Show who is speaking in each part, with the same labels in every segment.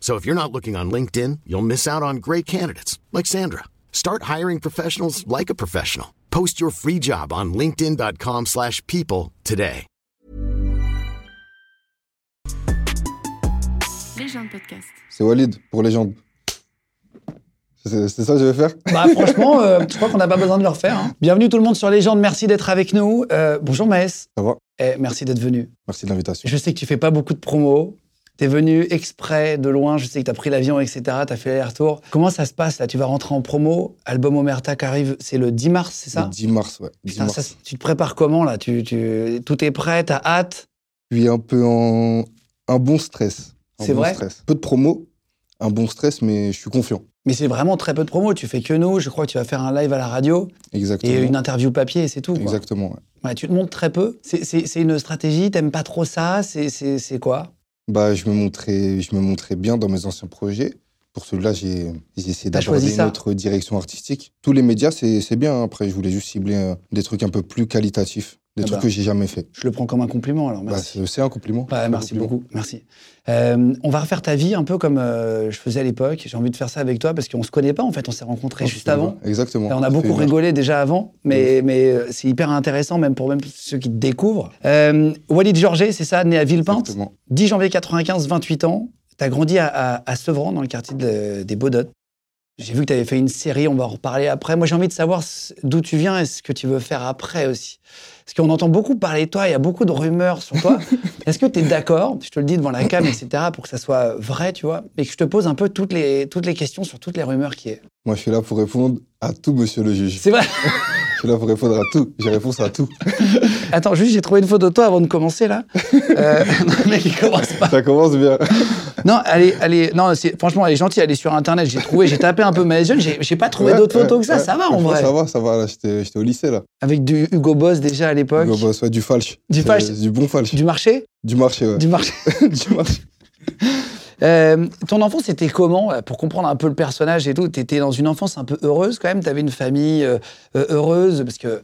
Speaker 1: So if you're not looking on LinkedIn, you'll miss out on great candidates like Sandra. Start hiring professionals like a professional. Post your free job on linkedin.com/people slash people today.
Speaker 2: Légende podcast.
Speaker 3: C'est Walid pour légende. C'est c'est ça que je vais faire
Speaker 4: Bah franchement, euh, je crois qu'on n'a pas besoin de le refaire. hein. Bienvenue tout le monde sur Légende, merci d'être avec nous. Euh, bonjour Maës,
Speaker 3: Ça va
Speaker 4: et merci d'être venu.
Speaker 3: Merci de l'invitation.
Speaker 4: Je sais que tu fais pas beaucoup de promos, t'es venu exprès de loin, je sais que t'as pris l'avion, etc., t'as fait l'aller-retour. Comment ça se passe là Tu vas rentrer en promo, album Omerta qui arrive, c'est le 10 mars, c'est ça
Speaker 3: Le 10 mars, ouais. 10
Speaker 4: Putain,
Speaker 3: mars.
Speaker 4: ça, c'est- tu te prépares comment là tu, tu- Tout est prêt, t'as hâte
Speaker 3: Je suis un peu en un bon stress. Un
Speaker 4: C'est
Speaker 3: bon
Speaker 4: vrai
Speaker 3: stress. Peu de promo, un bon stress, mais je suis confiant.
Speaker 4: mais c'est vraiment très peu de promos, tu fais que nous, je crois que tu vas faire un live à la radio
Speaker 3: Exactement.
Speaker 4: et une interview papier et c'est tout. quoi.
Speaker 3: Exactement. ouais.
Speaker 4: Ouais, tu te montres très peu. C'est- C'est c'est une stratégie, t'aimes pas trop ça, c'est- c'est c'est quoi
Speaker 3: Bah, je me montrais, je me montrais bien dans mes anciens projets. Pour celui-là, j'ai j'ai essayé
Speaker 4: T'as choisi
Speaker 3: d'aborder une
Speaker 4: ça.
Speaker 3: autre direction artistique. Tous les médias, c'est c'est bien. hein. Après, je voulais juste cibler euh, des trucs un peu plus qualitatifs, des
Speaker 4: Ah
Speaker 3: trucs
Speaker 4: bah.
Speaker 3: que j'ai jamais fait.
Speaker 4: Je le prends comme un compliment alors,
Speaker 3: Bah,
Speaker 4: merci.
Speaker 3: c'est c'est un compliment.
Speaker 4: Ouais,
Speaker 3: C'est un
Speaker 4: merci
Speaker 3: compliment.
Speaker 4: beaucoup, merci. Euh, on va refaire ta vie un peu comme euh, je faisais à l'époque. J'ai envie de faire ça avec toi parce qu'on se connaît pas en fait, on s'est rencontrés
Speaker 3: Non,
Speaker 4: juste
Speaker 3: c'est
Speaker 4: avant.
Speaker 3: bien. Exactement.
Speaker 4: Et on a
Speaker 3: Ça fait
Speaker 4: beaucoup
Speaker 3: une heure.
Speaker 4: rigolé déjà avant, mais, mais euh, c'est hyper intéressant même pour même ceux qui te découvrent. Euh, Walid Georget, c'est ça, né à Villepinte,
Speaker 3: Exactement.
Speaker 4: 10 janvier 95, 28 ans. T'as grandi à, à, à Sevran, dans le quartier de- des Beaudottes. J'ai vu que t'avais fait une série, on va en reparler après. Moi, j'ai envie de savoir ce- d'où tu viens et ce que tu veux faire après aussi. Parce qu'on entend beaucoup parler de toi, il y a beaucoup de rumeurs sur toi. Est-ce que t'es d'accord, je te le dis devant la cam, etc., pour que ça soit vrai, tu vois, et que je te pose un peu toutes les, toutes les questions sur toutes les rumeurs qui est.
Speaker 3: Moi, je suis là pour répondre à tout, monsieur le juge.
Speaker 4: C'est vrai
Speaker 3: Je suis là pour répondre à tout. J'ai réponse à tout.
Speaker 4: Attends, juste, j'ai trouvé une photo de toi avant de commencer, là. Euh, non, mec, il commence pas.
Speaker 3: Ça commence bien.
Speaker 4: Non, elle est, elle est- non, c'est, franchement, elle est gentille, elle est sur Internet. J'ai trouvé, j'ai tapé un peu ma jeune, j'ai, j'ai pas trouvé
Speaker 3: Ouais,
Speaker 4: d'autres photos
Speaker 3: ouais,
Speaker 4: que ça,
Speaker 3: ouais.
Speaker 4: ça va en
Speaker 3: Franchement,
Speaker 4: vrai.
Speaker 3: Ça va, ça va. là, J'étais j'étais au lycée, là.
Speaker 4: Avec du Hugo Boss déjà à l'époque,
Speaker 3: Bah, bah, soit du falche.
Speaker 4: Du
Speaker 3: Euh,
Speaker 4: falche.
Speaker 3: Du bon falche.
Speaker 4: du marché,
Speaker 3: Du marché, ouais.
Speaker 4: du marché.
Speaker 3: Du marché.
Speaker 4: Euh, ton enfance, c'était comment euh, Pour comprendre un peu le personnage et tout, t'étais dans une enfance un peu heureuse quand même, t'avais une famille euh, euh, heureuse, parce que euh,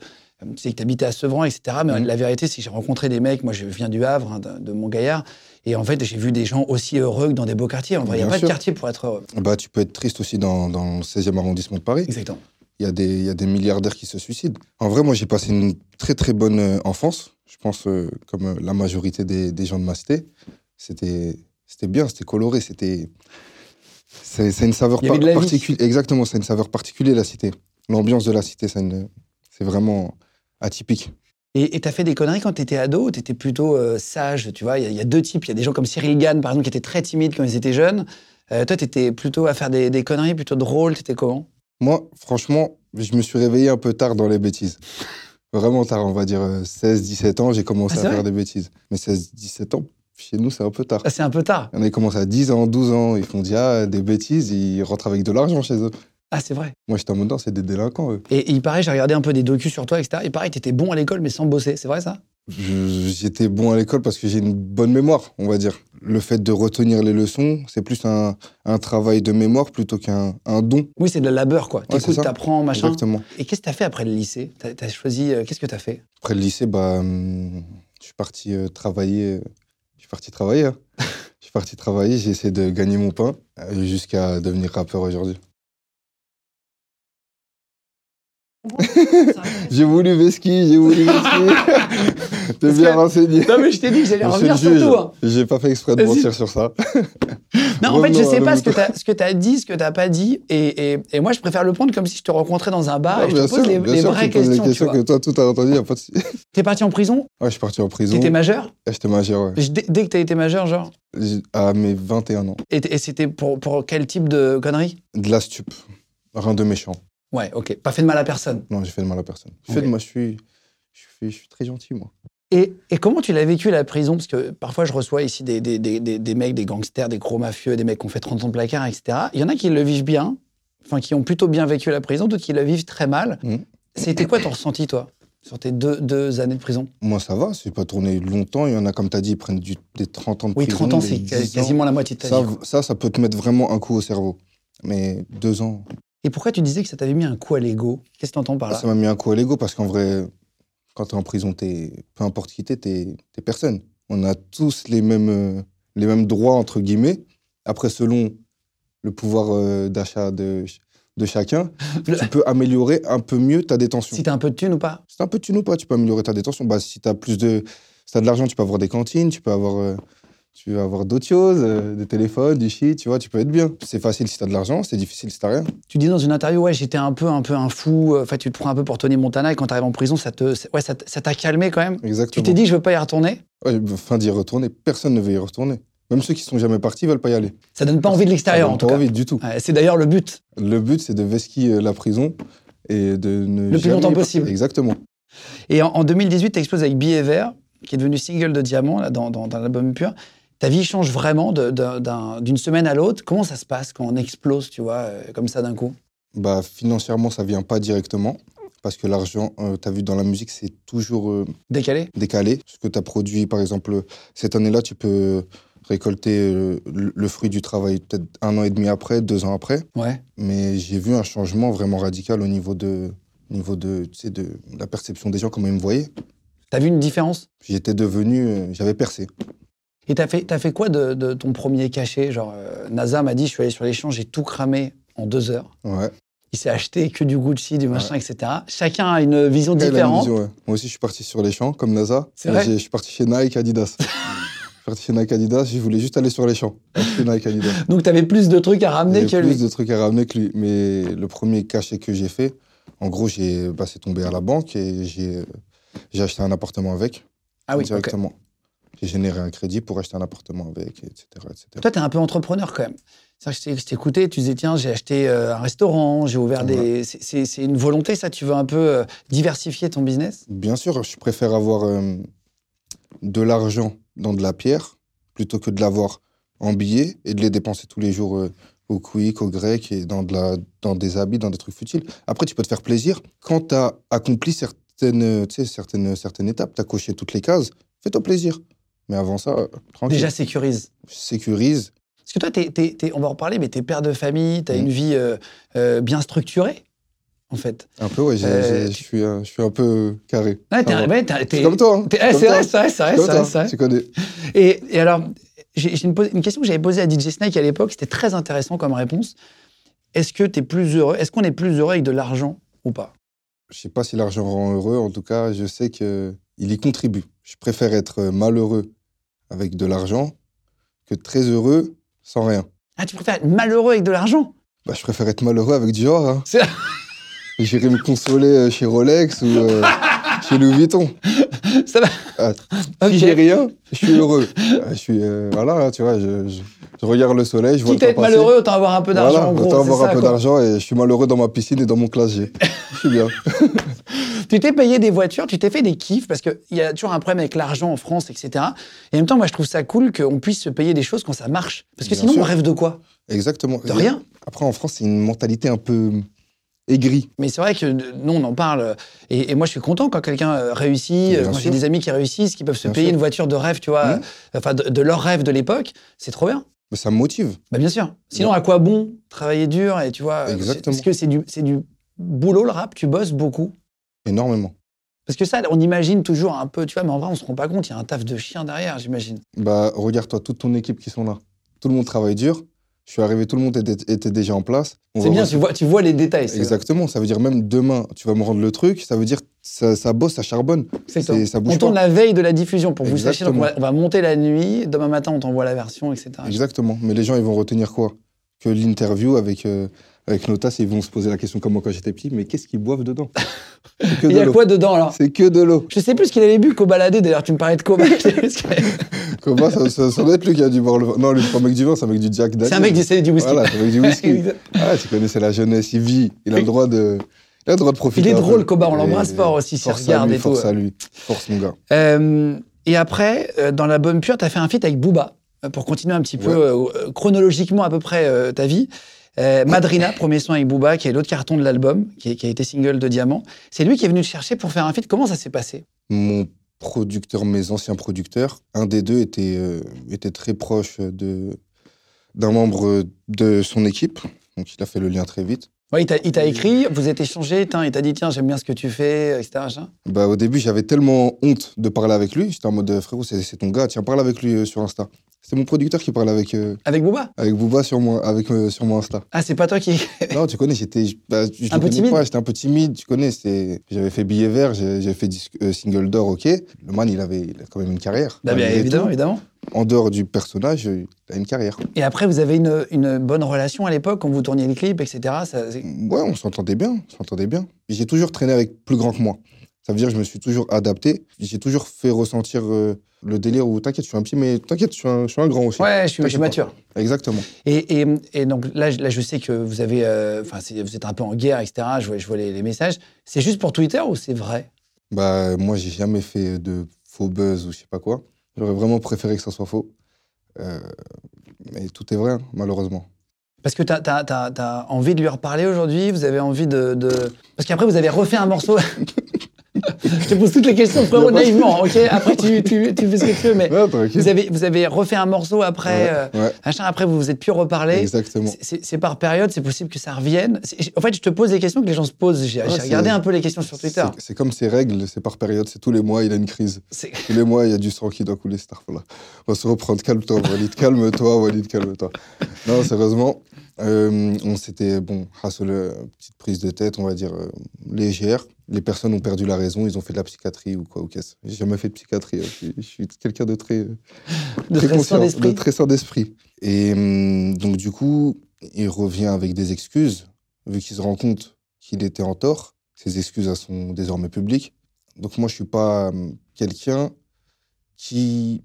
Speaker 4: tu sais que t'habitais à Sevran, etc. Mais
Speaker 3: Mhm.
Speaker 4: la vérité, c'est que j'ai rencontré des mecs, moi je viens du Havre, hein, de, de Montgaillard, et en fait, j'ai vu des gens aussi heureux que dans des beaux quartiers. En vrai, il n'y a
Speaker 3: Bien
Speaker 4: pas
Speaker 3: sûr.
Speaker 4: de quartier pour être heureux.
Speaker 3: Bah, tu peux être triste aussi dans, dans le 16e arrondissement de Paris.
Speaker 4: Exactement.
Speaker 3: Il y, a des- il y a des milliardaires qui se suicident. En vrai, moi, j'ai passé une très, très bonne euh, enfance. Je pense, euh, comme euh, la majorité des, des gens de ma cité. C'était c'était bien, c'était coloré, c'était. C'est c'est une saveur
Speaker 4: Il y avait de la vie.
Speaker 3: particulière. Exactement, c'est une saveur particulière, la cité. L'ambiance de la cité, c'est une- c'est vraiment atypique.
Speaker 4: Et et t'as fait des conneries quand t'étais ado ou T'étais plutôt euh, sage, tu vois Il y, a- il y a deux types. Il y a des gens comme Cyril Gann, par exemple, qui étaient très timides quand ils étaient jeunes. Euh, toi, t'étais plutôt à faire des, des conneries, plutôt drôle. T'étais comment
Speaker 3: Moi, franchement, je me suis réveillé un peu tard dans les bêtises. Vraiment tard, on va dire euh, 16, 17 ans, j'ai commencé
Speaker 4: Ah,
Speaker 3: à
Speaker 4: c'est
Speaker 3: faire
Speaker 4: vrai
Speaker 3: des bêtises. Mais 16, 17 ans, chez nous, c'est un peu tard.
Speaker 4: Ah, C'est un peu tard.
Speaker 3: Il y en a qui commencent à 10 ans, 12 ans, ils font déjà des bêtises, ils rentrent avec de l'argent chez eux.
Speaker 4: Ah, c'est vrai.
Speaker 3: Moi, j'étais en mode, non, c'est des délinquants, eux.
Speaker 4: Et, et il paraît, j'ai regardé un peu des docus sur toi, etc. Il paraît que t'étais bon à l'école, mais sans bosser. C'est vrai, ça
Speaker 3: Je- J'étais bon à l'école parce que j'ai une bonne mémoire, on va dire. Le fait de retenir les leçons, c'est plus un, un travail de mémoire plutôt qu'un un don.
Speaker 4: Oui, c'est de la labeur, quoi.
Speaker 3: c'est
Speaker 4: T'écoutes,
Speaker 3: ça.
Speaker 4: t'apprends, machin.
Speaker 3: Exactement.
Speaker 4: Et qu'est-ce que t'as fait après le lycée T'as t'as choisi... euh, qu'est-ce que t'as fait
Speaker 3: Après le lycée, bah, hum, je suis parti euh, travailler. euh, Je suis parti travailler. hein. je suis parti travailler. J'ai essayé de gagner mon pain euh, jusqu'à devenir rappeur aujourd'hui. J'ai voulu Veski, j'ai voulu Veski. T'es
Speaker 4: Parce
Speaker 3: bien
Speaker 4: que-
Speaker 3: renseigné.
Speaker 4: Non, mais je t'ai dit que j'allais
Speaker 3: Monsieur le
Speaker 4: revenir sur
Speaker 3: juge,
Speaker 4: tout. hein.
Speaker 3: J'ai pas fait exprès de
Speaker 4: Vas-y.
Speaker 3: mentir sur
Speaker 4: Non,
Speaker 3: ça.
Speaker 4: en fait, je
Speaker 3: Revenons à
Speaker 4: sais
Speaker 3: nos
Speaker 4: pas ce que
Speaker 3: moutons.
Speaker 4: t'as, ce que t'as dit, ce que t'as pas dit, et, et- et moi, je préfère le prendre comme si je te rencontrais dans un bar
Speaker 3: Ah,
Speaker 4: et je te pose les,
Speaker 3: bien
Speaker 4: les
Speaker 3: sûr,
Speaker 4: vraies
Speaker 3: tu poses
Speaker 4: questions.
Speaker 3: les
Speaker 4: tu
Speaker 3: questions
Speaker 4: vois.
Speaker 3: que toi, tout t'as entendu. y a pas de-
Speaker 4: T'es parti en prison,
Speaker 3: Ah, je suis parti en prison.
Speaker 4: t'étais majeur,
Speaker 3: Ah, J'étais majeur, ouais.
Speaker 4: Je- dès, dès que t'as été majeur, genre,
Speaker 3: J'ai- À mes 21 ans.
Speaker 4: et, t- et c'était pour, pour quel type de conneries
Speaker 3: De la stupe. Rien de méchant.
Speaker 4: Ouais, ok, pas fait de mal à personne.
Speaker 3: Non, j'ai fait de mal à personne. Je fais
Speaker 4: Ok.
Speaker 3: de moi, je suis, je suis, je suis très gentil, moi.
Speaker 4: Et, et comment tu l'as vécu la prison Parce que parfois, je reçois ici des, des, des, des- des mecs, des gangsters, des gros mafieux, des mecs qui ont fait 30 ans de placard, etc. Il y en a qui le vivent bien, enfin, qui ont plutôt bien vécu la prison, d'autres qui la vivent très mal.
Speaker 3: Mhm.
Speaker 4: C'était quoi ton ressenti, toi, sur tes deux, deux années de prison
Speaker 3: Moi, ça va, c'est pas tourné longtemps. Il y en a, comme tu as dit, ils prennent du- des 30 ans de
Speaker 4: Oui,
Speaker 3: prison.
Speaker 4: 30 ans,
Speaker 3: des
Speaker 4: c'est
Speaker 3: 10 ans.
Speaker 4: quasiment la moitié de ta
Speaker 3: Ça,
Speaker 4: vie. quoi.
Speaker 3: ça, ça peut te mettre vraiment un coup au cerveau. Mais deux ans,
Speaker 4: Et pourquoi tu disais que ça t'avait mis un coup à l'ego Qu'est-ce que t'entends par là
Speaker 3: ça m'a mis un coup à l'ego parce qu'en vrai, quand t'es en prison, t'es, peu importe qui t'es, t'es, t'es personne. On a tous les mêmes, euh, les mêmes droits, entre guillemets. Après, selon le pouvoir euh, d'achat de, ch- de chacun,
Speaker 4: Le-
Speaker 3: tu peux améliorer un peu mieux ta détention.
Speaker 4: Si t'as un peu de thunes ou pas
Speaker 3: C'est un peu tu ou pas, tu peux améliorer ta détention. Bah, si tu as plus de si t'as de l'argent, tu peux avoir des cantines, tu peux avoir euh, tu peux avoir d'autres choses, euh, des téléphones, du shit, tu vois, tu peux être bien. C'est facile si tu as de l'argent, c'est difficile si tu rien.
Speaker 4: Tu dis dans une interview, ouais, j'étais un peu, un peu un fou. euh, Enfin, tu te prends un peu pour Tony Montana et quand t'arrives en prison, ça te, ouais, ça t- ça t'a calmé quand même. Tu
Speaker 3: Exactement.
Speaker 4: t'es dit, je veux pas y retourner.
Speaker 3: Ouais, enfin d'y retourner, personne ne veut y retourner. Même ceux qui sont jamais partis veulent pas y aller.
Speaker 4: Ça donne pas
Speaker 3: Ah
Speaker 4: envie de l'extérieur, en tout
Speaker 3: pas
Speaker 4: cas.
Speaker 3: envie du tout.
Speaker 4: Ouais, c'est d'ailleurs le but.
Speaker 3: Le but c'est de vesquiller euh, la prison et de ne
Speaker 4: Le plus
Speaker 3: jamais
Speaker 4: longtemps
Speaker 3: y partir.
Speaker 4: possible.
Speaker 3: Exactement.
Speaker 4: Et en, en 2018, t'exploses avec Billet Vert, qui est devenu single de diamant là, dans, dans- dans l'album Pur. Ta vie change vraiment de- d'un- d'un- d'une semaine à l'autre. Comment ça se passe quand on explose, tu vois, euh, comme ça d'un coup
Speaker 3: Bah, financièrement, ça vient pas directement parce que l'argent, tu as vu dans la musique, c'est toujours euh,
Speaker 4: Décalé
Speaker 3: décalé. Ce que tu as produit, par exemple, cette année-là, tu peux récolter euh, le le fruit du travail peut-être un an et demi après, deux ans après.
Speaker 4: Ouais.
Speaker 3: Mais j'ai vu un changement vraiment radical au niveau de, au niveau de, tu sais, de la perception des gens, comment ils me voyaient.
Speaker 4: T'as vu une différence
Speaker 3: J'étais devenu, euh, j'avais percé.
Speaker 4: Et t'as fait, t'as fait quoi de, de ton premier cachet Genre, euh, NASA m'a dit, je suis allé sur l'échange, j'ai tout cramé en deux heures.
Speaker 3: Ouais.
Speaker 4: Il s'est acheté que du Gucci, du machin, etc. Chacun a une vision
Speaker 3: Et la
Speaker 4: différente.
Speaker 3: musique, ouais. Moi aussi, je suis parti sur les champs, comme NASA.
Speaker 4: C'est vrai
Speaker 3: J'ai- Je suis parti chez Nike, Adidas. je suis parti chez Nike, Adidas. Je voulais juste aller sur les champs. Je suis Nike, Adidas.
Speaker 4: Donc t'avais plus de trucs à ramener
Speaker 3: Il y
Speaker 4: que
Speaker 3: a
Speaker 4: lui.
Speaker 3: plus de trucs à ramener que lui. Mais le premier cachet que j'ai fait, en gros, j'ai, bah, c'est tombé à la banque et j'ai, euh, j'ai acheté un appartement avec.
Speaker 4: Ah oui, ok.
Speaker 3: directement. J'ai généré un crédit pour acheter un appartement avec, etc. etc.
Speaker 4: Toi, t'es un peu entrepreneur quand même. C'est-à-dire que je t'ai- je t'écoutais, tu disais, tiens, j'ai acheté euh, un restaurant, j'ai ouvert des. c'est- C'est c'est une volonté, ça Tu veux un peu euh, diversifier ton business
Speaker 3: Bien sûr, je préfère avoir euh, de l'argent dans de la pierre plutôt que de l'avoir en billets et de les dépenser tous les jours euh, au quick, au grec et dans, de la, dans des habits, dans des trucs futiles. Après, tu peux te faire plaisir. Quand tu as accompli certaines, euh, tu sais, certaines, certaines étapes, tu as coché toutes les cases, fais-toi plaisir. Mais avant ça, euh, tranquille.
Speaker 4: Déjà, sécurise.
Speaker 3: sécurise.
Speaker 4: Parce que toi, t'es- t'es- t'es- on va en reparler, mais t'es père de famille, t'as
Speaker 3: Mm.
Speaker 4: une vie euh, euh, bien structurée, en fait.
Speaker 3: Un peu, ouais, j'ai-
Speaker 4: Euh,
Speaker 3: j'ai-
Speaker 4: tu-
Speaker 3: je suis un- je suis un peu carré.
Speaker 4: Ouais, t'es
Speaker 3: Ah
Speaker 4: un-
Speaker 3: bon.
Speaker 4: ouais, t'es-
Speaker 3: C'est
Speaker 4: t'es-
Speaker 3: comme toi. hein.
Speaker 4: t'es-
Speaker 3: C'est
Speaker 4: eh,
Speaker 3: comme
Speaker 4: c'est
Speaker 3: toi.
Speaker 4: vrai, c'est vrai, c'est vrai,
Speaker 3: Comme
Speaker 4: c'est vrai,
Speaker 3: toi,
Speaker 4: c'est vrai.
Speaker 3: Tu connais.
Speaker 4: Et, et alors, j'ai j'ai une, pos- une question que j'avais posée à DJ Snake à l'époque, c'était très intéressant comme réponse. Est-ce que t'es plus heureux Est-ce qu'on est plus heureux avec de l'argent ou pas
Speaker 3: Je sais pas si l'argent rend heureux. En tout cas, je sais que il y contribue. Je préfère être malheureux avec de l'argent que très heureux sans rien.
Speaker 4: Ah, tu préfères être malheureux avec de l'argent
Speaker 3: Bah, je préfère être malheureux avec du or. hein.
Speaker 4: C'est-
Speaker 3: J'irai me consoler euh, chez Rolex ou euh, chez Louis Vuitton.
Speaker 4: Ça va.
Speaker 3: Ah,
Speaker 4: Ok.
Speaker 3: Si j'ai rien, je suis heureux. Euh, Je suis euh, voilà, tu vois, je, je- je regarde le soleil, je vois
Speaker 4: Quitte
Speaker 3: le
Speaker 4: à
Speaker 3: temps
Speaker 4: être
Speaker 3: passer.
Speaker 4: malheureux, autant avoir un peu d'argent
Speaker 3: Voilà,
Speaker 4: en gros.
Speaker 3: autant
Speaker 4: c'est
Speaker 3: avoir
Speaker 4: ça,
Speaker 3: un peu
Speaker 4: quoi.
Speaker 3: d'argent et je suis malheureux dans ma piscine et dans mon classe G. je suis bien.
Speaker 4: Tu t'es payé des voitures, tu t'es fait des kiffs, parce qu'il y a toujours un problème avec l'argent en France, etc. Et en même temps, moi, je trouve ça cool qu'on puisse se payer des choses quand ça marche. Parce que
Speaker 3: Bien
Speaker 4: sinon,
Speaker 3: sûr.
Speaker 4: on rêve de quoi
Speaker 3: Exactement.
Speaker 4: De rien.
Speaker 3: Après, en France, c'est une mentalité un peu aigrie.
Speaker 4: Mais c'est vrai que euh, nous, on en parle. Et, et moi, je suis content quand quelqu'un euh, réussit.
Speaker 3: Bien
Speaker 4: euh, Quand j'ai
Speaker 3: sûr.
Speaker 4: des amis qui réussissent, qui peuvent se
Speaker 3: Bien
Speaker 4: payer
Speaker 3: sûr.
Speaker 4: une voiture de rêve, tu vois,
Speaker 3: Mhm.
Speaker 4: euh, enfin, de, de leur rêve de l'époque, c'est trop bien.
Speaker 3: Mais ça me motive.
Speaker 4: Bah, bien sûr. Sinon,
Speaker 3: Ouais.
Speaker 4: à quoi bon travailler dur et tu vois. euh,
Speaker 3: Exactement.
Speaker 4: Est-ce que c'est du, c'est du boulot, le rap Tu bosses beaucoup
Speaker 3: Énormément.
Speaker 4: Parce que ça, on imagine toujours un peu, tu vois, mais en vrai, on se rend pas compte, il y a un taf de chien derrière, j'imagine.
Speaker 3: Bah, regarde-toi, toute ton équipe qui sont là. Tout le monde travaille dur. Je suis arrivé, tout le monde était, était déjà en place. On
Speaker 4: C'est
Speaker 3: va
Speaker 4: bien,
Speaker 3: voir-
Speaker 4: tu vois, tu vois les détails. c'est-
Speaker 3: Exactement. Ça veut dire même demain, tu vas me rendre le truc. Ça veut dire ça, ça bosse, ça charbonne.
Speaker 4: c'est
Speaker 3: c'est-
Speaker 4: ça.
Speaker 3: ça bouge
Speaker 4: on tourne
Speaker 3: pas.
Speaker 4: la veille de la diffusion pour que vous sachiez. Donc on, va,
Speaker 3: Exactement.
Speaker 4: on va monter la nuit, demain matin, on t'envoie la version, etc.
Speaker 3: Exactement. Mais les gens, ils vont retenir quoi Que l'interview avec, euh, avec nos tasses, ils vont se poser la question comme moi quand j'étais petit, mais qu'est-ce qu'ils boivent dedans C'est que
Speaker 4: Et Il
Speaker 3: de
Speaker 4: y a
Speaker 3: l'eau.
Speaker 4: quoi dedans alors
Speaker 3: C'est que de l'eau.
Speaker 4: Je sais plus ce qu'il avait bu qu'au baladé, d'ailleurs, tu me parlais de Koba. c'est
Speaker 3: Comment ça, ça, ça doit être lui qui a dû boire le vin. Non, lui, c'est pas un mec du vin, c'est un mec du Jack Daniel.
Speaker 4: un mec qui essaie du whisky.
Speaker 3: Voilà, c'est un mec du whisky.
Speaker 4: Exact.
Speaker 3: ah, tu connais, c'est la jeunesse, il vit. Il a le droit de, il a le droit de profiter.
Speaker 4: Il est
Speaker 3: un peu.
Speaker 4: drôle, Koba, on
Speaker 3: Et-
Speaker 4: l'embrasse fort aussi, s'il
Speaker 3: force à
Speaker 4: regarde
Speaker 3: lui,
Speaker 4: et
Speaker 3: force
Speaker 4: tout.
Speaker 3: à lui. Force, mon gars.
Speaker 4: Euh, et après, euh, dans La Bonne Pure, tu as fait un feat avec Booba, euh, pour continuer un petit peu
Speaker 3: Ouais.
Speaker 4: euh, euh, chronologiquement à peu près euh, ta vie. Euh, Madrina, premier son avec Booba, qui est l'autre carton de l'album, qui, est- qui a été single de Diamant. C'est lui qui est venu te chercher pour faire un feat. Comment ça s'est passé
Speaker 3: Mon producteur, mes anciens producteurs, un des deux était, euh, était très proche de d'un membre de son équipe, donc il a fait le lien très vite.
Speaker 4: Ouais, Il t'a il t'a écrit, vous êtes échangé, tiens, il t'a dit tiens, j'aime bien ce que tu fais, etc. machin.
Speaker 3: Bah, au début, j'avais tellement honte de parler avec lui. J'étais en mode, euh, frérot, c'est c'est ton gars, tiens, parle avec lui euh, sur Insta. C'était mon producteur qui parlait avec, euh,
Speaker 4: Avec Booba
Speaker 3: avec Booba sur, mon- avec, euh, sur mon Insta.
Speaker 4: Ah, c'est pas toi qui.
Speaker 3: Non, tu connais, j'étais. je- bah, je
Speaker 4: Un
Speaker 3: le
Speaker 4: peu
Speaker 3: connais
Speaker 4: timide.
Speaker 3: pas, J'étais un peu timide, tu connais. c'est- J'avais fait billet vert, j'ai j'ai fait disque- euh, single d'or, ok. Le man, il avait il a quand même une carrière.
Speaker 4: Bah, bien,
Speaker 3: Malgré
Speaker 4: évidemment,
Speaker 3: tout,
Speaker 4: évidemment.
Speaker 3: En dehors du personnage, euh, il a une carrière.
Speaker 4: Et après, vous avez une, une bonne relation à l'époque, quand vous tourniez le clip, etc. Ça, c'est-
Speaker 3: Ouais, on s'entendait bien, on s'entendait bien. J'ai toujours traîné avec plus grand que moi. Ça veut dire que je me suis toujours adapté. J'ai toujours fait ressentir euh, le délire où t'inquiète, je suis un petit, mais t'inquiète, je suis un, je suis un grand aussi.
Speaker 4: Ouais, je suis, je suis
Speaker 3: T'inquiète
Speaker 4: mature.
Speaker 3: pas. Exactement.
Speaker 4: Et, et- et donc là, je- là, je sais que vous avez, euh, enfin, c'est- vous êtes un peu en guerre, etc. Je vois, je vois les, les messages. C'est juste pour Twitter ou c'est vrai
Speaker 3: Bah, moi, j'ai jamais fait de faux buzz ou je sais pas quoi. J'aurais vraiment préféré que ça soit faux. Euh, mais tout est vrai, hein, malheureusement.
Speaker 4: Parce que t'as as, envie de lui reparler aujourd'hui. Vous avez envie de, de- parce qu'après vous avez refait un morceau. je te pose toutes les questions frérot
Speaker 3: Y a pas de-
Speaker 4: naïvement, ok Après tu, tu, tu fais ce que tu veux, mais
Speaker 3: Ouais, tranquille.
Speaker 4: vous avez vous avez refait un morceau après. euh,
Speaker 3: Ouais,
Speaker 4: machin, après vous vous êtes plus reparlé.
Speaker 3: exactement.
Speaker 4: C'est- C'est c'est par période, c'est possible que ça revienne. C'est- j'- En fait, je te pose des questions que les gens se posent. J'ai
Speaker 3: Ouais,
Speaker 4: j'ai
Speaker 3: c'est-
Speaker 4: regardé un peu les questions sur Twitter.
Speaker 3: C'est- C'est comme ces règles, c'est par période, c'est tous les mois, il a une crise.
Speaker 4: C'est-
Speaker 3: Tous les mois, il y a du sang qui doit couler, Starfall. On va se reprendre, calme-toi, Walid, calme-toi, Walid, calme-toi. Non, sérieusement, euh, on s'était, bon, Hassel, euh, petite prise de tête, on va dire, euh, légère. Les personnes ont perdu la raison, ils ont fait de la psychiatrie ou quoi, ou qu'est-ce. J'ai jamais fait de psychiatrie, hein. je, suis- je suis quelqu'un de très. euh,
Speaker 4: De très sain
Speaker 3: de
Speaker 4: d'esprit.
Speaker 3: très sain d'esprit. Et hum, donc, du coup, il revient avec des excuses, vu qu'il se rend compte qu'il était en tort. Ces excuses elles sont désormais publiques. Donc, moi, je suis pas hum, quelqu'un qui.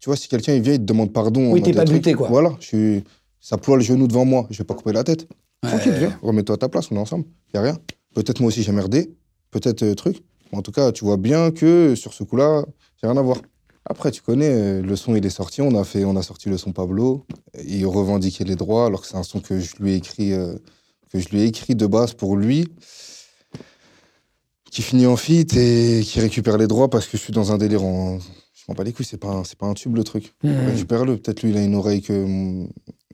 Speaker 3: Tu vois, si quelqu'un il vient, il te demande pardon. en
Speaker 4: Oui,
Speaker 3: mode
Speaker 4: t'es pas
Speaker 3: truc,
Speaker 4: buté, quoi.
Speaker 3: Voilà, je suis. Ça ploie le genou devant moi, je vais pas couper la tête. Tranquille,
Speaker 4: Ouais.
Speaker 3: viens, remets-toi à ta place, on est ensemble, y a rien. Peut-être moi aussi j'ai merdé, peut-être euh, truc. Mais en tout cas, tu vois bien que sur ce coup-là, j'ai rien à voir. Après, tu connais, euh, le son il est sorti, on a, fait, on a sorti le son Pablo, et il revendiquait les droits, alors que c'est un son que je lui ai écrit, euh, que je lui ai écrit de base pour lui, qui finit en feat et qui récupère les droits parce que je suis dans un délire en. Je m'en bats les couilles, c'est pas, un- c'est pas un tube le truc. Récupère-le, peut-être lui il a une oreille que. hum,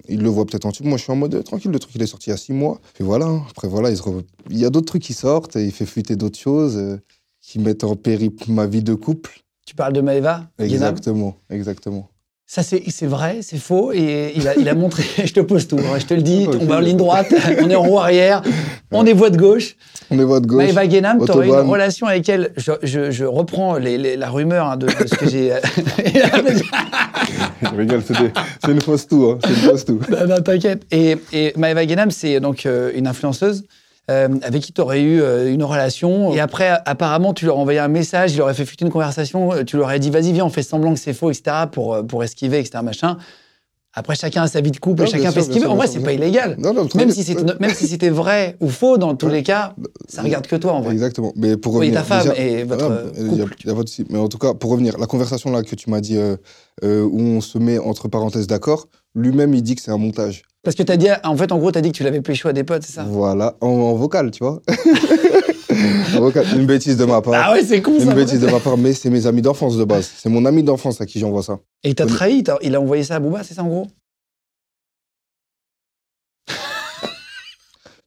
Speaker 3: il le voit peut-être en tube. Moi, je suis en mode euh, tranquille, le truc, il est sorti il y a six mois. Puis voilà, hein. après, voilà, il, se re- il y a d'autres trucs qui sortent et il fait fuiter d'autres choses euh, qui mettent en péril ma vie de couple.
Speaker 4: Tu parles de Maeva Guénam
Speaker 3: Exactement, exactement.
Speaker 4: Ça, c'est c'est vrai, c'est faux. Et il a, il a montré, je te pose tout, hein, je te le dis,
Speaker 3: Ok.
Speaker 4: on va en ligne droite, on est en roue arrière, on est voie de gauche.
Speaker 3: On les voit de gauche.
Speaker 4: Maëva Guénam, tu une
Speaker 3: Autobahn.
Speaker 4: relation avec elle. Je, je- je reprends les- les- la rumeur hein, de, de ce que j'ai.
Speaker 3: Je rigole, c'est des- c'est une fausse tout, hein, c'est une fausse tout.
Speaker 4: non, non, Bah, t'inquiète. Et, et Maëva Guénam, c'est donc euh, une influenceuse. euh, avec qui tu aurais eu euh, une relation. Et après, apparemment, tu leur envoyais un message, il aurait fait fuite une conversation, euh, tu leur aurais dit, vas-y, viens, on fait semblant que c'est faux, etc., pour, euh, pour esquiver, etc., machin. Après, chacun a sa vie de couple,
Speaker 3: Non,
Speaker 4: et chacun
Speaker 3: bien
Speaker 4: fait
Speaker 3: sûr,
Speaker 4: ce qu'il
Speaker 3: bien
Speaker 4: veut.
Speaker 3: sûr,
Speaker 4: En vrai,
Speaker 3: bien
Speaker 4: c'est
Speaker 3: sûr,
Speaker 4: pas
Speaker 3: bien
Speaker 4: illégal.
Speaker 3: Non, non,
Speaker 4: Même
Speaker 3: mais- euh,
Speaker 4: si c'était même si c'était vrai ou faux, dans tous les cas, ça regarde que toi en vrai.
Speaker 3: Ouais, Exactement. Mais pour
Speaker 4: Oui,
Speaker 3: revenir,
Speaker 4: ta femme
Speaker 3: déjà-
Speaker 4: et votre,
Speaker 3: Voilà,
Speaker 4: euh,
Speaker 3: il y a- il y a
Speaker 4: couple.
Speaker 3: pas de souci. Mais en tout cas, pour revenir, la conversation là que tu m'as dit, euh, euh, où on se met entre parenthèses d'accord, lui-même il dit que c'est un montage.
Speaker 4: Parce que t'as dit, en fait, en gros, t'as dit que tu l'avais pécho à des potes, c'est ça
Speaker 3: Voilà, en, en vocal, tu vois. En vocal. Une bêtise de ma part.
Speaker 4: Ah ouais, c'est con
Speaker 3: Une
Speaker 4: ça.
Speaker 3: bêtise de ma part, mais c'est mes amis d'enfance de base. C'est mon ami d'enfance à qui j'envoie ça.
Speaker 4: Et t'as trahi, t'as- il a envoyé ça à Booba, c'est ça en gros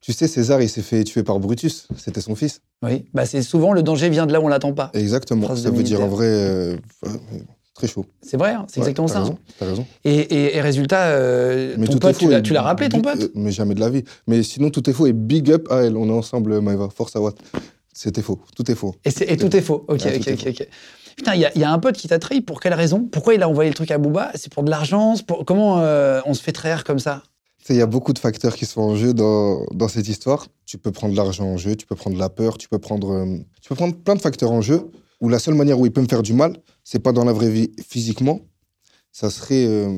Speaker 3: Tu sais, César, il s'est fait tuer par Brutus. C'était son fils.
Speaker 4: Oui. Bah, c'est souvent le danger vient de là où on l'attend pas.
Speaker 3: Exactement.
Speaker 4: Phrase de
Speaker 3: ça veut dire en
Speaker 4: militaire.
Speaker 3: vrai. euh, ouais, très chaud.
Speaker 4: C'est vrai, hein, c'est
Speaker 3: Ouais,
Speaker 4: exactement
Speaker 3: t'as
Speaker 4: ça.
Speaker 3: raison, T'as raison.
Speaker 4: Et, et- et résultat, euh, ton
Speaker 3: tout est
Speaker 4: pote, tu
Speaker 3: faux
Speaker 4: l'as-
Speaker 3: et
Speaker 4: tu l'as rappelé ton
Speaker 3: big-
Speaker 4: pote
Speaker 3: euh, Mais jamais de la vie. Mais sinon, tout est faux et big up à elle. On est ensemble, Maëva. Force à Watt. C'était faux. Tout est faux.
Speaker 4: et, c'est- et tout est faux. Ok,
Speaker 3: Ouais,
Speaker 4: ok,
Speaker 3: Ah, tout est
Speaker 4: ok. ok. Putain, il y, a- il y a un pote qui t'a trahi. Pour quelle raison Pourquoi il a envoyé le truc à Booba C'est pour de l'argent C'est pour... Comment euh, on se fait trahir comme ça
Speaker 3: Tu sais, Il y a beaucoup de facteurs qui sont en jeu dans, dans cette histoire. Tu peux prendre l'argent en jeu, tu peux prendre la peur, tu peux prendre, euh, tu peux prendre plein de facteurs en jeu où la seule manière où il peut me faire du mal, c'est pas dans la vraie vie physiquement. Ça serait euh,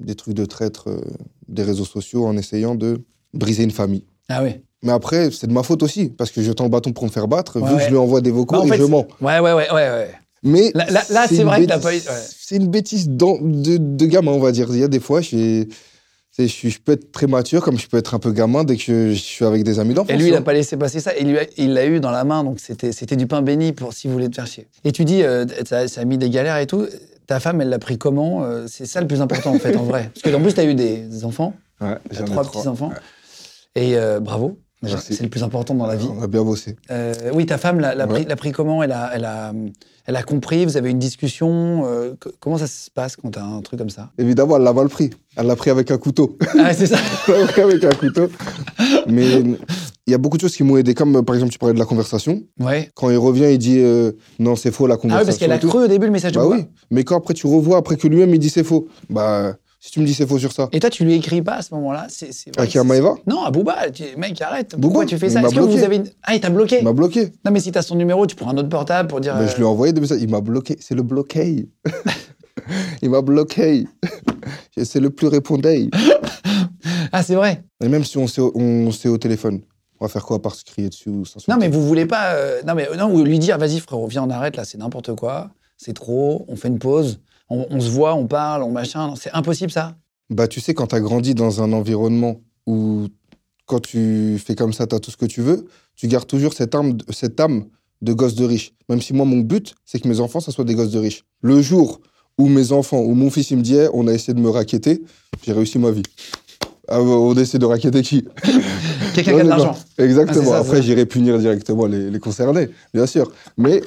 Speaker 3: des trucs de traître euh, des réseaux sociaux en essayant de briser une famille.
Speaker 4: Ah oui.
Speaker 3: Mais après, c'est de ma faute aussi, parce que je tends le bâton pour me faire battre,
Speaker 4: Ouais,
Speaker 3: vu que
Speaker 4: ouais.
Speaker 3: je lui envoie des vocaux
Speaker 4: Bah, en
Speaker 3: et
Speaker 4: fait,
Speaker 3: je mens.
Speaker 4: Ouais, ouais, ouais, ouais, ouais.
Speaker 3: Mais
Speaker 4: Là- là- là, c'est
Speaker 3: une
Speaker 4: vrai que t'as
Speaker 3: bêtise-
Speaker 4: pas eu- ouais.
Speaker 3: C'est une bêtise d'en- de, de gamin, on va dire. Il y a des fois, j'ai- sais, je, suis- je peux être très mature, comme je peux être un peu gamin dès que je, je suis avec des amis d'enfance. hein.
Speaker 4: Et lui, il
Speaker 3: tu
Speaker 4: n'a
Speaker 3: vois.
Speaker 4: pas laissé passer ça. Et lui, il l'a eu dans la main, donc c'était c'était du pain béni pour si vous voulez te faire chier. Et tu dis, euh, ça, ça a mis des galères et tout. Ta femme, elle l'a pris comment Euh, C'est ça le plus important, en fait, en vrai. Parce que, en plus, tu as eu des, des enfants,
Speaker 3: Ouais,
Speaker 4: t'as
Speaker 3: j'en ai
Speaker 4: trois petits-enfants. Et euh, bravo. Déjà,
Speaker 3: Merci.
Speaker 4: C'est le plus important dans la vie.
Speaker 3: On a bien bossé.
Speaker 4: Euh, oui, ta femme l'a l'a
Speaker 3: Ouais.
Speaker 4: pris, l'a pris comment elle a, elle, a, elle a compris, vous avez une discussion. euh, co- comment ça se passe quand t'as un truc comme ça
Speaker 3: Évidemment, elle l'a mal pris. Elle l'a pris avec un couteau.
Speaker 4: Ah, c'est ça
Speaker 3: Elle l'a pris avec un couteau. Mais il y a beaucoup de choses qui m'ont aidé, comme euh, par exemple, tu parlais de la conversation.
Speaker 4: Ouais.
Speaker 3: Quand il revient, il dit euh, non, c'est faux la
Speaker 4: Ah
Speaker 3: conversation.
Speaker 4: oui, parce qu'elle
Speaker 3: et
Speaker 4: a
Speaker 3: tout.
Speaker 4: cru au début le message de
Speaker 3: Bah
Speaker 4: moi.
Speaker 3: oui, mais quand après tu revois, après que lui-même il dit c'est faux, bah si tu me dis c'est faux sur ça,
Speaker 4: Et toi, tu lui écris pas à ce moment-là c'est- c'est-
Speaker 3: à
Speaker 4: ouais,
Speaker 3: qui à
Speaker 4: c'est-
Speaker 3: Maëva,
Speaker 4: Non, à Booba, tu- mec, arrête. Pourquoi
Speaker 3: Ah, Booba,
Speaker 4: tu fais
Speaker 3: il
Speaker 4: ça
Speaker 3: m'a
Speaker 4: Est-ce que vous
Speaker 3: bloqué.
Speaker 4: avez une... Ah, il t'a bloqué
Speaker 3: il m'a bloqué.
Speaker 4: Non, mais si t'as son numéro, tu prends un autre portable pour dire.
Speaker 3: Mais
Speaker 4: euh,
Speaker 3: je lui ai envoyé des messages, il m'a bloqué, c'est le bloqué. il m'a bloqué. c'est le plus répondé.
Speaker 4: Ah, c'est vrai.
Speaker 3: Et même si on s'est on s'est au téléphone, on va faire quoi par se crier dessus ou s'insulter
Speaker 4: Non, mais vous voulez pas. euh, Non, mais non, ou lui dire, vas-y, frérot, viens, on arrête là, c'est n'importe quoi, c'est trop, on fait une pause, on, on se voit, on parle, on machin. non, C'est impossible ça.
Speaker 3: Bah tu sais, quand t'as grandi dans un environnement où quand tu fais comme ça, t'as tout ce que tu veux, tu gardes toujours cette âme, cette âme de gosse de riche. Même si moi, mon but, c'est que mes enfants, ça soit des gosses de riches. Le jour où mes enfants, où mon fils, il me dit, Eh, on a essayé de me raqueter, j'ai réussi ma vie. Ah, bah, on essaie de raqueter qui
Speaker 4: Quelqu'un qui a de
Speaker 3: Non,
Speaker 4: l'argent.
Speaker 3: non.
Speaker 4: Ah, c'est
Speaker 3: Exactement.
Speaker 4: ça, c'est ça.
Speaker 3: Après, j'irai punir directement les, les concernés, bien sûr. Mais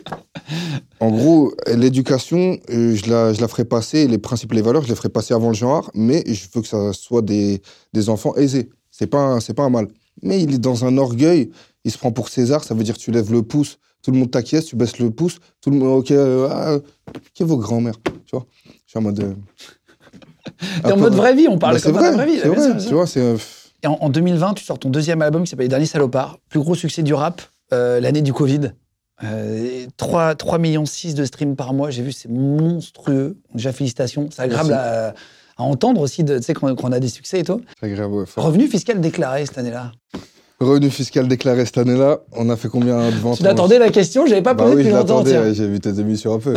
Speaker 3: en gros, l'éducation, euh, je la, je la ferai passer, les principes, les valeurs, je les ferai passer avant le genre, mais je veux que ça soit des, des enfants aisés. C'est pas, un- c'est pas un mal. Mais il est dans un orgueil, il se prend pour César, ça veut dire tu lèves le pouce, tout le monde t'acquiesce, tu baisses le pouce, tout le monde, ok, euh, ah, qui est vos grands-mères Tu vois Je suis en mode. euh,
Speaker 4: T'es
Speaker 3: un
Speaker 4: en
Speaker 3: peu-
Speaker 4: mode vraie vie, on parle
Speaker 3: Bah, c'est
Speaker 4: comme dans la
Speaker 3: vrai,
Speaker 4: vraie vie.
Speaker 3: c'est
Speaker 4: bien
Speaker 3: vrai,
Speaker 4: sûr, bien sûr.
Speaker 3: tu vois, c'est. euh,
Speaker 4: Et en, en 2020, tu sors ton deuxième album qui s'appelle Les Derniers Salopards, plus gros succès du rap, euh, l'année du Covid. Euh, 3, 3 millions 6 de streams par mois, j'ai vu, c'est monstrueux. Donc, Déjà, félicitations, c'est agréable
Speaker 3: Merci.
Speaker 4: à, à entendre aussi, de- tu sais, quand, quand on a des succès et tout.
Speaker 3: c'est agréable, ouais, fort.
Speaker 4: Revenu fiscal déclaré cette année-là.
Speaker 3: Revenu fiscal déclaré cette année-là, on a fait combien de ventes
Speaker 4: Tu l'attendais la question, j'avais pas
Speaker 3: Bah
Speaker 4: posé
Speaker 3: oui,
Speaker 4: depuis
Speaker 3: je
Speaker 4: longtemps.
Speaker 3: l'attendais,
Speaker 4: tiens.
Speaker 3: ouais, j'ai vu tes émissions un peu.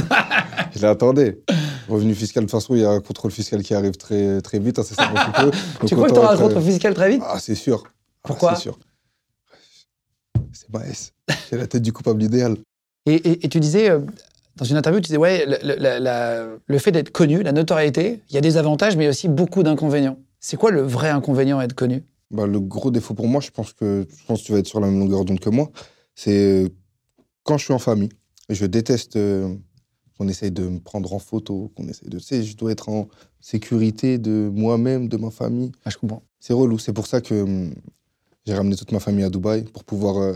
Speaker 3: je l'attendais. Revenu fiscal, de toute façon, il y a un contrôle fiscal qui arrive très, très vite, hein, incessamment sous peu. Donc,
Speaker 4: Tu crois que
Speaker 3: autant
Speaker 4: t'auras un
Speaker 3: être,
Speaker 4: contrôle
Speaker 3: euh,
Speaker 4: fiscal très vite
Speaker 3: Ah, c'est sûr. Ah,
Speaker 4: Pourquoi
Speaker 3: C'est sûr. C'est ma S. J'ai la tête du coupable idéal.
Speaker 4: Et, et- et tu disais, euh, dans une interview, tu disais, ouais, le, le- la- la- le fait d'être connu, la notoriété, il y a des avantages, mais aussi beaucoup d'inconvénients. C'est quoi le vrai inconvénient à être connu
Speaker 3: Bah, le gros défaut pour moi, je pense que je pense que tu vas être sur la même longueur d'onde que moi, c'est euh, quand je suis en famille, je déteste euh, qu'on essaye de me prendre en photo, qu'on essaye de, tu sais, je dois être en sécurité de moi-même, de ma famille.
Speaker 4: Ah, Je comprends.
Speaker 3: C'est relou. C'est pour ça que hum, j'ai ramené toute ma famille à Dubaï pour pouvoir euh,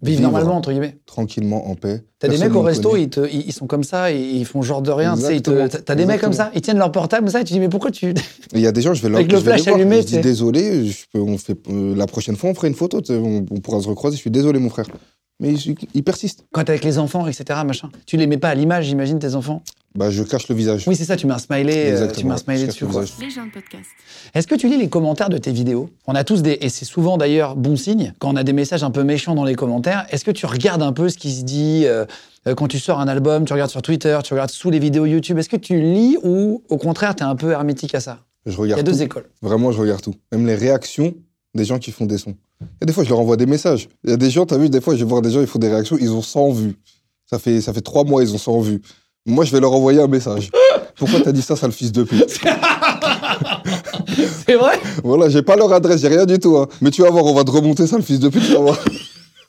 Speaker 4: Vivre
Speaker 3: Vivre.
Speaker 4: normalement, entre guillemets.
Speaker 3: tranquillement en paix.
Speaker 4: T'as des
Speaker 3: Personne
Speaker 4: mecs au
Speaker 3: me
Speaker 4: resto,
Speaker 3: connaît.
Speaker 4: ils, te- ils- ils sont comme ça, et ils font genre de rien. tu sais, ils te- T'as
Speaker 3: Exactement.
Speaker 4: t'as des mecs comme ça,
Speaker 3: Exactement.
Speaker 4: ils tiennent leur portable, comme ça, et tu dis, mais pourquoi tu.
Speaker 3: Et Il y a des gens, je vais leur
Speaker 4: Avec
Speaker 3: je
Speaker 4: le
Speaker 3: vais les
Speaker 4: flash
Speaker 3: voir,
Speaker 4: allumé,
Speaker 3: Je
Speaker 4: tu sais.
Speaker 3: dis désolé, je peux- on fait, euh, la prochaine fois on fera une photo, tu sais, on, on pourra se recroiser. Je suis désolé, mon frère. Mais ils, ils persistent.
Speaker 4: Quand t'es avec les enfants, etc., machin. Tu les mets pas à l'image, j'imagine, tes enfants.
Speaker 3: Bah, je cache le visage.
Speaker 4: Oui, c'est ça, tu mets un smiley, euh, tu mets un smiley
Speaker 3: Je cache
Speaker 4: dessus,
Speaker 3: le
Speaker 4: quoi.
Speaker 3: visage.
Speaker 2: Les gens de podcast.
Speaker 4: Est-ce que tu lis les commentaires de tes vidéos On a tous des. Et c'est souvent d'ailleurs bon signe, quand on a des messages un peu méchants dans les commentaires. Est-ce que tu regardes un peu ce qui se dit euh, euh, quand tu sors un album, tu regardes sur Twitter, tu regardes sous les vidéos YouTube Est-ce que tu lis ou, au contraire, t'es un peu hermétique à ça
Speaker 3: Je
Speaker 4: Il y a
Speaker 3: regarde
Speaker 4: deux écoles.
Speaker 3: Vraiment, je regarde tout. Même les réactions des gens qui font des sons. Et des fois, je leur envoie des messages. Il y a des gens, t'as vu, des fois, je vais voir des gens, ils font des réactions, ils ont 100 vues. Ça fait, ça fait trois mois, ils ont 100 vues. Moi, je vais leur envoyer un message. Pourquoi t'as dit ça, sale fils de pute
Speaker 4: C'est vrai
Speaker 3: Voilà, j'ai pas leur adresse, j'ai rien du tout. hein. Mais tu vas voir, on va te remonter, sale fils de pute, tu vas voir.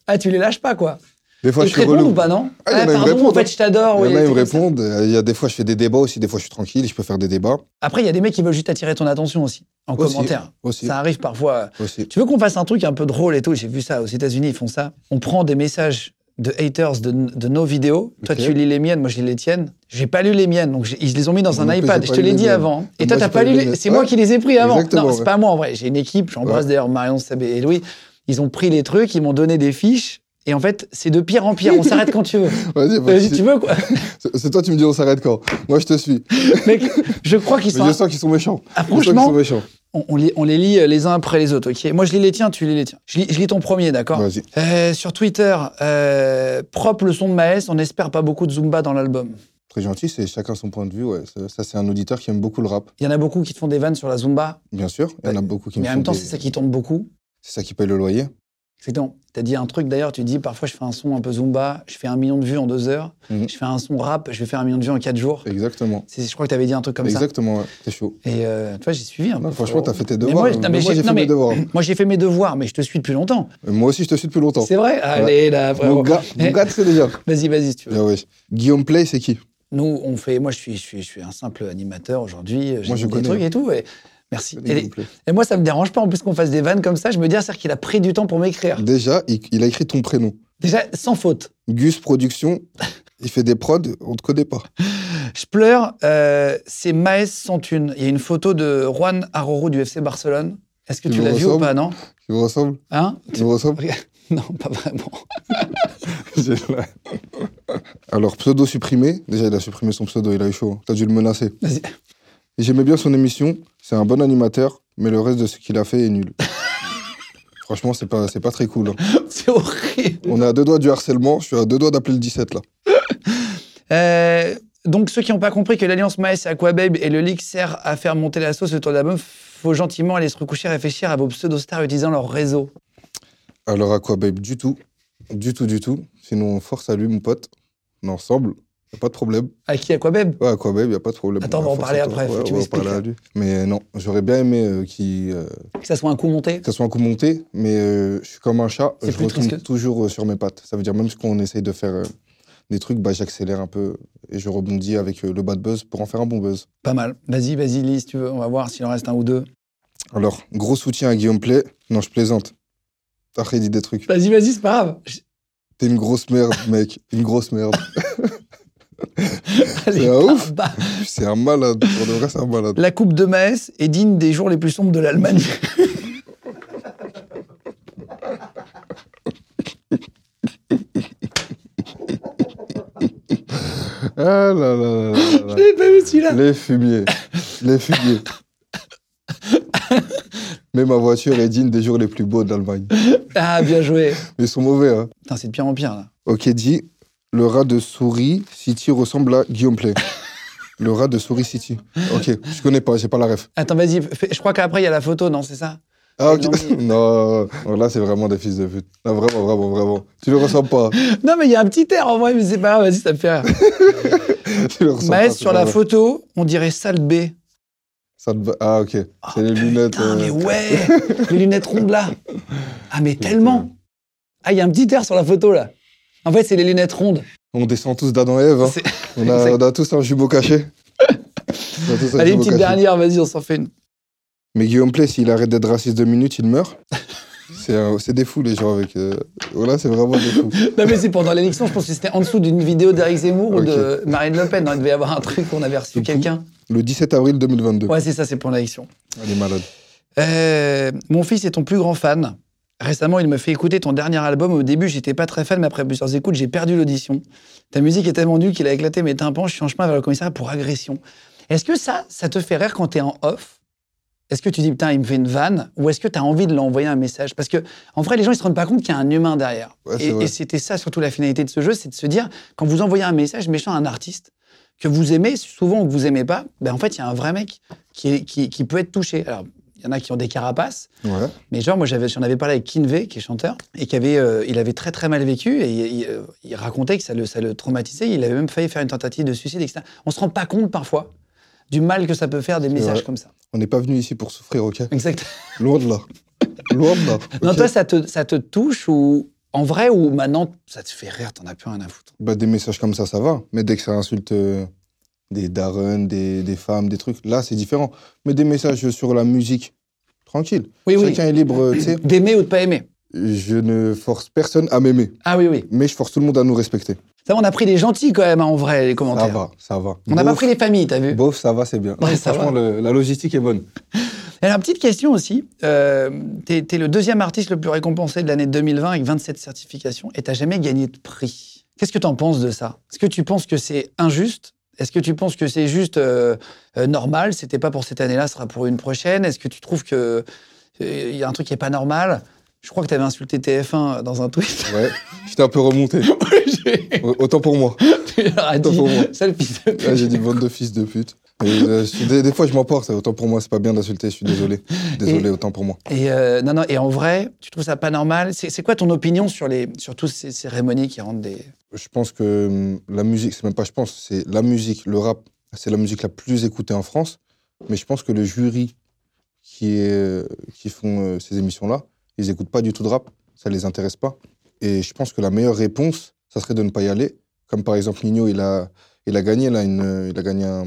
Speaker 4: Ah, tu les lâches pas, quoi.
Speaker 3: Des fois,
Speaker 4: ils
Speaker 3: je
Speaker 4: te
Speaker 3: suis
Speaker 4: répondent
Speaker 3: relou.
Speaker 4: ou pas, non
Speaker 3: Ah, il y en a, ils me
Speaker 4: pardon, en
Speaker 3: répondent,
Speaker 4: fait,
Speaker 3: hein.
Speaker 4: je t'adore.
Speaker 3: Il y en
Speaker 4: oui,
Speaker 3: a, ils me
Speaker 4: t'es comme ça.
Speaker 3: répondent. Il y a des fois, je fais des débats aussi. Des fois, je suis tranquille, je peux faire des débats.
Speaker 4: Après, il y a des mecs qui veulent juste attirer ton attention aussi, en
Speaker 3: Aussi,
Speaker 4: commentaire.
Speaker 3: aussi.
Speaker 4: Ça arrive parfois. euh,
Speaker 3: Aussi.
Speaker 4: Tu veux qu'on fasse un truc un peu drôle et tout J'ai vu ça aux États-Unis, ils font ça. On prend des messages de haters de, de nos vidéos. Toi,
Speaker 3: Ok.
Speaker 4: tu lis les miennes, moi, je lis les tiennes. J'ai pas lu les miennes, donc j'ai- ils les ont mis dans
Speaker 3: Moi
Speaker 4: un
Speaker 3: non plus,
Speaker 4: iPad.
Speaker 3: j'ai
Speaker 4: Je
Speaker 3: pas
Speaker 4: te
Speaker 3: lu
Speaker 4: l'ai
Speaker 3: les
Speaker 4: dit
Speaker 3: miennes.
Speaker 4: avant. Et
Speaker 3: Moi,
Speaker 4: toi,
Speaker 3: j'ai
Speaker 4: t'as
Speaker 3: pas
Speaker 4: pas
Speaker 3: lu
Speaker 4: lu
Speaker 3: les
Speaker 4: les.
Speaker 3: miennes.
Speaker 4: C'est moi
Speaker 3: Ouais.
Speaker 4: qui les ai pris avant. Non,
Speaker 3: Exactement,
Speaker 4: c'est
Speaker 3: ouais.
Speaker 4: pas moi en vrai. J'ai une équipe, j'embrasse
Speaker 3: Ouais.
Speaker 4: d'ailleurs Marion Sabé et Louis. Ils ont pris les trucs, ils m'ont donné des fiches. Et en fait, c'est de pire en pire. On s'arrête quand tu veux.
Speaker 3: Vas-y, vas-y.
Speaker 4: Vas-y, tu veux quoi
Speaker 3: C'est- C'est toi, tu me dis, on s'arrête quand Moi, je te suis.
Speaker 4: Mec, je crois qu'ils
Speaker 3: Mais
Speaker 4: sont.
Speaker 3: je sens qu'ils sont méchants.
Speaker 4: Ah,
Speaker 3: Je sens qu'ils
Speaker 4: franchement,
Speaker 3: sont méchants.
Speaker 4: On, on les, on les lit euh, les uns après les autres, ok Moi, je lis les tiens, tu lis les tiens. Je lis, je lis ton premier, d'accord
Speaker 3: Vas-y.
Speaker 4: Euh, Sur Twitter, euh, propre le son de Maes, on espère pas beaucoup de Zumba dans l'album.
Speaker 3: Très gentil, c'est chacun son point de vue. ouais. Ça, ça, c'est un auditeur qui aime beaucoup le rap,
Speaker 4: Il y en a beaucoup qui te font des vannes sur la Zumba,
Speaker 3: bien sûr. Il y en a
Speaker 4: Ouais.
Speaker 3: beaucoup qui me
Speaker 4: mais en
Speaker 3: font
Speaker 4: même temps,
Speaker 3: des-
Speaker 4: c'est ça qui tombe beaucoup.
Speaker 3: c'est ça qui paye le loyer.
Speaker 4: Exactement. T'as dit un truc d'ailleurs, tu dis parfois je fais un son un peu Zumba, je fais un million de vues en deux heures,
Speaker 3: Mhm.
Speaker 4: je fais un son rap, je vais faire un million de vues en quatre jours.
Speaker 3: Exactement.
Speaker 4: C'est- Je crois que t'avais dit un truc comme
Speaker 3: Exactement, ouais. t'es chaud.
Speaker 4: ça. Et euh, tu vois, j'ai suivi un
Speaker 3: Non,
Speaker 4: peu.
Speaker 3: franchement, t'as fait tes
Speaker 4: Mais
Speaker 3: devoirs.
Speaker 4: moi,
Speaker 3: euh,
Speaker 4: non,
Speaker 3: mais
Speaker 4: mais
Speaker 3: moi,
Speaker 4: j'ai-
Speaker 3: j'ai fait
Speaker 4: non,
Speaker 3: mes
Speaker 4: mais-
Speaker 3: devoirs.
Speaker 4: Moi, j'ai fait mes devoirs, mais je te suis depuis longtemps.
Speaker 3: Euh, Moi aussi, je te suis depuis longtemps.
Speaker 4: C'est vrai Allez, là,
Speaker 3: Mon
Speaker 4: vraiment.
Speaker 3: gars, mon
Speaker 4: Eh,
Speaker 3: gars, tu sais déjà.
Speaker 4: Vas-y, vas-y, si tu veux.
Speaker 3: Ah ouais. Guillaume Play, c'est qui
Speaker 4: Nous, on fait. Moi, je suis, je suis, je suis un simple animateur aujourd'hui. euh, j'ai
Speaker 3: je
Speaker 4: des
Speaker 3: connais.
Speaker 4: trucs et tout. et- Merci. Et,
Speaker 3: Guillaume Play.
Speaker 4: et moi, ça me dérange pas en plus qu'on fasse des vannes comme ça. Je me dis, ah, c'est-à-dire qu'il a pris du temps pour m'écrire.
Speaker 3: Déjà, il, il a écrit ton prénom.
Speaker 4: Déjà, sans faute.
Speaker 3: Gus Production, il fait des prods, on te connaît pas.
Speaker 4: Je pleure, euh, c'est Maes sans thune. Il y a une photo de Juan Aroro du FC Barcelone. Est-ce que
Speaker 3: Il
Speaker 4: tu
Speaker 3: me
Speaker 4: l'as vu ou
Speaker 3: ressemble.
Speaker 4: pas, non
Speaker 3: Tu me ressembles
Speaker 4: Hein
Speaker 3: Tu me ressembles
Speaker 4: Non, pas vraiment.
Speaker 3: J'ai la- Alors, pseudo supprimé. Déjà, il a supprimé son pseudo, il a eu chaud. hein. T'as dû le menacer.
Speaker 4: Vas-y.
Speaker 3: J'aimais bien son émission, c'est un bon animateur, mais le reste de ce qu'il a fait est nul. Franchement, c'est pas, c'est pas très cool. hein.
Speaker 4: C'est horrible.
Speaker 3: On est à deux doigts du harcèlement, je suis à deux doigts d'appeler le 17 là.
Speaker 4: Euh, donc, ceux qui n'ont pas compris que l'alliance Maes et Aquababe et le leak sert à faire monter la sauce autour de l'album, faut gentiment aller se recoucher et réfléchir à vos pseudo-stars utilisant leur réseau.
Speaker 3: Alors à quoi, babe Du tout. Du tout, du tout. Sinon, force à lui, mon pote. On est ensemble. Y a pas de problème.
Speaker 4: À qui Aquababe
Speaker 3: Ouais, à quoi, babe, y a pas de problème.
Speaker 4: Attends, on va en
Speaker 3: Force
Speaker 4: parler
Speaker 3: à toi.
Speaker 4: après, faut
Speaker 3: Ouais,
Speaker 4: que tu
Speaker 3: on va en
Speaker 4: m'expliques,
Speaker 3: parler à
Speaker 4: là.
Speaker 3: lui. Mais non, j'aurais bien aimé euh, qu'il, euh,
Speaker 4: Que ça soit un coup monté
Speaker 3: que ça soit un coup monté, mais euh, je suis comme un chat.
Speaker 4: C'est
Speaker 3: je
Speaker 4: plus
Speaker 3: retourne
Speaker 4: triste que-
Speaker 3: toujours euh, sur mes pattes. Ça veut dire même qu'on essaye de faire euh, des trucs, bah, j'accélère un peu et je rebondis avec euh, le bad buzz pour en faire un bon buzz.
Speaker 4: Pas mal. Vas-y, vas-y, Lise, tu veux. On va voir s'il en reste un ou deux.
Speaker 3: Alors, gros soutien à Guillaume Play. Non, je plaisante. T'as dit des trucs.
Speaker 4: Vas-y, vas-y, c'est pas grave. Je-
Speaker 3: T'es une grosse merde, mec. Une grosse merde.
Speaker 4: Allez,
Speaker 3: un
Speaker 4: bah,
Speaker 3: ouf.
Speaker 4: bah.
Speaker 3: C'est un malade. Pour de vrai, c'est un malade.
Speaker 4: La coupe de Maes est digne des jours les plus sombres de l'Allemagne.
Speaker 3: Ah là là là là là.
Speaker 4: J'ai pas vu celui-là.
Speaker 3: Les fumiers. Les fumiers. Mais ma voiture est digne des jours les plus beaux de l'Allemagne.
Speaker 4: Ah, bien joué.
Speaker 3: Mais ils sont mauvais, hein.
Speaker 4: Putain, c'est de pire en pire, là.
Speaker 3: Ok, dit le rat de souris City ressemble à Guillaume Play. Le rat de souris City. Ok, je connais pas, j'ai pas la ref.
Speaker 4: Attends, vas-y, fais- je crois qu'après, il y a la photo, non, c'est ça
Speaker 3: Ah, ok.
Speaker 4: Non, mais-
Speaker 3: Non, alors là, c'est vraiment des fils de pute. Non, vraiment, vraiment, vraiment. Tu le ressembles pas.
Speaker 4: Non, mais il y a un petit air, en vrai, mais c'est pas grave, vas-y, ça me fait rire.
Speaker 3: Tu le ressembles
Speaker 4: Maes,
Speaker 3: pas,
Speaker 4: Bah,
Speaker 3: c'est
Speaker 4: sur
Speaker 3: pas
Speaker 4: la
Speaker 3: vrai.
Speaker 4: photo, on dirait sale B.
Speaker 3: Ça te va- Ah, ok. C'est les lunettes.
Speaker 4: Putain, mais
Speaker 3: euh,
Speaker 4: ouais Les lunettes rondes, là Ah, mais tellement Ah, il y a un petit air sur la photo, là. En fait, c'est les lunettes rondes.
Speaker 3: On descend tous d'Adam et Ève. hein.
Speaker 4: C'est-
Speaker 3: On, a, on a tous un jumeau caché. On a tous un
Speaker 4: Allez,
Speaker 3: jumeau
Speaker 4: petite
Speaker 3: caché.
Speaker 4: dernière, vas-y, on s'en fait une.
Speaker 3: Mais Guillaume Play, s'il arrête d'être raciste deux minutes, il meurt. C'est un- c'est des fous, les gens. avec. euh, Voilà, c'est vraiment des fous.
Speaker 4: Non, mais c'est pendant l'élection, je pense que c'était en dessous d'une vidéo d'Éric Zemmour ou de Marine Le Pen. Non, il devait y avoir un truc, on avait reçu
Speaker 3: Du coup-
Speaker 4: quelqu'un.
Speaker 3: Le 17 avril 2022.
Speaker 4: Ouais, c'est ça, c'est pour l'action.
Speaker 3: Elle est malade.
Speaker 4: Euh, mon fils est ton plus grand fan. Récemment, il me fait écouter ton dernier album. Au début, j'étais pas très fan, mais après plusieurs écoutes, j'ai perdu l'audition. Ta musique est tellement nulle qu'il a éclaté mes tympans. Je suis en chemin vers le commissariat pour agression. Est-ce que ça, ça te fait rire quand t'es en off Est-ce que tu dis putain, il me fait une vanne Ou est-ce que t'as envie de l'envoyer un message Parce que en vrai, les gens ils se rendent pas compte qu'il y a un humain derrière.
Speaker 3: Ouais, c'est
Speaker 4: et
Speaker 3: vrai.
Speaker 4: et c'était ça surtout la finalité de ce jeu, c'est de se dire quand vous envoyez un message méchant à un artiste que vous aimez souvent ou que vous aimez pas, ben en fait, il y a un vrai mec qui, est- qui, qui peut être touché. Alors, il y en a qui ont des carapaces,
Speaker 3: Ouais.
Speaker 4: mais genre, moi, j'avais- j'en avais parlé avec Kinvey, qui est chanteur, et qui avait, euh, il avait très très mal vécu, et il, il, euh, il racontait que ça le, ça le traumatisait, il avait même failli faire une tentative de suicide, etc. On se rend pas compte parfois du mal que ça peut faire des messages
Speaker 3: vrai.
Speaker 4: comme ça.
Speaker 3: On n'est pas venu ici pour souffrir, ok
Speaker 4: Exact.
Speaker 3: Loin de là. Loin de là.
Speaker 4: Non,
Speaker 3: ok
Speaker 4: toi, ça te, ça te touche, ou en vrai, ou maintenant, ça te fait rire, t'en as plus rien à foutre.
Speaker 3: Bah, des messages comme ça, ça va. Mais dès que ça insulte euh, des darons, des, des femmes, des trucs, là, c'est différent. Mais des messages sur la musique, tranquille.
Speaker 4: Oui, oui.
Speaker 3: Chacun est libre, euh, tu sais.
Speaker 4: D'aimer ou de pas aimer.
Speaker 3: Je ne force personne à m'aimer,
Speaker 4: Ah oui, oui.
Speaker 3: mais je force tout le monde à nous respecter.
Speaker 4: Ça, on a pris les gentils quand même, hein, en vrai, les
Speaker 3: Ça
Speaker 4: commentaires.
Speaker 3: va, ça va.
Speaker 4: On n'a pas
Speaker 3: Beauf,
Speaker 4: pris les familles, t'as vu
Speaker 3: Beauf, ça va, c'est bien.
Speaker 4: Ouais,
Speaker 3: Non,
Speaker 4: ça
Speaker 3: franchement, le- la logistique est bonne.
Speaker 4: Alors, petite question aussi. Euh, t'es t'es le deuxième artiste le plus récompensé de l'année 2020 avec 27 certifications et t'as jamais gagné de prix. Qu'est-ce que t'en penses de ça Est-ce que tu penses que c'est injuste Est-ce que tu penses que c'est juste euh, euh, normal C'était pas pour cette année-là, ce sera pour une prochaine Est-ce que tu trouves que euh, il y a un truc qui est pas normal Je crois que tu avais insulté TF1 dans un tweet.
Speaker 3: Ouais, j'étais un peu remonté.
Speaker 4: J'ai-
Speaker 3: Autant pour moi.
Speaker 4: tu leur as
Speaker 3: Autant
Speaker 4: dit,
Speaker 3: pour moi.
Speaker 4: sale fils de pute.
Speaker 3: Là, Ah, j'ai dit bande de fils de pute. Et, euh, je suis- des, des fois, je m'emporte. Autant pour moi, c'est pas bien d'insulter. Je suis désolé. Désolé,
Speaker 4: Et-
Speaker 3: autant pour moi.
Speaker 4: Et euh, non, non, et en vrai, tu trouves ça pas normal C'est c'est quoi ton opinion sur, les, sur toutes ces cérémonies qui rendent des.
Speaker 3: Je pense que hum, la musique, c'est même pas je pense, c'est la musique, le rap, c'est la musique la plus écoutée en France. Mais je pense que le jury qui, est, euh, qui font euh, ces émissions-là, ils n'écoutent pas du tout de rap, ça les intéresse pas. Et je pense que la meilleure réponse, ça serait de ne pas y aller. Comme par exemple Nino, il a, il a gagné, là, une, euh, il a gagné un,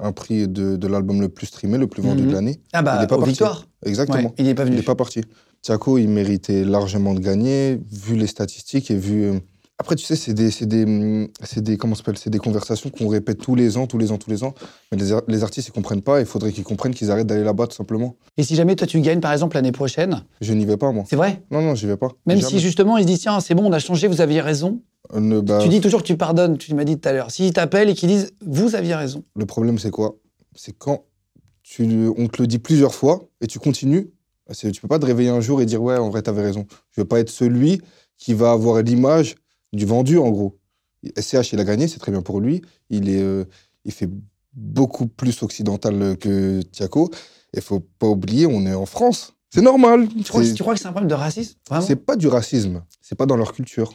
Speaker 3: un prix de, de l'album le plus streamé, le plus vendu
Speaker 4: Mhm.
Speaker 3: de l'année.
Speaker 4: Ah bah,
Speaker 3: Il est pas
Speaker 4: aux
Speaker 3: parti.
Speaker 4: victoires.
Speaker 3: Exactement.
Speaker 4: Ouais, il n'est pas
Speaker 3: Il
Speaker 4: venu.
Speaker 3: n'est pas parti. Thiago, il méritait largement de gagner, vu les statistiques et vu. euh, Après, tu sais, c'est des, c'est des, hum, c'est des, comment ça s'appelle, c'est des conversations qu'on répète tous les ans, tous les ans, tous les ans. Mais les, ar- les artistes, ils comprennent pas. Il faudrait qu'ils comprennent qu'ils arrêtent d'aller là-bas, tout simplement.
Speaker 4: Et si jamais toi tu gagnes, par exemple, l'année prochaine,
Speaker 3: Je n'y vais pas, moi.
Speaker 4: c'est vrai
Speaker 3: Non, non, j'y vais pas.
Speaker 4: Même
Speaker 3: Jamais.
Speaker 4: si justement ils se disent tiens, c'est bon, on a changé, vous aviez raison.
Speaker 3: Euh, ne- bah,
Speaker 4: Tu dis toujours que tu pardonnes, tu m'as dit tout à l'heure. S'ils t'appellent et qu'ils disent vous aviez raison.
Speaker 3: Le problème, c'est quoi C'est quand tu, on te le dit plusieurs fois et tu continues. C'est- Tu peux pas te réveiller un jour et dire ouais, en vrai, t'avais raison. Je veux pas être celui qui va avoir l'image du vendu, en gros. SCH, il a gagné, c'est très bien pour lui. Il, est, euh, il fait beaucoup plus occidental que Thiago. Et faut pas oublier, on est en France. C'est normal.
Speaker 4: Tu crois, que-
Speaker 3: C'est-
Speaker 4: tu crois que c'est un problème de racisme Vraiment
Speaker 3: C'est pas du racisme. C'est pas dans leur culture.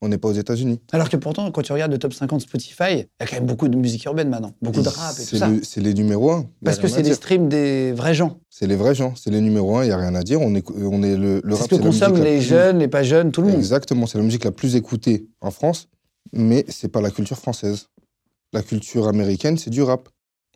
Speaker 3: On n'est pas aux États-Unis.
Speaker 4: Alors que pourtant, quand tu regardes le top 50 Spotify, il y a quand même beaucoup de musique urbaine maintenant, beaucoup de rap et tout
Speaker 3: C'est
Speaker 4: ça.
Speaker 3: le- c'est les numéros un. Y a
Speaker 4: Parce que
Speaker 3: rien à
Speaker 4: c'est les
Speaker 3: dire.
Speaker 4: streams des vrais gens.
Speaker 3: C'est les vrais gens, c'est les numéros un, il n'y a rien à dire. On est, euh, on est le, le
Speaker 4: C'est
Speaker 3: rap,
Speaker 4: ce que
Speaker 3: c'est la
Speaker 4: consomment
Speaker 3: musique la
Speaker 4: les
Speaker 3: plus-
Speaker 4: jeunes, les pas jeunes, tout le monde.
Speaker 3: Exactement, c'est la musique la plus écoutée en France, mais c'est pas la culture française. La culture américaine, c'est du rap.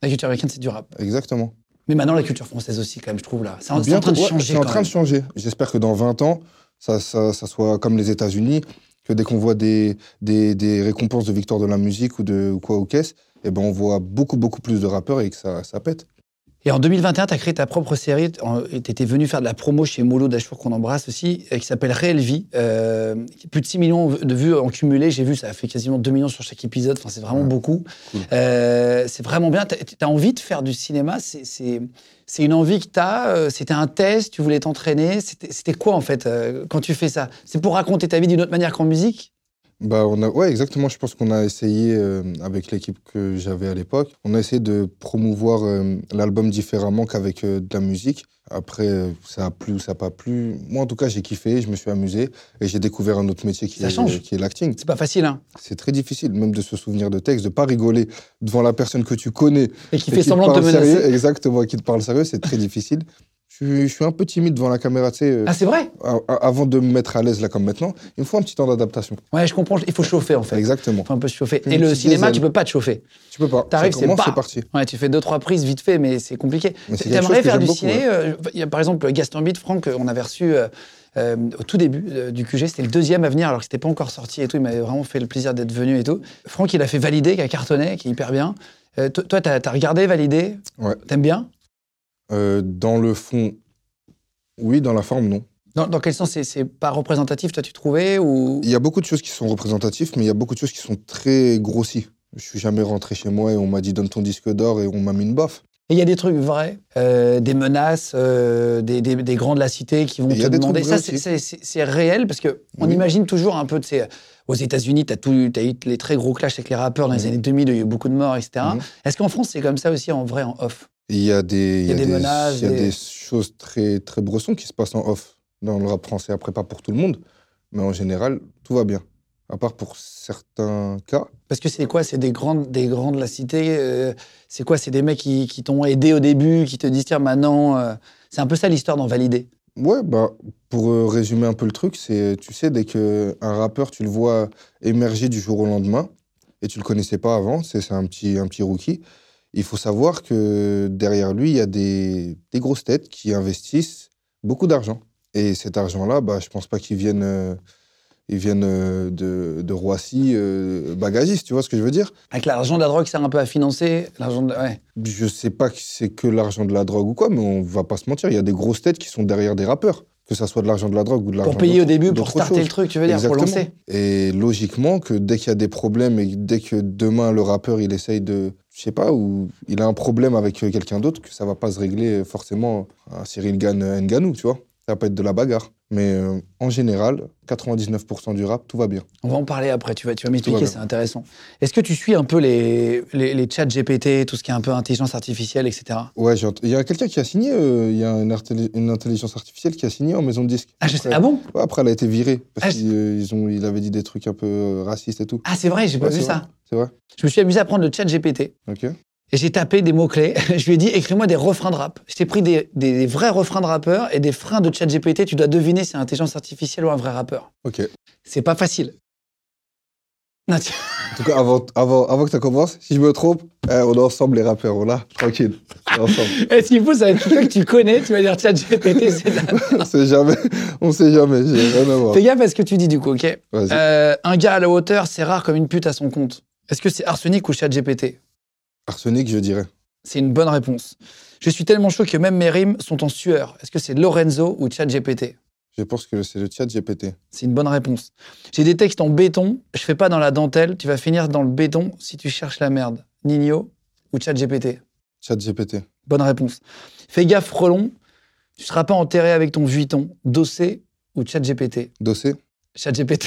Speaker 4: La culture américaine, c'est du rap.
Speaker 3: Exactement.
Speaker 4: Mais maintenant, la culture française aussi, quand même, je trouve, là. Ah, C'est en, c'est en
Speaker 3: Bien
Speaker 4: train de
Speaker 3: pour- ouais,
Speaker 4: changer,
Speaker 3: C'est en
Speaker 4: quand
Speaker 3: train de
Speaker 4: même.
Speaker 3: changer. J'espère que dans 20 ans, ça, ça, ça soit comme les États-Unis, que dès qu'on voit des, des, des récompenses de victoire de la musique ou de ou quoi aux caisses, eh ben on voit beaucoup, beaucoup plus de rappeurs et que ça, ça pète.
Speaker 4: Et en 2021, tu as créé ta propre série. en- et T'étais venu faire de la promo chez Molo Dachour, qu'on embrasse aussi, euh, qui s'appelle Réelle Vie. euh, qui- plus de 6 millions de vues en cumulé. J'ai vu, ça a fait quasiment 2 millions sur chaque épisode. Enfin, c'est vraiment
Speaker 3: Ouais,
Speaker 4: beaucoup.
Speaker 3: Ah, cool.
Speaker 4: Euh, c'est vraiment bien. Tu as, envie de faire du cinéma. C'est- C'est c'est une envie que tu as. C'était un test. Tu voulais t'entraîner. C'était c'était quoi, en fait, euh, quand tu fais ça C'est pour raconter ta vie d'une autre manière qu'en musique
Speaker 3: Bah, on a, ouais, exactement. Je pense qu'on a essayé, euh, avec l'équipe que j'avais à l'époque, on a essayé de promouvoir euh, l'album différemment qu'avec euh, de la musique. Après, euh, ça a plu ou ça n'a pas plu. Moi, en tout cas, j'ai kiffé, je me suis amusé et j'ai découvert un autre métier qui
Speaker 4: Ça
Speaker 3: est, euh,
Speaker 4: change.
Speaker 3: qui est l'acting.
Speaker 4: C'est pas facile, hein
Speaker 3: C'est très difficile, même de se souvenir de texte, de pas rigoler devant la personne que tu connais.
Speaker 4: Et qui
Speaker 3: et
Speaker 4: fait
Speaker 3: te
Speaker 4: semblant de te
Speaker 3: parle sérieux.
Speaker 4: menacer.
Speaker 3: Exactement, qui te parle sérieux, c'est très difficile. Je suis, je suis un peu timide devant la caméra, tu sais. euh,
Speaker 4: Ah, c'est vrai
Speaker 3: a- a- Avant de me mettre à l'aise là comme maintenant, il me faut un petit temps d'adaptation.
Speaker 4: Ouais, je comprends. Il faut chauffer, en fait.
Speaker 3: Exactement.
Speaker 4: Faut un peu se chauffer.
Speaker 3: Une
Speaker 4: Et le
Speaker 3: petite
Speaker 4: cinéma,
Speaker 3: diesel.
Speaker 4: tu peux pas te chauffer.
Speaker 3: Tu peux pas.
Speaker 4: T'arrives,
Speaker 3: Ça
Speaker 4: c'est
Speaker 3: commence,
Speaker 4: pas.
Speaker 3: c'est parti.
Speaker 4: Ouais, tu fais deux trois prises vite fait, mais c'est compliqué.
Speaker 3: Mais c'est quelque chose
Speaker 4: T'aimerais
Speaker 3: que
Speaker 4: faire du
Speaker 3: j'aime beaucoup,
Speaker 4: ciné euh, Il y a par exemple Gaston Bide, Franck, euh, on avait reçu euh, euh, au tout début euh, du QG, c'était le deuxième à venir, alors que c'était pas encore sorti et tout. Il m'avait vraiment fait le plaisir d'être venu et tout. Franck, il a fait valider, qui a cartonné, qui est hyper bien. Euh, to- toi, t'as as regardé valider
Speaker 3: Ouais.
Speaker 4: T'aimes bien
Speaker 3: Euh, dans le fond, oui, dans la forme, non.
Speaker 4: dans, dans quel sens c'est- c'est pas représentatif, toi, tu trouvais ou
Speaker 3: Il y a beaucoup de choses qui sont représentatives, mais il y a beaucoup de choses qui sont très grossies. Je suis jamais rentré chez moi et on m'a dit donne ton disque d'or et on m'a mis une baffe.
Speaker 4: Et Il y a des trucs vrais, euh, des menaces, euh, des, des- des grands de la cité qui vont
Speaker 3: Et il y
Speaker 4: te
Speaker 3: a des
Speaker 4: demander.
Speaker 3: trucs
Speaker 4: Ça,
Speaker 3: vrais
Speaker 4: c'est-
Speaker 3: aussi.
Speaker 4: c'est c'est- c'est réel parce que on
Speaker 3: Oui.
Speaker 4: imagine toujours un peu. Tu sais, euh, aux États-Unis, t'as tout, t'as eu les très gros clashs avec les rappeurs dans les
Speaker 3: Mhm.
Speaker 4: années 2000, il y a eu beaucoup de morts, etc.
Speaker 3: Mhm.
Speaker 4: Est-ce qu'en France, c'est comme ça aussi en vrai, en off
Speaker 3: Et Il y a des, il
Speaker 4: des menaces,
Speaker 3: il y a
Speaker 4: des-
Speaker 3: des choses très, très bressons qui se passent en off dans le rap français. Après, pas pour tout le monde, mais en général, tout va bien. À part pour certains cas,
Speaker 4: Parce que c'est quoi C'est des grandes, des grands de la cité. euh, c'est quoi C'est des mecs qui, qui t'ont aidé au début, qui te disent tiens maintenant. euh, c'est un peu ça l'histoire d'en valider.
Speaker 3: Ouais, bah, pour euh, résumer un peu le truc, c'est, euh, tu sais, dès qu'un rappeur, tu le vois émerger du jour au lendemain, et tu le connaissais pas avant, c'est, c'est un, petit, un petit rookie, il faut savoir que derrière lui, il y a des, des grosses têtes qui investissent beaucoup d'argent. Et cet argent-là, bah, je pense pas qu'ils viennent, euh, ils viennent euh, de, de Roissy, euh, bagagiste, tu vois ce que je veux dire
Speaker 4: Avec l'argent de la drogue, ça sert un peu à financer. L'argent de... ouais.
Speaker 3: je sais pas que c'est que l'argent de la drogue ou quoi, mais on va pas se mentir, il y a des grosses têtes qui sont derrière des rappeurs, que ça soit de l'argent de la drogue ou de l'argent
Speaker 4: Pour payer au
Speaker 3: d'autre-
Speaker 4: début, pour
Speaker 3: d'autre
Speaker 4: starter
Speaker 3: chose.
Speaker 4: le truc, tu veux dire, pour
Speaker 3: Exactement.
Speaker 4: lancer.
Speaker 3: Et logiquement que dès qu'il y a des problèmes et dès que demain le rappeur il essaye de, je sais pas, ou il a un problème avec euh, hein, euh, quelqu'un d'autre, que ça va pas se régler forcément à Cyril Gann, euh, Nganou, tu vois, ça va pas être de la bagarre. Mais euh, en général, 99% du rap, tout va bien.
Speaker 4: On va en parler après, tu vas, tu vas m'expliquer,
Speaker 3: bien.
Speaker 4: c'est intéressant. Est-ce que tu suis un peu les, les, les chats GPT, tout ce qui est un peu intelligence artificielle, etc.
Speaker 3: Ouais, j'ai ent- il y a quelqu'un qui a signé, euh, il y a une, artel- une intelligence artificielle qui a signé en maison de disque.
Speaker 4: Ah, je sais-
Speaker 3: Après-
Speaker 4: ah bon
Speaker 3: Ouais, après, elle a été virée parce
Speaker 4: Ah, je-
Speaker 3: qu'il euh, ils ont- il avait dit des trucs un peu euh, racistes et tout.
Speaker 4: Ah, c'est vrai, j'ai pas
Speaker 3: Ouais,
Speaker 4: vu
Speaker 3: c'est
Speaker 4: ça.
Speaker 3: vrai. C'est vrai
Speaker 4: Je me suis amusé à prendre le chat GPT.
Speaker 3: Ok.
Speaker 4: Et j'ai tapé des mots-clés. je lui ai dit, écris-moi des refrains de rap. Je t'ai pris des, des- des vrais refrains de rappeurs et des freins de chat GPT. Tu dois deviner si c'est une intelligence artificielle ou un vrai rappeur.
Speaker 3: Ok. En
Speaker 4: C'est pas facile. Non, tu-
Speaker 3: tout cas, avant, avant, avant que ça commence, si je me trompe, eh, on est ensemble les rappeurs, on là, tranquille. On est ensemble.
Speaker 4: Est-ce qu'il faut, ça va être quelqu'un que tu connais, tu vas dire chat GPT, c'est de la
Speaker 3: on sait jamais, on sait jamais, j'ai rien à voir.
Speaker 4: Fais gaffe à ce que tu dis du coup, ok
Speaker 3: Vas-y.
Speaker 4: Euh, Un gars à la hauteur, c'est rare comme une pute à son compte. Est-ce que c'est arsenic ou chat GPT
Speaker 3: Arsenic, je dirais.
Speaker 4: C'est une bonne réponse. Je suis tellement chaud que même mes rimes sont en sueur. Est-ce que c'est Lorenzo ou chat GPT
Speaker 3: Je pense que c'est le chat GPT.
Speaker 4: C'est une bonne réponse. J'ai des textes en béton, je fais pas dans la dentelle, tu vas finir dans le béton si tu cherches la merde. Nino ou chat GPT
Speaker 3: Chat GPT.
Speaker 4: Bonne réponse. Fais gaffe, frelon, tu seras pas enterré avec ton vuitton. Dossé ou chat GPT
Speaker 3: Dossé
Speaker 4: Chat GPT.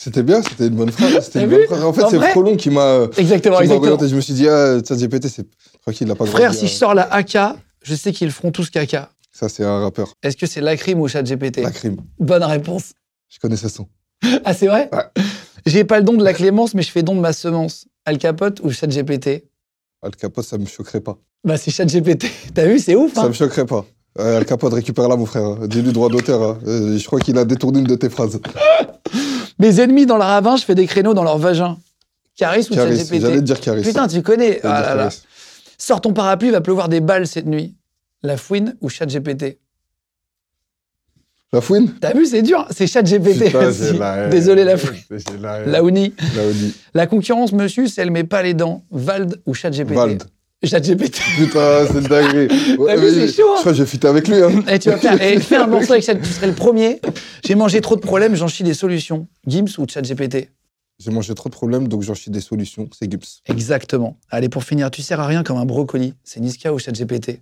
Speaker 3: C'était bien, c'était une bonne phrase.
Speaker 4: T'as
Speaker 3: C'était une
Speaker 4: vu
Speaker 3: bonne phrase. En fait,
Speaker 4: En
Speaker 3: c'est
Speaker 4: vrai
Speaker 3: Frolon qui m'a euh,
Speaker 4: Exactement,
Speaker 3: qui m'a
Speaker 4: exactement.
Speaker 3: orienté. Je me suis dit, ah, ChatGPT, c'est tranquille, il a pas
Speaker 4: Frère,
Speaker 3: grandi,
Speaker 4: si
Speaker 3: hein.
Speaker 4: je sors la AK, je sais qu'ils feront tous caca.
Speaker 3: Ça, c'est un rappeur.
Speaker 4: Est-ce que c'est la crime ou chat GPT
Speaker 3: La crime.
Speaker 4: Bonne réponse.
Speaker 3: Je connais ce son.
Speaker 4: Ah, c'est vrai
Speaker 3: Ouais.
Speaker 4: J'ai pas le don de la clémence, mais je fais don de ma semence. Al Capote ou chat GPT
Speaker 3: Al Capote, ça me choquerait pas.
Speaker 4: Bah, c'est chat GPT. T'as vu, c'est ouf,
Speaker 3: Ça
Speaker 4: hein
Speaker 3: me choquerait pas. Euh, Al Capote, récupère là, mon frère. hein. Dis-lui droit d'auteur. hein. Euh, je crois qu'il a détourné une de tes phrases.
Speaker 4: Mes ennemis dans le ravin, je fais des créneaux dans leur vagin. Caris ou chat
Speaker 3: Caris, j'allais te
Speaker 4: GPT
Speaker 3: dire Caris.
Speaker 4: Putain, tu connais.
Speaker 3: J'allais
Speaker 4: Ah
Speaker 3: te
Speaker 4: là
Speaker 3: dire
Speaker 4: là.
Speaker 3: Caris.
Speaker 4: Sors ton parapluie, va pleuvoir des balles cette nuit. La fouine ou chat GPT
Speaker 3: La fouine
Speaker 4: T'as vu, c'est dur. hein. C'est chat GPT.
Speaker 3: Putain,
Speaker 4: aussi.
Speaker 3: j'ai la haine.
Speaker 4: Désolé, la fouine.
Speaker 3: J'ai La haine.
Speaker 4: La Ouni.
Speaker 3: La Ouni.
Speaker 4: La concurrence me suce, elle met pas les dents. Vald ou ChatGPT
Speaker 3: Vald.
Speaker 4: ChatGPT.
Speaker 3: Putain, c'est une dinguerie. Ouais,
Speaker 4: vu, c'est
Speaker 3: mais-
Speaker 4: chaud, hein.
Speaker 3: Je crois que j'ai fuité avec lui. hein.
Speaker 4: Et tu vas faire, eh, fais un morceau avec Chat, tu serais le premier. J'ai mangé trop de problèmes, j'en chie des solutions. Gims ou ChatGPT
Speaker 3: J'ai mangé trop de problèmes, donc j'en chie des solutions. C'est Gibbs.
Speaker 4: Exactement. Allez, pour finir, tu sers à rien comme un brocoli. C'est Niska ou ChatGPT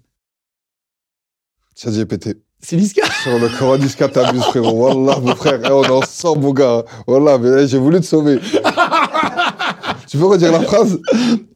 Speaker 3: ChatGPT.
Speaker 4: C'est Niska
Speaker 3: Sur le Coran du Scat, t'abuses, frérot. Wallah, mon frère. Eh, on est ensemble, mon gars. Wallah, mais eh, j'ai voulu te sauver. tu peux redire la phrase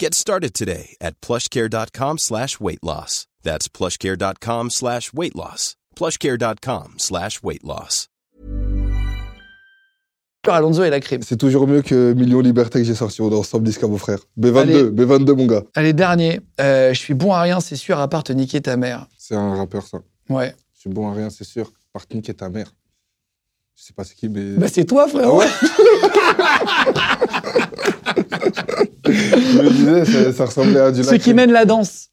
Speaker 2: Get started today at plushcare.com slash weight loss. That's plushcare.com slash weight loss. Plushcare.com slash weight loss.
Speaker 4: Alonso et la crime.
Speaker 3: C'est toujours mieux que Million Liberté que j'ai sorti. On est ensemble, Disca, mon frère. B22,
Speaker 4: Allez.
Speaker 3: B22, mon gars.
Speaker 4: Allez, dernier. Euh, je suis bon à rien, c'est sûr, à part te niquer ta mère.
Speaker 3: C'est un rappeur, ça.
Speaker 4: Ouais.
Speaker 3: Je suis bon à rien, c'est sûr. Partnik est ta mère. Je sais pas c'est qui, mais.
Speaker 4: Bah, c'est toi, frérot.
Speaker 3: Ah je me disais, ça, ça ressemblait à du
Speaker 4: Ceux qui
Speaker 3: Lacrim.
Speaker 4: mènent la danse.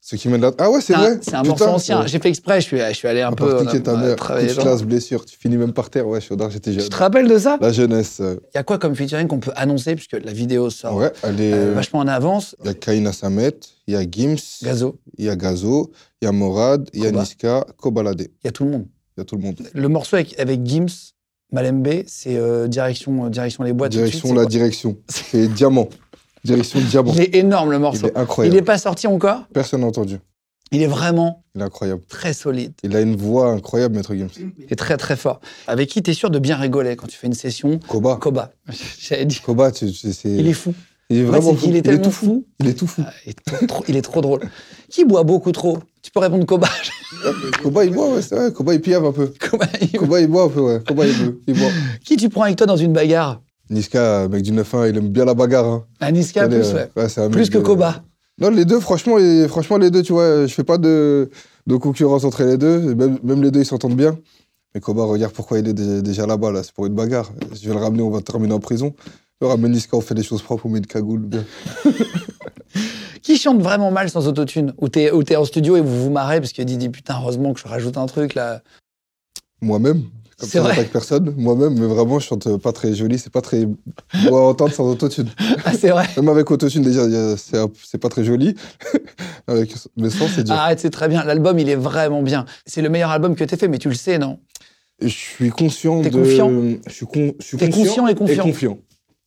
Speaker 3: Ceux qui mènent la. Ah ouais, c'est
Speaker 4: C'est un-
Speaker 3: vrai.
Speaker 4: c'est un
Speaker 3: Putain,
Speaker 4: morceau ancien.
Speaker 3: ouais.
Speaker 4: J'ai fait exprès, je suis, je suis allé un peu.
Speaker 3: Partnik est ta
Speaker 4: euh,
Speaker 3: mère.
Speaker 4: travailler
Speaker 3: Coup de
Speaker 4: dedans.
Speaker 3: classe, blessure. Tu finis même par terre. Ouais, Chaudard, j'étais
Speaker 4: Tu
Speaker 3: jeune.
Speaker 4: te rappelles de ça
Speaker 3: La jeunesse. euh,
Speaker 4: Il y a quoi comme featuring qu'on peut annoncer puisque la vidéo sort
Speaker 3: Ouais, elle est.
Speaker 4: euh, vachement en avance
Speaker 3: Il y a Kaina Samet, il y a Gims,
Speaker 4: Gazo,
Speaker 3: il y a Gazo, il y a Morad, il y a
Speaker 4: Koba.
Speaker 3: Niska, Kobalade.
Speaker 4: il y a tout le monde.
Speaker 3: Il y a tout le monde.
Speaker 4: Le morceau avec, avec Gims, Malembe, c'est euh, direction, euh, direction les boîtes. tout de
Speaker 3: direction
Speaker 4: suite,
Speaker 3: la
Speaker 4: c'est
Speaker 3: direction. C'est Diamant. Direction
Speaker 4: quoi
Speaker 3: Diamant.
Speaker 4: Il est énorme le
Speaker 3: Il
Speaker 4: morceau.
Speaker 3: est
Speaker 4: Il
Speaker 3: incroyable.
Speaker 4: n'est pas sorti encore.
Speaker 3: Personne n'a entendu.
Speaker 4: Il est vraiment
Speaker 3: Il est incroyable.
Speaker 4: très solide.
Speaker 3: Il a une voix incroyable, Maître Gims.
Speaker 4: Il est très très fort. Avec qui t'es sûr de bien rigoler quand tu fais une session
Speaker 3: Koba.
Speaker 4: Koba. J'avais dit.
Speaker 3: Koba, tu- tu- c'est.
Speaker 4: Il est fou.
Speaker 3: il est
Speaker 4: En fait,
Speaker 3: vraiment
Speaker 4: c'est
Speaker 3: fou.
Speaker 4: qu'il est
Speaker 3: Il est
Speaker 4: tellement
Speaker 3: tout fou.
Speaker 4: fou.
Speaker 3: Il est tout fou.
Speaker 4: Ah, il, est trop, trop- il est trop drôle. Qui boit beaucoup trop Tu peux répondre Koba.
Speaker 3: Koba, il boit, ouais, c'est vrai. Koba, il piave un peu.
Speaker 4: Koba, il-
Speaker 3: Koba, il boit un peu, ouais. Koba, il boit. Il boit.
Speaker 4: Qui tu prends avec toi dans une bagarre
Speaker 3: Niska, mec du 9-1, il aime bien la bagarre. hein.
Speaker 4: Aniska
Speaker 3: Elle est-
Speaker 4: plus, ouais.
Speaker 3: ouais, c'est un
Speaker 4: Plus
Speaker 3: mec
Speaker 4: que
Speaker 3: de-
Speaker 4: Koba.
Speaker 3: Non, les deux, franchement, les, franchement, les deux, tu vois, je fais pas de, de concurrence entre les deux. Même, même les deux, ils s'entendent bien. Mais Koba, regarde pourquoi il est dé- déjà là-bas, là. C'est pour une bagarre. Je vais le ramener, on va te terminer en prison. Le ramène Niska, on fait des choses propres, on met une cagoule. bien.
Speaker 4: Qui chante vraiment mal sans autotune Ou t'es ou t'es en studio et vous vous marrez parce que dit, dit putain, heureusement que je rajoute un truc là.
Speaker 3: Moi-même, Comme
Speaker 4: C'est
Speaker 3: ça,
Speaker 4: vrai.
Speaker 3: j'attaque personne. Moi-même, mais vraiment, je chante pas très joli. C'est pas très beau à entendre sans autotune.
Speaker 4: Ah, c'est vrai.
Speaker 3: Même avec autotune, déjà, il y a- c'est un- c'est pas très joli. avec le son, c'est dur.
Speaker 4: Arrête, Ah, c'est très bien. L'album, il est vraiment bien. C'est le meilleur album que t'aies fait, mais tu le sais, non
Speaker 3: Je suis conscient
Speaker 4: T'es
Speaker 3: de.
Speaker 4: confiant
Speaker 3: Je suis, con- je suis
Speaker 4: T'es conscient et confiant.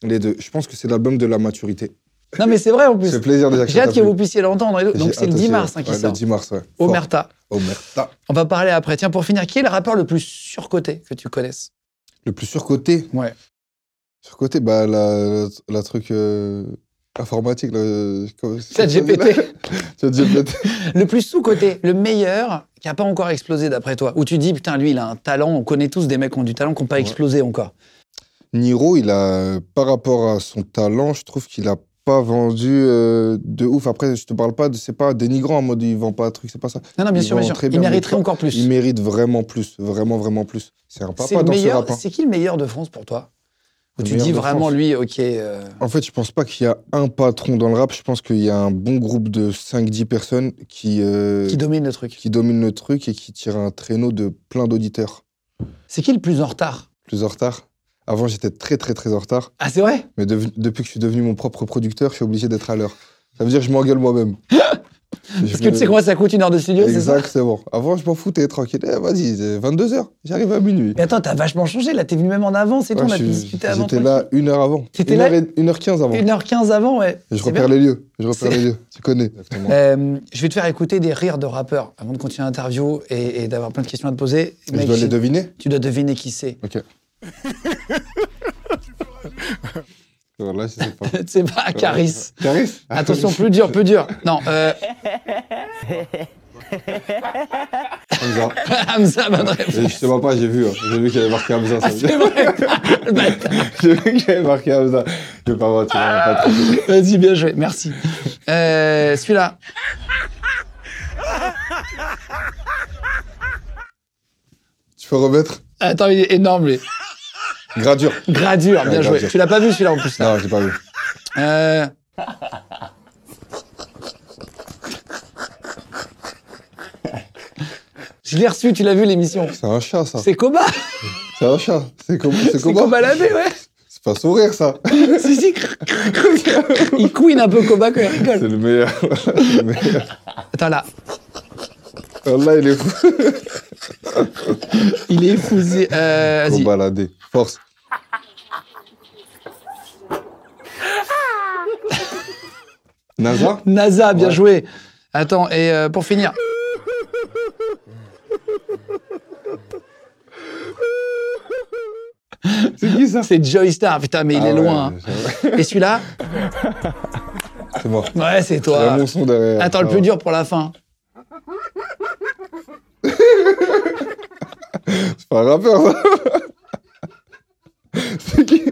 Speaker 3: Les deux. Je pense que c'est l'album de la maturité.
Speaker 4: Non, mais c'est vrai en
Speaker 3: C'est
Speaker 4: plus.
Speaker 3: le plaisir déjà que
Speaker 4: J'ai
Speaker 3: ça
Speaker 4: hâte que
Speaker 3: t'a plu.
Speaker 4: vous puissiez l'entendre. et tout. Donc
Speaker 3: J'ai
Speaker 4: c'est le
Speaker 3: hâte
Speaker 4: 10
Speaker 3: aussi,
Speaker 4: mars hein,
Speaker 3: ouais,
Speaker 4: qui
Speaker 3: Le
Speaker 4: sort.
Speaker 3: 10 mars, ouais. Fort.
Speaker 4: Omerta.
Speaker 3: Omerta.
Speaker 4: On va parler après. Tiens, pour finir, qui est le rappeur le plus surcoté que tu connaisses
Speaker 3: Le plus surcoté.
Speaker 4: Ouais.
Speaker 3: Surcoté, bah, la, la, la truc euh, informatique. là, comment- Bah.
Speaker 4: ChatGPT.
Speaker 3: ChatGPT.
Speaker 4: Le plus sous-coté, le meilleur, qui n'a pas encore explosé d'après toi. Où tu dis, putain, lui, il a un talent. On connaît tous des mecs qui ont du talent qui n'ont pas
Speaker 3: Ouais.
Speaker 4: explosé encore.
Speaker 3: Niro, il a, par rapport à son talent, je trouve qu'il a pas vendu euh, de ouf. Après, je te parle pas de, c'est pas dénigrant en mode il vend pas un truc, c'est pas ça.
Speaker 4: Non, non, bien
Speaker 3: Ils
Speaker 4: sûr, bien
Speaker 3: vont
Speaker 4: sûr.
Speaker 3: très
Speaker 4: il
Speaker 3: bien, mais
Speaker 4: mériterait
Speaker 3: pas-
Speaker 4: encore plus.
Speaker 3: Il mérite vraiment plus, vraiment, vraiment plus. C'est un
Speaker 4: C'est le
Speaker 3: papa dans ce
Speaker 4: meilleur-
Speaker 3: rap. hein.
Speaker 4: C'est qui le meilleur de France pour toi Où
Speaker 3: Le
Speaker 4: tu
Speaker 3: meilleur
Speaker 4: dis
Speaker 3: de
Speaker 4: vraiment,
Speaker 3: France.
Speaker 4: lui, ok. euh,
Speaker 3: En fait, je pense pas qu'il y a un patron dans le rap. Je pense qu'il y a un bon groupe de 5-10 personnes qui, euh,
Speaker 4: Qui domine le truc.
Speaker 3: qui dominent le truc et qui tirent un traîneau de plein d'auditeurs.
Speaker 4: C'est qui le plus en retard
Speaker 3: Plus en retard. Avant, j'étais très, très, très en retard.
Speaker 4: Ah, c'est vrai
Speaker 3: Mais dev- depuis que je suis devenu mon propre producteur, je suis obligé d'être à l'heure. Ça veut dire que je m'engueule moi-même.
Speaker 4: Parce
Speaker 3: Euh.
Speaker 4: que tu sais quoi, ça coûte une heure de studio, c'est ça
Speaker 3: Exactement. Avant, je m'en foutais, tranquille. Eh, vas-y, 22h, j'arrive à minuit.
Speaker 4: Mais attends, t'as vachement changé là, t'es venu même en avance et tout,
Speaker 3: Ouais,
Speaker 4: on a
Speaker 3: je-
Speaker 4: pu discuter avant.
Speaker 3: J'étais là une heure avant.
Speaker 4: T'étais
Speaker 3: une
Speaker 4: là
Speaker 3: heure et- une heure 15 avant.
Speaker 4: 1h15 avant, ouais.
Speaker 3: Et je
Speaker 4: C'est
Speaker 3: repère
Speaker 4: bien.
Speaker 3: les lieux. Je
Speaker 4: C'est-
Speaker 3: repère les lieux. Tu connais.
Speaker 4: Euh, je vais te faire écouter des rires de rappeurs avant de continuer l'interview et, et d'avoir plein de questions à te poser.
Speaker 3: je
Speaker 4: Mec,
Speaker 3: dois
Speaker 4: j'ai-
Speaker 3: les deviner.
Speaker 4: Tu dois deviner qui c'est.
Speaker 3: Ok. Voilà, je sais pas.
Speaker 4: c'est pas Caris.
Speaker 3: Caris
Speaker 4: Attention, plus dur, plus dur. Non, euh,
Speaker 3: Hamza.
Speaker 4: Hamza Madré.
Speaker 3: Et Je te vois pas, j'ai vu. hein. J'ai vu qu'il y avait marqué Hamza. ça
Speaker 4: Ah,
Speaker 3: veut
Speaker 4: C'est
Speaker 3: dire-
Speaker 4: vrai. Le bâtard.
Speaker 3: J'ai vu qu'il y avait marqué Hamza. Je vais pas mentir. on va pas te-
Speaker 4: Vas-y, bien joué, merci. Euh, Celui-là.
Speaker 3: Tu peux remettre
Speaker 4: Attends, il est énorme, lui.
Speaker 3: Gradure.
Speaker 4: Gradure, bien
Speaker 3: Ouais,
Speaker 4: joué.
Speaker 3: Gradure.
Speaker 4: Tu l'as pas vu, celui-là, en plus. Là.
Speaker 3: Non, j'ai pas vu.
Speaker 4: Euh, Je l'ai reçu, tu l'as vu, l'émission.
Speaker 3: C'est un chat, ça.
Speaker 4: C'est Koba.
Speaker 3: C'est un chat. C'est comment C'est
Speaker 4: C'est
Speaker 3: comment
Speaker 4: Koba Labé, ouais.
Speaker 3: C'est pas sourire, ça.
Speaker 4: Si, si. Il couine un peu Koba quand il rigole.
Speaker 3: C'est le meilleur. C'est le meilleur.
Speaker 4: Attends, là.
Speaker 3: Là, il est fou.
Speaker 4: Il est fou. c'est- Euh,
Speaker 3: Faut
Speaker 4: Vas-y.
Speaker 3: balader. Force. NASA
Speaker 4: NASA, bien joué. Attends, et euh, pour finir.
Speaker 3: C'est qui ça
Speaker 4: C'est Joy Star, putain, mais il est loin. hein. Et celui-là
Speaker 3: C'est bon.
Speaker 4: Ouais, c'est
Speaker 3: Il y a
Speaker 4: toi.
Speaker 3: mon son derrière.
Speaker 4: Bah,
Speaker 3: Ah,
Speaker 4: Attends, le
Speaker 3: Ça
Speaker 4: plus
Speaker 3: va.
Speaker 4: dur pour la fin.
Speaker 3: C'est pas un rappeur, ça. C'est qui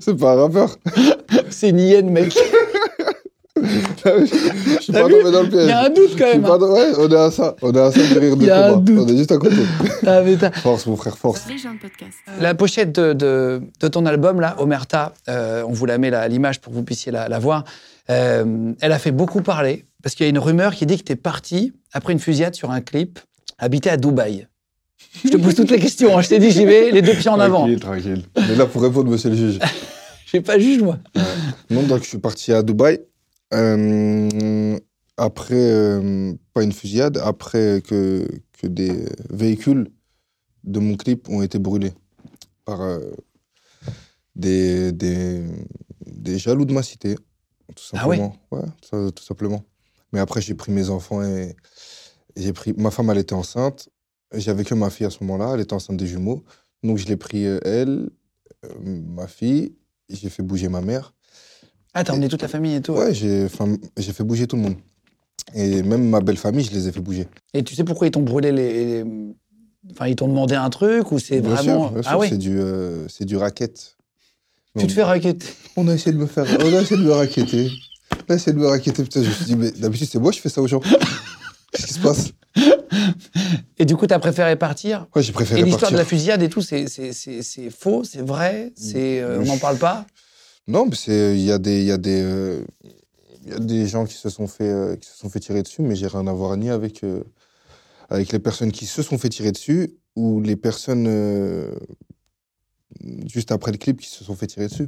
Speaker 3: C'est pas un rappeur.
Speaker 4: C'est Nien, mec.
Speaker 3: Je suis
Speaker 4: T'as
Speaker 3: pas
Speaker 4: vu
Speaker 3: tombé dans le piège.
Speaker 4: Il y a un doute quand
Speaker 3: Je suis
Speaker 4: même.
Speaker 3: pas
Speaker 4: hein.
Speaker 3: dans- Ouais, on est à ça. On est à ça de rire de
Speaker 4: Il y a un
Speaker 3: Thomas.
Speaker 4: doute.
Speaker 3: On est juste à côté.
Speaker 4: Ah, putain.
Speaker 3: Force, mon frère, force.
Speaker 5: Les gens de podcast.
Speaker 4: La pochette de, de- de ton album, là, Omerta, euh, on vous la met là, à l'image pour que vous puissiez la, la voir. Euh, elle a fait beaucoup parler parce qu'il y a une rumeur qui dit que t'es parti après une fusillade sur un clip, habité à Dubaï. Je te pose toutes les questions. hein. Je t'ai dit, j'y vais, les deux pieds en avant.
Speaker 3: Tranquille, tranquille. On est là pour répondre, monsieur le juge.
Speaker 4: J'ai pas juge, moi.
Speaker 3: Non, donc je suis parti à Dubaï. Euh, après, euh, pas une fusillade, après que, que des véhicules de mon clip ont été brûlés par euh, des, des, des jaloux de ma cité, tout
Speaker 4: Ah ouais
Speaker 3: simplement. ouais, ça- tout simplement. Mais après, j'ai pris mes enfants et, et j'ai pris. Ma femme, elle était enceinte. J'avais que ma fille à ce moment-là, elle était enceinte des jumeaux. Donc, je l'ai pris, euh, elle, euh, ma fille, j'ai fait bouger ma mère.
Speaker 4: Ah, t'as emmené toute la famille et tout.
Speaker 3: Ouais, j'ai enfin, j'ai fait bouger tout le monde. Et même ma belle famille, je les ai fait bouger.
Speaker 4: Et tu sais pourquoi ils t'ont brûlé les. les- Enfin, ils t'ont demandé un truc ou c'est
Speaker 3: Bien
Speaker 4: vraiment.
Speaker 3: sûr, bien sûr,
Speaker 4: ah ouais
Speaker 3: c'est du, euh, c'est du racket.
Speaker 4: Tu te fais raqueter.
Speaker 3: On a essayé de me faire, on a essayé de me raqueter. On a essayé de me raqueter. Putain, je me suis dit, mais d'habitude, c'est moi, je fais ça aux gens. Qu'est-ce qui se passe
Speaker 4: Et du coup, t'as préféré partir
Speaker 3: Ouais, j'ai
Speaker 4: Et
Speaker 3: préféré
Speaker 4: l'histoire
Speaker 3: partir.
Speaker 4: de la fusillade et tout, c'est- c'est c'est- c'est faux, c'est vrai, c'est euh, on n'en parle pas.
Speaker 3: Non, mais c'est, il y a des, il y a des, euh, il y a des gens qui se sont fait, euh, qui se sont fait tirer dessus, mais j'ai rien à voir ni avec, euh, avec les personnes qui se sont fait tirer dessus, ou les personnes euh, juste après le clip qui se sont fait tirer dessus.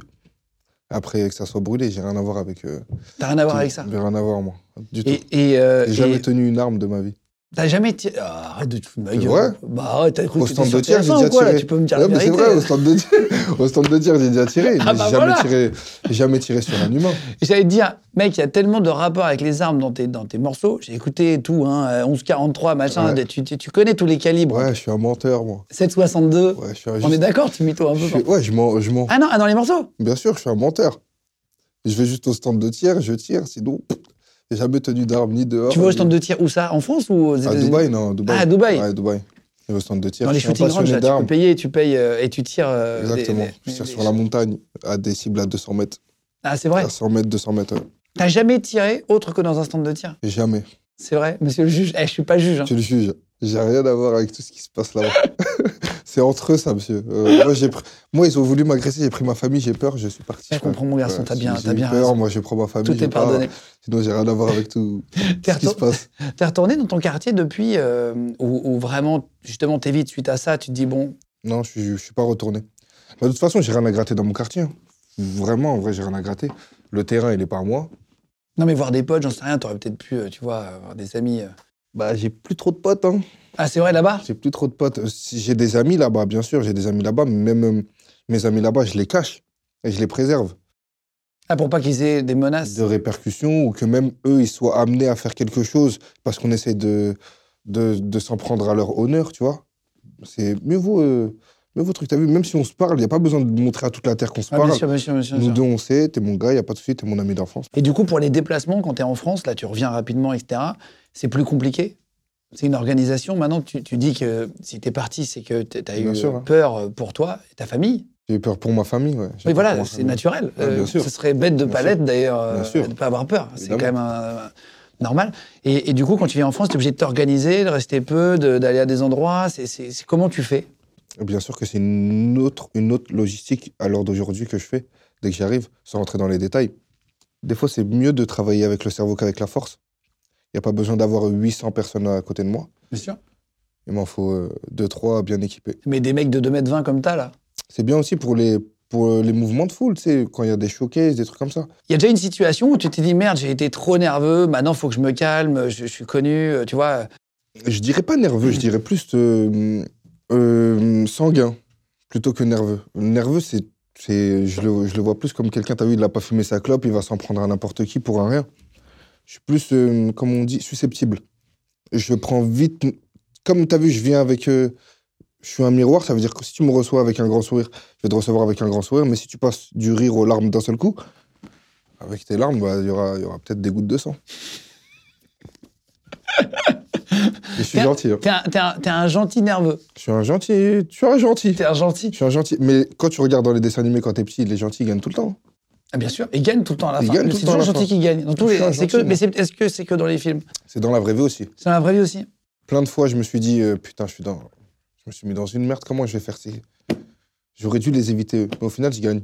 Speaker 3: Après que ça soit brûlé, j'ai rien à voir avec. euh,
Speaker 4: T'as rien à voir
Speaker 3: tout.
Speaker 4: avec ça.
Speaker 3: J'ai rien à voir, moi. Du tout.
Speaker 4: Et, et, euh,
Speaker 3: J'ai jamais
Speaker 4: et-
Speaker 3: tenu une arme de ma vie.
Speaker 4: T'as jamais tiré. Ah, arrête de te foutre de ma
Speaker 3: C'est
Speaker 4: gueule.
Speaker 3: vrai
Speaker 4: Bah ouais, t'as cru
Speaker 3: Au
Speaker 4: que t'étais
Speaker 3: stand de
Speaker 4: sur
Speaker 3: tir, j'ai
Speaker 4: TF1
Speaker 3: déjà
Speaker 4: ou quoi, là
Speaker 3: tiré.
Speaker 4: Tu peux me dire
Speaker 3: Ouais,
Speaker 4: la
Speaker 3: mais c'est
Speaker 4: vérité.
Speaker 3: vrai, au stand de tir, au stand de tir, j'ai déjà tiré.
Speaker 4: Ah
Speaker 3: mais
Speaker 4: bah
Speaker 3: j'ai jamais
Speaker 4: voilà.
Speaker 3: tiré, j'ai jamais tiré sur un humain.
Speaker 4: J'allais te dire, mec, il y a tellement de rapports avec les armes dans tes, dans tes morceaux. J'ai écouté tout, hein, euh, 1143, machin.
Speaker 3: Ouais.
Speaker 4: des- Tu, tu- tu connais tous les calibres.
Speaker 3: Ouais, je suis un menteur, moi.
Speaker 4: 762.
Speaker 3: Ouais, je suis un
Speaker 4: On
Speaker 3: juste-
Speaker 4: est d'accord, tu mytho un peu.
Speaker 3: je
Speaker 4: quand-
Speaker 3: suis- Ouais, je mens, je mens.
Speaker 4: Ah non, ah, dans les morceaux
Speaker 3: Bien sûr, je suis un menteur. Je vais juste au stand de tir, je tire, sinon, pff, j'ai jamais tenu d'arme ni dehors.
Speaker 4: Tu vas au
Speaker 3: ni-
Speaker 4: stand de tir où ça En France ou aux
Speaker 3: À
Speaker 4: États-Unis
Speaker 3: Dubaï, non, à Dubaï.
Speaker 4: Ah, à Dubaï.
Speaker 3: Ouais, à Dubaï. Et au stand de tir,
Speaker 4: Dans les
Speaker 3: je suis un
Speaker 4: shooting ranges,
Speaker 3: passionné
Speaker 4: là, tu
Speaker 3: d'armes.
Speaker 4: peux payer, tu payes euh, et tu tires. euh, des-
Speaker 3: Exactement.
Speaker 4: des-
Speaker 3: Je tire
Speaker 4: des-
Speaker 3: sur la montagne, à des cibles à 200 mètres.
Speaker 4: Ah, c'est vrai.
Speaker 3: À 100 mètres, 200 mètres. ouais.
Speaker 4: T'as jamais tiré autre que dans un stand de tir
Speaker 3: Jamais.
Speaker 4: C'est vrai, monsieur le juge. Eh, je suis pas juge. hein.
Speaker 3: Tu le juges. J'ai rien à voir avec tout ce qui se passe là-bas. c'est entre eux, ça, monsieur. Euh, moi, j'ai pr- moi, ils ont voulu m'agresser, j'ai pris ma famille, j'ai peur, je suis parti.
Speaker 4: Eh, Je
Speaker 3: frère.
Speaker 4: comprends, mon garçon,
Speaker 3: Ouais,
Speaker 4: t'as
Speaker 3: si
Speaker 4: bien,
Speaker 3: j'ai
Speaker 4: t'as
Speaker 3: eu
Speaker 4: bien
Speaker 3: peur,
Speaker 4: raison.
Speaker 3: moi, j'ai pris ma famille.
Speaker 4: Tout est
Speaker 3: j'ai peur.
Speaker 4: pardonné.
Speaker 3: Sinon, j'ai rien à voir avec tout
Speaker 4: T'es
Speaker 3: ce qui se
Speaker 4: retour-
Speaker 3: passe.
Speaker 4: t'es retourné dans ton quartier depuis euh, où, où vraiment, justement, t'évites suite à ça, tu te dis, bon,
Speaker 3: Non, je suis, je suis pas retourné. Bah, de toute façon, j'ai rien à gratter dans mon quartier. hein. Vraiment, en vrai, j'ai rien à gratter. Le terrain, il est par moi.
Speaker 4: non mais voir des potes, j'en sais rien, t'aurais peut-être pu, euh, tu vois, avoir des amis. euh.
Speaker 3: Bah, j'ai plus trop de potes. Hein.
Speaker 4: Ah, c'est vrai, là-bas
Speaker 3: J'ai plus trop de potes. Euh, si J'ai des amis là-bas, bien sûr, j'ai des amis là-bas, mais même euh, mes amis là-bas, je les cache et je les préserve
Speaker 4: Ah, pour pas qu'ils aient des menaces.
Speaker 3: de répercussions ou que même eux, ils soient amenés à faire quelque chose parce qu'on essaie de, de, de s'en prendre à leur honneur, tu vois. C'est mieux vaut, euh, mieux vaut truc. T'as vu, même si on se parle, il n'y a pas besoin de montrer à toute la Terre qu'on se
Speaker 4: Ah,
Speaker 3: parle.
Speaker 4: bien sûr, bien sûr, bien sûr, bien
Speaker 3: Nous
Speaker 4: sûr.
Speaker 3: deux, on sait, t'es mon gars, il n'y a pas de souci, t'es mon ami d'enfance.
Speaker 4: Et du coup, pour les déplacements, quand t'es en France, là, tu reviens rapidement, etc., c'est plus compliqué c'est une organisation. Maintenant, tu, tu dis que si t'es parti, c'est que t'es- t'as
Speaker 3: Bien
Speaker 4: eu
Speaker 3: sûr, hein.
Speaker 4: peur euh, pour toi et ta famille.
Speaker 3: J'ai eu peur pour ma famille, ouais. J'ai
Speaker 4: Oui,
Speaker 3: peur pour
Speaker 4: voilà,
Speaker 3: ma
Speaker 4: c'est
Speaker 3: famille.
Speaker 4: naturel.
Speaker 3: Ouais, bien
Speaker 4: Euh,
Speaker 3: sûr.
Speaker 4: Ce serait bête de
Speaker 3: Bien
Speaker 4: palette,
Speaker 3: sûr.
Speaker 4: d'ailleurs, euh,
Speaker 3: Bien sûr.
Speaker 4: de ne pas avoir peur. C'est quand même
Speaker 3: Évidemment.
Speaker 4: euh, normal. Et, et du coup, quand tu viens en France, tu es obligé de t'organiser, de rester peu, de- d'aller à des endroits. C'est- c'est- c'est- comment tu fais
Speaker 3: Bien sûr que c'est une autre, une autre logistique à l'heure d'aujourd'hui que je fais dès que j'arrive, sans rentrer dans les détails. Des fois, c'est mieux de travailler avec le cerveau qu'avec la force. Il n'y a pas besoin d'avoir 800 personnes à côté de moi.
Speaker 4: Bien sûr.
Speaker 3: Il m'en faut euh, deux, trois bien équipés.
Speaker 4: Mais des mecs de 2m20 comme t'as, là.
Speaker 3: C'est bien aussi pour les, pour les mouvements de foule, tu sais, quand il y a des showcases, des trucs comme ça.
Speaker 4: Il y a déjà une situation où tu t'es dit, merde, j'ai été trop nerveux, maintenant, faut que je me calme, je, je suis connu, euh, tu vois.
Speaker 3: Je dirais pas nerveux, je dirais plus euh, euh, sanguin plutôt que nerveux. Nerveux, c'est, c'est, je, le, je le vois plus comme quelqu'un, t'as vu, il n'a pas fumé sa clope, il va s'en prendre à n'importe qui pour un rien. Je suis plus, euh, comme on dit, susceptible. Je prends vite. Comme t'as vu, je viens avec. euh, je suis un miroir, ça veut dire que si tu me reçois avec un grand sourire, je vais te recevoir avec un grand sourire, mais si tu passes du rire aux larmes d'un seul coup, avec tes larmes, bah, il y, aura, il y aura peut-être des gouttes de sang. Et je suis
Speaker 4: Tiens,
Speaker 3: gentil. hein.
Speaker 4: T'es un, t'es un- t'es un gentil nerveux.
Speaker 3: Je suis un gentil. Tu es un gentil.
Speaker 4: T'es un gentil.
Speaker 3: Je suis un gentil. Mais quand tu regardes dans les dessins animés quand t'es petit, les gentils gagnent tout le temps.
Speaker 4: Ah, bien sûr. Il gagne tout le temps à la
Speaker 3: Il
Speaker 4: fin.
Speaker 3: gagne
Speaker 4: Mais
Speaker 3: tout
Speaker 4: C'est
Speaker 3: le temps à
Speaker 4: toujours
Speaker 3: la
Speaker 4: gentil
Speaker 3: fin.
Speaker 4: qui gagne. Dans tous les,
Speaker 3: Je suis un
Speaker 4: c'est que,
Speaker 3: gentil,
Speaker 4: mais
Speaker 3: moi.
Speaker 4: c'est- est-ce que c'est que dans les films
Speaker 3: C'est dans la vraie vie aussi.
Speaker 4: C'est dans la vraie vie aussi.
Speaker 3: Plein de fois, je me suis dit, euh, putain, je suis dans. Je me suis mis dans une merde, comment je vais faire ces- J'aurais dû les éviter eux. Mais au final, je gagne.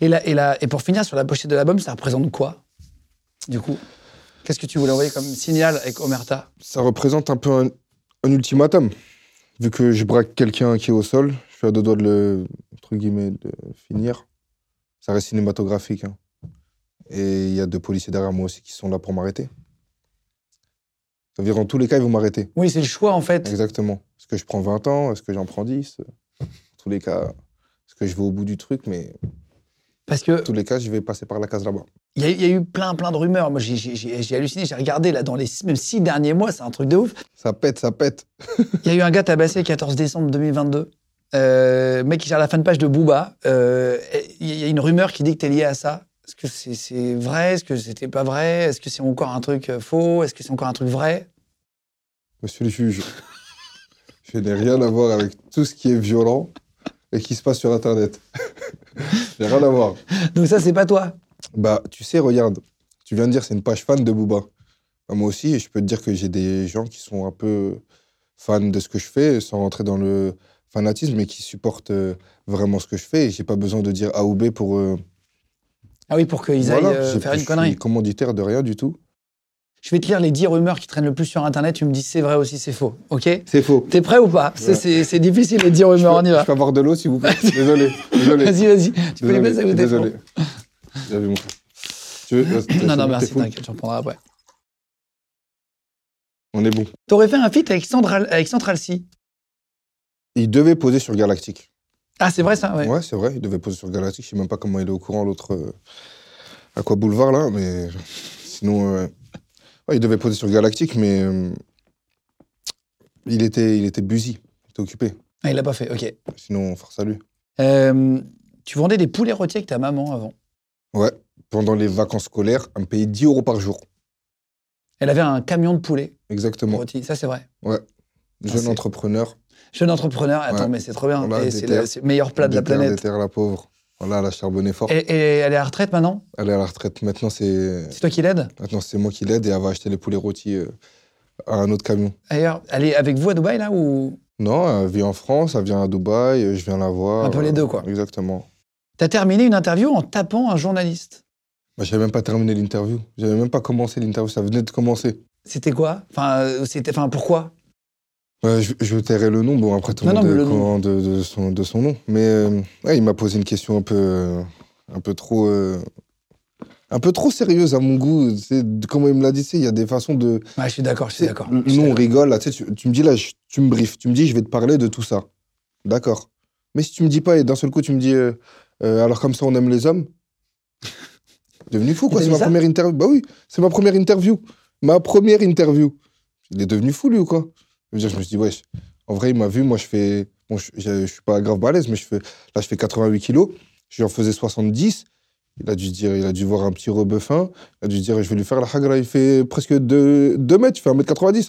Speaker 4: Et, la- et, la- et pour finir, sur la pochette de l'album, ça représente quoi Du coup, qu'est-ce que tu voulais envoyer comme signal avec Omerta
Speaker 3: Ça représente un peu un, un ultimatum. Vu que je braque quelqu'un qui est au sol, je suis à deux doigts de le. entre guillemets, de finir. Ça reste cinématographique. hein. Et il y a deux policiers derrière moi aussi qui sont là pour m'arrêter. Ça veut dire, en tous les cas, ils vont m'arrêter.
Speaker 4: Oui, c'est le choix en fait.
Speaker 3: Exactement. Est-ce que je prends 20 ans Est-ce que j'en prends 10 En tous les cas, est-ce que je vais au bout du truc Mais
Speaker 4: Parce que
Speaker 3: en tous les cas, je vais passer par la case là-bas.
Speaker 4: il y, a- il y a eu plein, plein de rumeurs. Moi, j'ai- j'ai j'ai- j'ai halluciné, j'ai regardé là dans les six- même six derniers mois, c'est un truc de ouf.
Speaker 3: Ça pète, ça pète.
Speaker 4: Il y a eu un gars tabassé le 14 décembre 2022. Euh, mec qui gère la fanpage de Booba. Euh, et Il y a une rumeur qui dit que t'es lié à ça. Est-ce que c'est c'est vrai Est-ce que c'était pas vrai Est-ce que c'est encore un truc euh, faux Est-ce que c'est encore un truc vrai
Speaker 3: Monsieur le juge, je n'ai rien à voir avec tout ce qui est violent et qui se passe sur Internet. J'ai rien à voir.
Speaker 4: Donc ça, c'est pas toi.
Speaker 3: Bah, tu sais, regarde, tu viens de dire c'est une page fan de Booba. Bah, moi aussi, je peux te dire que j'ai des gens qui sont un peu fans de ce que je fais, sans rentrer dans le fanatisme, mais qui supportent euh, vraiment ce que je fais. Et j'ai pas besoin de dire A ou B pour. euh,
Speaker 4: Ah oui, pour qu'ils
Speaker 3: voilà,
Speaker 4: aillent euh,
Speaker 3: j'ai-
Speaker 4: faire
Speaker 3: je
Speaker 4: une
Speaker 3: suis
Speaker 4: connerie.
Speaker 3: commanditaire de rien du tout.
Speaker 4: Je vais te lire les 10 rumeurs qui traînent le plus sur Internet. Tu me dis c'est vrai aussi, c'est faux. OK
Speaker 3: C'est faux.
Speaker 4: T'es prêt ou pas C'est-
Speaker 3: Ouais.
Speaker 4: C'est c'est difficile les 10
Speaker 3: Je
Speaker 4: rumeurs,
Speaker 3: peux,
Speaker 4: on y va.
Speaker 3: je peux avoir de l'eau, s'il vous plaît Désolé. Désolé.
Speaker 4: Vas-y, vas-y. Tu peux les passer
Speaker 3: Désolé,
Speaker 4: ou t'es
Speaker 3: Désolé. J'avais mon frère. Tu veux- euh, t'es-
Speaker 4: Non, non,
Speaker 3: t'es
Speaker 4: merci,
Speaker 3: fou
Speaker 4: t'inquiète, j'en prendrai après.
Speaker 3: On est bon.
Speaker 4: T'aurais fait un feat avec Sandra, avec Sandra Alcy.
Speaker 3: Il devait poser sur Galactique.
Speaker 4: Ah, c'est vrai ça ouais.
Speaker 3: Ouais, c'est vrai, il devait poser sur Galactique. Je sais même pas comment il est au courant, l'autre. euh, à quoi boulevard, là, mais. Sinon. euh, Ouais, il devait poser sur Galactique, mais. euh, Il était, il était busy, il était occupé.
Speaker 4: Ah, il l'a pas fait, ok.
Speaker 3: Sinon, force à lui.
Speaker 4: Euh, tu vendais des poulets rôtis avec ta maman avant.
Speaker 3: Ouais, pendant les vacances scolaires, elle me payait 10 euros par jour.
Speaker 4: Elle avait un camion de poulets
Speaker 3: Exactement.
Speaker 4: rôtis, ça c'est vrai. Ah,
Speaker 3: Jeune
Speaker 4: c'est-
Speaker 3: entrepreneur.
Speaker 4: Jeune entrepreneur, attends,
Speaker 3: Ouais.
Speaker 4: mais c'est trop bien.
Speaker 3: Voilà,
Speaker 4: Et
Speaker 3: des
Speaker 4: c'est
Speaker 3: terres.
Speaker 4: le c'est le meilleur plat de la
Speaker 3: déterre,
Speaker 4: planète.
Speaker 3: déterre, la pauvre. Voilà, la charbonnée fort.
Speaker 4: Et, et elle est à la retraite maintenant
Speaker 3: Elle est à la retraite. Maintenant, c'est
Speaker 4: C'est toi qui l'aides
Speaker 3: maintenant c'est moi qui l'aide et elle va acheter les poulets rôtis euh, à un autre camion.
Speaker 4: D'ailleurs, elle est avec vous à Dubaï là ou
Speaker 3: Non, elle vit en France, elle vient à Dubaï, euh, je viens la voir.
Speaker 4: Un peu les
Speaker 3: euh,
Speaker 4: deux, quoi.
Speaker 3: Exactement.
Speaker 4: T'as terminé une interview en tapant un journaliste.
Speaker 3: Bah, j'avais même pas terminé l'interview. J'avais même pas commencé l'interview, ça venait de commencer.
Speaker 4: C'était quoi Enfin, euh, c'était, enfin pourquoi
Speaker 3: Euh, je, je tairai le nom, bon après tout le
Speaker 4: Non,
Speaker 3: monde
Speaker 4: non, mais
Speaker 3: est
Speaker 4: le
Speaker 3: au courant de, de son, de son nom. Mais euh, ouais, il m'a posé une question un peu, euh, un peu trop, euh, un peu trop sérieuse à mon goût. Tu sais, de- Comment il me l'a dit, tu sais, il y a des façons de.
Speaker 4: Ouais, Ah, Je suis d'accord, je suis d'accord. je suis
Speaker 3: Nous on rigole là, tu, sais, tu- tu me dis là, je- tu me briefes, tu me dis je vais te parler de tout ça, d'accord. Mais si tu me dis pas et d'un seul coup tu me dis euh, euh, alors comme ça on aime les hommes, devenu fou
Speaker 4: Il
Speaker 3: quoi,
Speaker 4: a
Speaker 3: c'est
Speaker 4: dit
Speaker 3: ma
Speaker 4: ça
Speaker 3: première interview. Bah oui, c'est ma première interview, ma première interview. Il est devenu fou lui ou quoi je, veux dire, je me suis dit wesh, en vrai il m'a vu, moi je fais, bon je, je- je suis pas grave balèze mais je fais, là je fais 88 kilos, j'en faisais 70. Il a dû dire, il a dû voir un petit rebeufin. Il a dû dire, je vais lui faire la hagra. Il fait presque 2 mètres, il fait 1m90.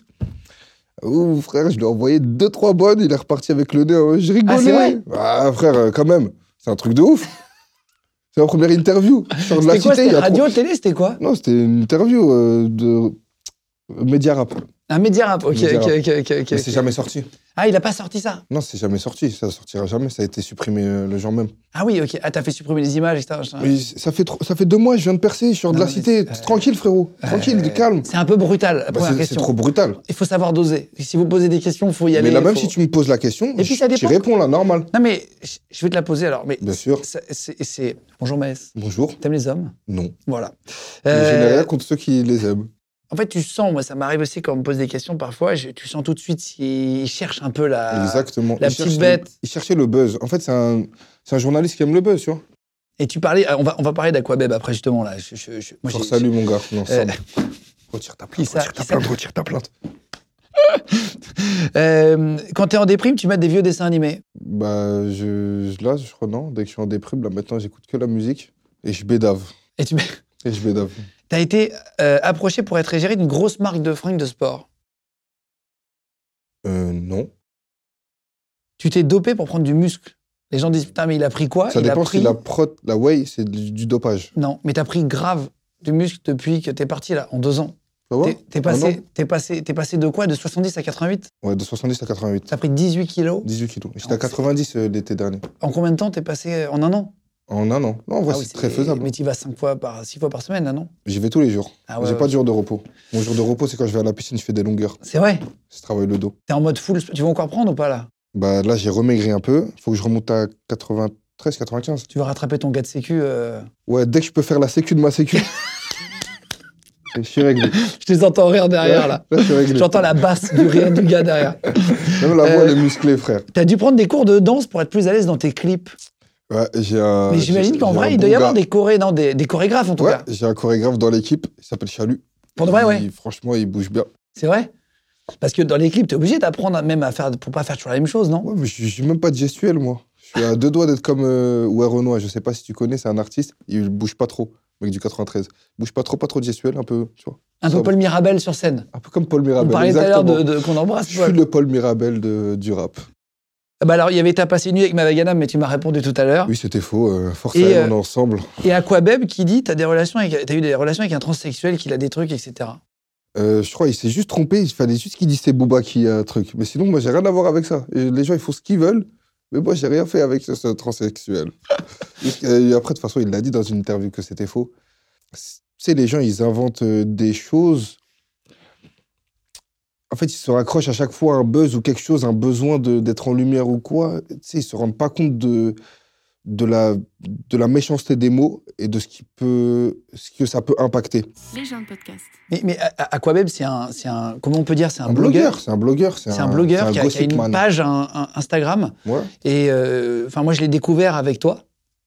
Speaker 3: Ouh, frère, je lui ai envoyé 2-3 bonnes, il est reparti avec le nez. euh, Je rigolais.
Speaker 4: Ah, c'est vrai
Speaker 3: Ah, frère, euh, quand même, c'est un truc de ouf. C'est ma première interview. Je sors de la
Speaker 4: C'était quoi
Speaker 3: cité, il y
Speaker 4: C'était
Speaker 3: a
Speaker 4: radio, télé, c'était quoi
Speaker 3: trois- Non, c'était une interview euh, de Média Rap.
Speaker 4: Un média rap. Ok,
Speaker 3: Média
Speaker 4: ok,
Speaker 3: rap.
Speaker 4: ok, ok, ok,
Speaker 3: Mais
Speaker 4: ok.
Speaker 3: c'est jamais sorti.
Speaker 4: Ah, il a pas sorti ça.
Speaker 3: Non, c'est jamais sorti. Ça sortira jamais. Ça a été supprimé euh, le jour même.
Speaker 4: Ah oui, ok. Ah, t'as fait supprimer les images, etc. machin.
Speaker 3: Mais ça fait, trop- ça fait deux mois, je viens de percer, je sors de
Speaker 4: Non,
Speaker 3: la
Speaker 4: mais
Speaker 3: cité.
Speaker 4: c'est- euh,
Speaker 3: Tranquille, frérot. Tranquille,
Speaker 4: Euh,
Speaker 3: calme.
Speaker 4: C'est un peu brutal, la
Speaker 3: Bah,
Speaker 4: première
Speaker 3: c'est- c'est
Speaker 4: question.
Speaker 3: trop brutal.
Speaker 4: Il faut savoir doser. Si vous posez des questions, il faut y aller.
Speaker 3: mais là,
Speaker 4: il
Speaker 3: même
Speaker 4: faut-
Speaker 3: si tu me poses la question,
Speaker 4: Et puis, ça
Speaker 3: je t'y
Speaker 4: dépend.
Speaker 3: réponds, là, normal.
Speaker 4: Non, mais je- je vais te la poser alors. Mais
Speaker 3: Bien sûr.
Speaker 4: ça- c'est. c'est- Bonjour, Maës.
Speaker 3: Bonjour.
Speaker 4: T'aimes les hommes
Speaker 3: Non.
Speaker 4: Voilà.
Speaker 3: Mais Je n'ai
Speaker 4: Euh,
Speaker 3: rien contre ceux qui les aiment.
Speaker 4: en fait, tu sens, moi, ça m'arrive aussi quand on me pose des questions parfois, je- tu sens tout de suite s'ils cherchent un peu la.
Speaker 3: Exactement.
Speaker 4: ah, la
Speaker 3: Ils cherchent
Speaker 4: petite
Speaker 3: le-
Speaker 4: bête.
Speaker 3: Ils cherchaient le buzz. En fait, c'est un, c'est un journaliste qui aime le buzz, tu vois.
Speaker 4: Et tu parlais. ah, On va, on va parler d'Aquabeb après, justement, là. Je, je- je- moi, j'ai-
Speaker 3: Force à lui, mon gars. Non,
Speaker 4: Euh,
Speaker 3: ensemble. Retire ta
Speaker 4: Qui
Speaker 3: plainte,
Speaker 4: ça-
Speaker 3: retire ta
Speaker 4: qui ça-
Speaker 3: plainte, retire ta plainte.
Speaker 4: Euh, quand t'es en déprime, tu mets des vieux dessins animés.
Speaker 3: Bah, je, je- là, je crois, non. Dès que je suis en déprime, là, maintenant, j'écoute que la musique et je bédave.
Speaker 4: Et tu mets-
Speaker 3: Et je bédave.
Speaker 4: T'as été euh, approché pour être égéré d'une grosse marque de fringues de sport.
Speaker 3: Euh, non.
Speaker 4: Tu t'es dopé pour prendre du muscle. Les gens disent putain mais il a pris quoi
Speaker 3: Ça
Speaker 4: Il
Speaker 3: dépend
Speaker 4: a pris
Speaker 3: si la prot, la whey, c'est du, du dopage.
Speaker 4: non mais t'as pris grave du muscle depuis que t'es parti là en deux ans.
Speaker 3: Ça va
Speaker 4: T'es- T'es
Speaker 3: Ah Un
Speaker 4: passé
Speaker 3: an
Speaker 4: t'es passé t'es passé de quoi de 70 à 88
Speaker 3: Ouais, de 70 à 88.
Speaker 4: T'as pris 18 kilos.
Speaker 3: 18 kilos. J'étais
Speaker 4: Non,
Speaker 3: à 90 euh, l'été dernier.
Speaker 4: En combien de temps t'es passé euh, en un an
Speaker 3: En un an. Non, en vrai,
Speaker 4: Ah oui,
Speaker 3: c'est très faisable.
Speaker 4: Mais t'y vas cinq fois par six fois par semaine là non
Speaker 3: J'y vais tous les jours.
Speaker 4: Ah ouais,
Speaker 3: J'ai
Speaker 4: ouais.
Speaker 3: pas de jour de repos. Mon jour de repos, c'est quand je vais à la piscine, je fais des longueurs.
Speaker 4: C'est vrai.
Speaker 3: Je travaille le dos.
Speaker 4: T'es en mode full. sp- Tu vas encore prendre ou pas là
Speaker 3: Bah là, j'ai remaigri un peu. Faut que je remonte à 93, 95.
Speaker 4: Tu vas rattraper ton gars de sécu. euh.
Speaker 3: Ouais, dès que je peux faire la sécu de ma sécu. je suis réglé.
Speaker 4: Je les entends rire derrière
Speaker 3: Ouais,
Speaker 4: là.
Speaker 3: Ah, Là, je suis réglé.
Speaker 4: J'entends la basse du rire du gars derrière.
Speaker 3: Même la voix,
Speaker 4: Euh,
Speaker 3: elle est musclée, frère.
Speaker 4: T'as dû prendre des cours de danse pour être plus à l'aise dans tes clips.
Speaker 3: Ouais, j'ai un.
Speaker 4: Mais j'imagine
Speaker 3: j'ai-
Speaker 4: qu'en
Speaker 3: j'ai
Speaker 4: vrai,
Speaker 3: Euh, un
Speaker 4: il
Speaker 3: bon
Speaker 4: doit y avoir
Speaker 3: gars.
Speaker 4: des, choré- non, des, des chorégraphes, en tout
Speaker 3: Ouais,
Speaker 4: cas.
Speaker 3: j'ai un chorégraphe dans l'équipe. Il s'appelle Chalut.
Speaker 4: Pour de vrai,
Speaker 3: Il-
Speaker 4: ouais.
Speaker 3: Franchement, il bouge bien.
Speaker 4: C'est vrai Parce que dans les clips, t'es obligé d'apprendre même à faire, pour pas faire toujours la même chose, non
Speaker 3: Ouais, mais j'ai j'ai même pas de gestuelle, moi. Je suis à deux doigts d'être comme euh, Ouai Renoir. Je sais pas si tu connais, c'est un artiste. Il bouge pas trop, mec du 93. Il bouge pas trop, pas trop de gestuelle, un peu, tu vois.
Speaker 4: Un peu
Speaker 3: ça va.
Speaker 4: Paul Mirabel sur scène.
Speaker 3: Un peu comme Paul
Speaker 4: On
Speaker 3: Mirabel.
Speaker 4: parlait tout à l'heure de,
Speaker 3: exactement.
Speaker 4: de- qu'on embrasse.
Speaker 3: Je
Speaker 4: Paul.
Speaker 3: suis le Paul Mirabel de- du rap.
Speaker 4: Ah Bah alors, il y avait T'as passé une nuit avec Mavaganam, mais tu m'as répondu tout à l'heure.
Speaker 3: Oui, c'était faux. Euh, force
Speaker 4: Ah. Et,
Speaker 3: à elle,
Speaker 4: euh,
Speaker 3: on est ensemble.
Speaker 4: Et Aquabeb qui dit T'as des relations avec- t'as eu des relations avec un transsexuel, qu'il a des trucs, etc.
Speaker 3: Euh, je crois il s'est juste trompé. Il fallait juste qu'il dise c'est Booba qui a un truc. Mais sinon, moi, j'ai rien à voir avec ça. Et les gens, ils font ce qu'ils veulent. Mais moi, j'ai rien fait avec ce, ce transsexuel. Et, euh, et après, de toute façon, il l'a dit dans une interview que c'était faux. C'est- Tu sais, les gens, ils inventent euh, des choses en fait, ils se raccrochent à chaque fois à un buzz ou quelque chose, un besoin de- d'être en lumière ou quoi. Tu sais, ils se rendent pas compte de, de, la, de la méchanceté des mots et de ce, qui peut, ce que ça peut impacter.
Speaker 5: Les gens de podcast.
Speaker 4: Mais, mais à- à- Aquabeb, c'est un, c'est un. Comment on peut dire C'est un,
Speaker 3: Un blogueur, c'est un blogueur.
Speaker 4: C'est un blogueur
Speaker 3: c'est
Speaker 4: qui a, qui a
Speaker 3: gossip
Speaker 4: une
Speaker 3: man.
Speaker 4: page un- un Instagram.
Speaker 3: Ouais.
Speaker 4: Et euh, enfin, moi, je l'ai découvert avec toi,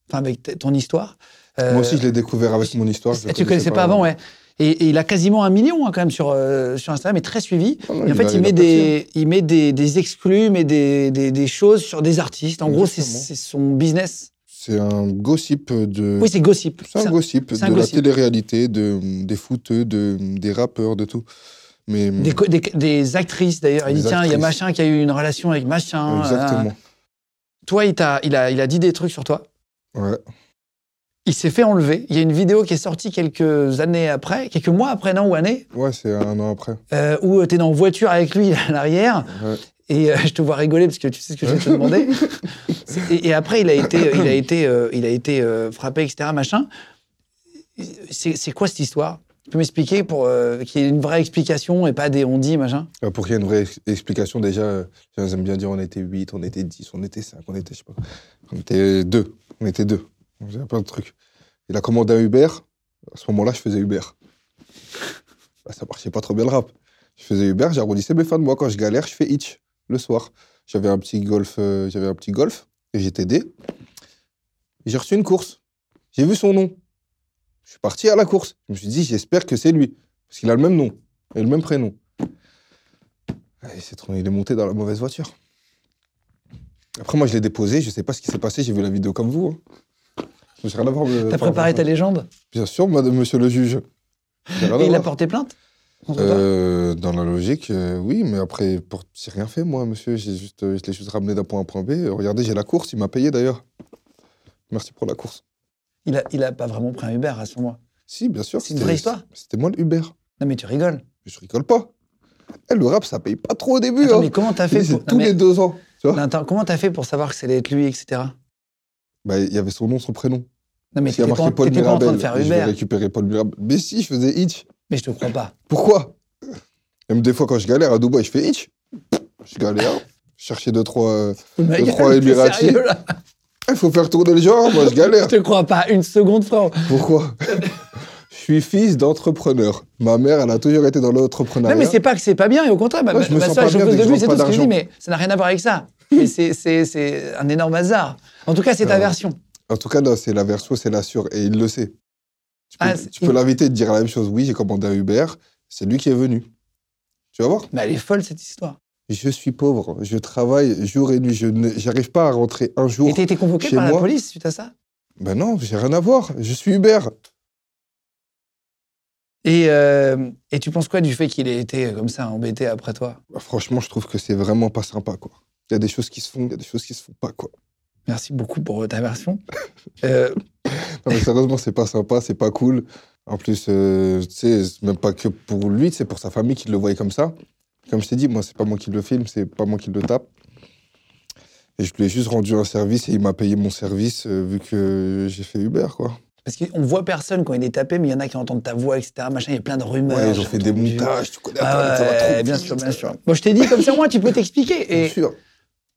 Speaker 4: enfin avec t- ton histoire. Euh,
Speaker 3: Moi aussi, je l'ai découvert avec mon histoire. je le
Speaker 4: tu connaissais pas, avant, ouais. Et, et il a quasiment un million hein, quand même sur, euh, sur Instagram, mais très suivi.
Speaker 3: Ah non,
Speaker 4: et en
Speaker 3: il
Speaker 4: fait,
Speaker 3: a-
Speaker 4: il,
Speaker 3: il
Speaker 4: met
Speaker 3: a
Speaker 4: des, il met des, des exclus, mais des, des, des choses sur des artistes. En gros, c'est
Speaker 3: Exactement.
Speaker 4: c'est son business.
Speaker 3: C'est un gossip de.
Speaker 4: Oui, c'est gossip.
Speaker 3: C'est un gossip,
Speaker 4: c'est un
Speaker 3: de
Speaker 4: gossip.
Speaker 3: la télé-réalité, de, des footeux, de, des rappeurs, de tout. Mais, euh,
Speaker 4: Des, co- des- des actrices d'ailleurs. Il
Speaker 3: Des
Speaker 4: dit tiens, il y a
Speaker 3: actrices.
Speaker 4: machin qui a eu une relation avec machin.
Speaker 3: Exactement.
Speaker 4: Euh, Toi, il, t'a- il, a, il a dit des trucs sur toi.
Speaker 3: Ouais.
Speaker 4: Il s'est fait enlever. Il y a une vidéo qui est sortie quelques années après, quelques mois après, non, ou années,
Speaker 3: ouais, c'est un an après.
Speaker 4: euh, où tu es en voiture avec lui à l'arrière.
Speaker 3: Ouais.
Speaker 4: Et euh, je te vois rigoler parce que tu sais ce que je vais te demander. C'est- Et, et après, il a été, il a été, euh, il a été euh, frappé, etc. Machin. C'est c'est quoi cette histoire Tu peux m'expliquer pour euh, qu'il y ait une vraie explication et pas des on dit, machin
Speaker 3: Euh, Pour qu'il y ait une vraie ex- explication, déjà, euh, j'aime bien dire on était 8, on était 10, on était 5, on était, je sais pas. On était 2. On était 2. On faisait plein de trucs. Il a commandé un Uber. À ce moment-là, je faisais Uber. Bah, ça marchait pas trop bien le rap. Je faisais Uber, j'arrondissais mes fins de mois. Quand je galère, je fais Hitch le soir. J'avais un petit golf, euh, j'avais un petit golf, et GTD. J'ai reçu une course. J'ai vu son nom. Je suis parti à la course. Je me suis dit, j'espère que c'est lui. Parce qu'il a le même nom et le même prénom. Ah, Il, s'est trompé, il est monté dans la mauvaise voiture. Après, moi, je l'ai déposé. Je sais pas ce qui s'est passé. J'ai vu la vidéo comme vous. hein. Je me suis rien à voir. euh,
Speaker 4: T'as
Speaker 3: par-
Speaker 4: préparé ta légende
Speaker 3: Bien sûr, madame, monsieur le juge. J'ai rien
Speaker 4: Et
Speaker 3: à
Speaker 4: il a
Speaker 3: voir.
Speaker 4: porté plainte contre toi
Speaker 3: Ah Euh, dans la logique, euh, oui, mais après, pour... j'ai rien fait, moi, monsieur. J'ai juste, euh, je l'ai juste ramené d'un point A à un point B. Euh, Regardez, j'ai la course, il m'a payé d'ailleurs. Merci pour la course.
Speaker 4: Il a, il a pas vraiment pris un Uber à ce moment.
Speaker 3: Si, bien sûr.
Speaker 4: C'est une
Speaker 3: c'était-
Speaker 4: vraie histoire
Speaker 3: C'était moi le Uber.
Speaker 4: Non, mais tu rigoles.
Speaker 3: Je rigole pas. Eh, le rap, ça paye pas trop au début.
Speaker 4: Attends,
Speaker 3: hein.
Speaker 4: mais comment t'as fait
Speaker 3: C'est
Speaker 4: pour... non,
Speaker 3: tous
Speaker 4: mais-
Speaker 3: les deux ans. Tu vois
Speaker 4: Non, attends, comment t'as fait pour savoir que c'était être lui, etc.
Speaker 3: Bah, Il y avait son nom, son prénom.
Speaker 4: Non, mais
Speaker 3: Il y a
Speaker 4: t'étais pas,
Speaker 3: marqué
Speaker 4: en-
Speaker 3: Paul
Speaker 4: t'étais pas en train de
Speaker 3: Mirabel.
Speaker 4: faire
Speaker 3: et Je vais
Speaker 4: Uber.
Speaker 3: récupérer Paul Mirabel. Mais si, je faisais Hitch.
Speaker 4: Mais je te crois pas.
Speaker 3: Pourquoi Même des fois, quand je galère à Dubaï, je fais Hitch. Je galère. Chercher deux, trois. euh,
Speaker 4: Mais
Speaker 3: trois
Speaker 4: t'es
Speaker 3: Emiratis.
Speaker 4: sérieux, là
Speaker 3: Il faut faire tourner le genre, moi je galère.
Speaker 4: Je te crois pas une seconde, frère.
Speaker 3: Pourquoi Je suis fils d'entrepreneur. Ma mère, elle a toujours été dans
Speaker 4: Non,
Speaker 3: l'entrepreneuriat.
Speaker 4: mais c'est pas que c'est pas bien, et au contraire, bah,
Speaker 3: Ouais, je me
Speaker 4: bah,
Speaker 3: sens
Speaker 4: ça,
Speaker 3: pas
Speaker 4: je
Speaker 3: bien
Speaker 4: pose
Speaker 3: dès
Speaker 4: de
Speaker 3: que
Speaker 4: vue,
Speaker 3: je
Speaker 4: c'est tout
Speaker 3: manque
Speaker 4: ce
Speaker 3: pas
Speaker 4: que je dis,
Speaker 3: d'argent.
Speaker 4: mais ça n'a rien à voir avec ça. Mais c'est- c'est c'est un énorme hasard. En tout cas, c'est ta
Speaker 3: Euh,
Speaker 4: version.
Speaker 3: En tout cas, non, c'est la version, c'est la sûre, et il le sait. Tu peux,
Speaker 4: Ah, c'est-
Speaker 3: tu peux l'inviter et te dire la même chose. Oui, j'ai commandé un Uber, c'est lui qui est venu. Tu vas voir
Speaker 4: Mais Bah, elle est folle, cette histoire.
Speaker 3: Je suis pauvre, je travaille jour et nuit, je ne- j'arrive pas à rentrer un jour.
Speaker 4: Et t'as été convoqué
Speaker 3: chez
Speaker 4: par la
Speaker 3: moi.
Speaker 4: police suite à ça
Speaker 3: Ben non, j'ai rien à voir, je suis Uber.
Speaker 4: et, euh, et tu penses quoi du fait qu'il ait été euh, comme ça embêté après toi
Speaker 3: Bah, Franchement, je trouve que c'est vraiment pas sympa, quoi. Il y a des choses qui se font, il y a des choses qui se font pas, quoi.
Speaker 4: Merci beaucoup pour euh, ta version. Euh,
Speaker 3: Non, mais sérieusement, c'est pas sympa, c'est pas cool. En plus, euh, tu sais, c'est même pas que pour lui, c'est pour sa famille qu'il le voyait comme ça. Comme je t'ai dit, moi, c'est pas moi qui le filme, c'est pas moi qui le tape. Et je lui ai juste rendu un service et il m'a payé mon service euh, vu que j'ai fait Uber, quoi.
Speaker 4: parce qu'on voit personne quand il est tapé, mais il y en a qui entendent ta voix, etc. Machin, il y a plein de rumeurs.
Speaker 3: Ouais, ils ont
Speaker 4: j'ai
Speaker 3: fait des
Speaker 4: entendu.
Speaker 3: montages, tu connais,
Speaker 4: Ah
Speaker 3: Internet, ça va
Speaker 4: ouais,
Speaker 3: trop
Speaker 4: bien
Speaker 3: vite.
Speaker 4: sûr, bien sûr. Moi, je t'ai dit comme ça, moi, tu peux t'expliquer.
Speaker 3: Bien
Speaker 4: Et,
Speaker 3: sûr.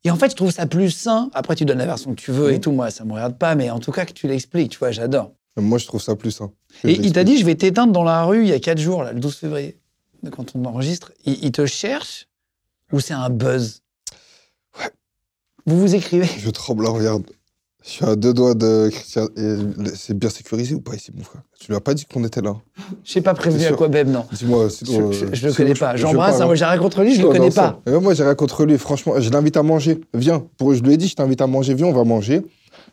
Speaker 4: et en fait, je trouve ça plus sain. Après, tu donnes la version que tu veux et
Speaker 3: Mhm.
Speaker 4: tout. Moi, ça me regarde pas, mais en tout cas, que tu l'expliques, tu vois, j'adore.
Speaker 3: Moi, je trouve ça plus hein, sain. Je
Speaker 4: Et il t'a
Speaker 3: l'explique.
Speaker 4: dit, je vais t'éteindre dans la rue il y a 4 jours, là, le 12 février, quand on enregistre. Il, il te cherche ou c'est un buzz
Speaker 3: Ouais.
Speaker 4: Vous vous écrivez
Speaker 3: Je tremble, hein, regarde. Je suis à deux doigts de Christian. Et C'est bien sécurisé ou pas ici, mon frère Tu lui as pas dit qu'on était là
Speaker 4: Je sais pas prévenu
Speaker 3: C'est
Speaker 4: à
Speaker 3: sûr.
Speaker 4: quoi même, non.
Speaker 3: Dis-moi,
Speaker 4: Je,
Speaker 3: sinon.
Speaker 4: je-
Speaker 3: euh,
Speaker 4: je le
Speaker 3: sinon,
Speaker 4: connais
Speaker 3: je-
Speaker 4: pas.
Speaker 3: je
Speaker 4: J'embrasse,
Speaker 3: parle.
Speaker 4: hein, moi, j'ai rien contre lui, je le connais
Speaker 3: Non,
Speaker 4: pas.
Speaker 3: ça. Euh, moi, j'ai rien contre lui. Franchement, je l'invite à manger. Viens. Pour, je lui ai dit, je t'invite à manger. Viens, on va manger.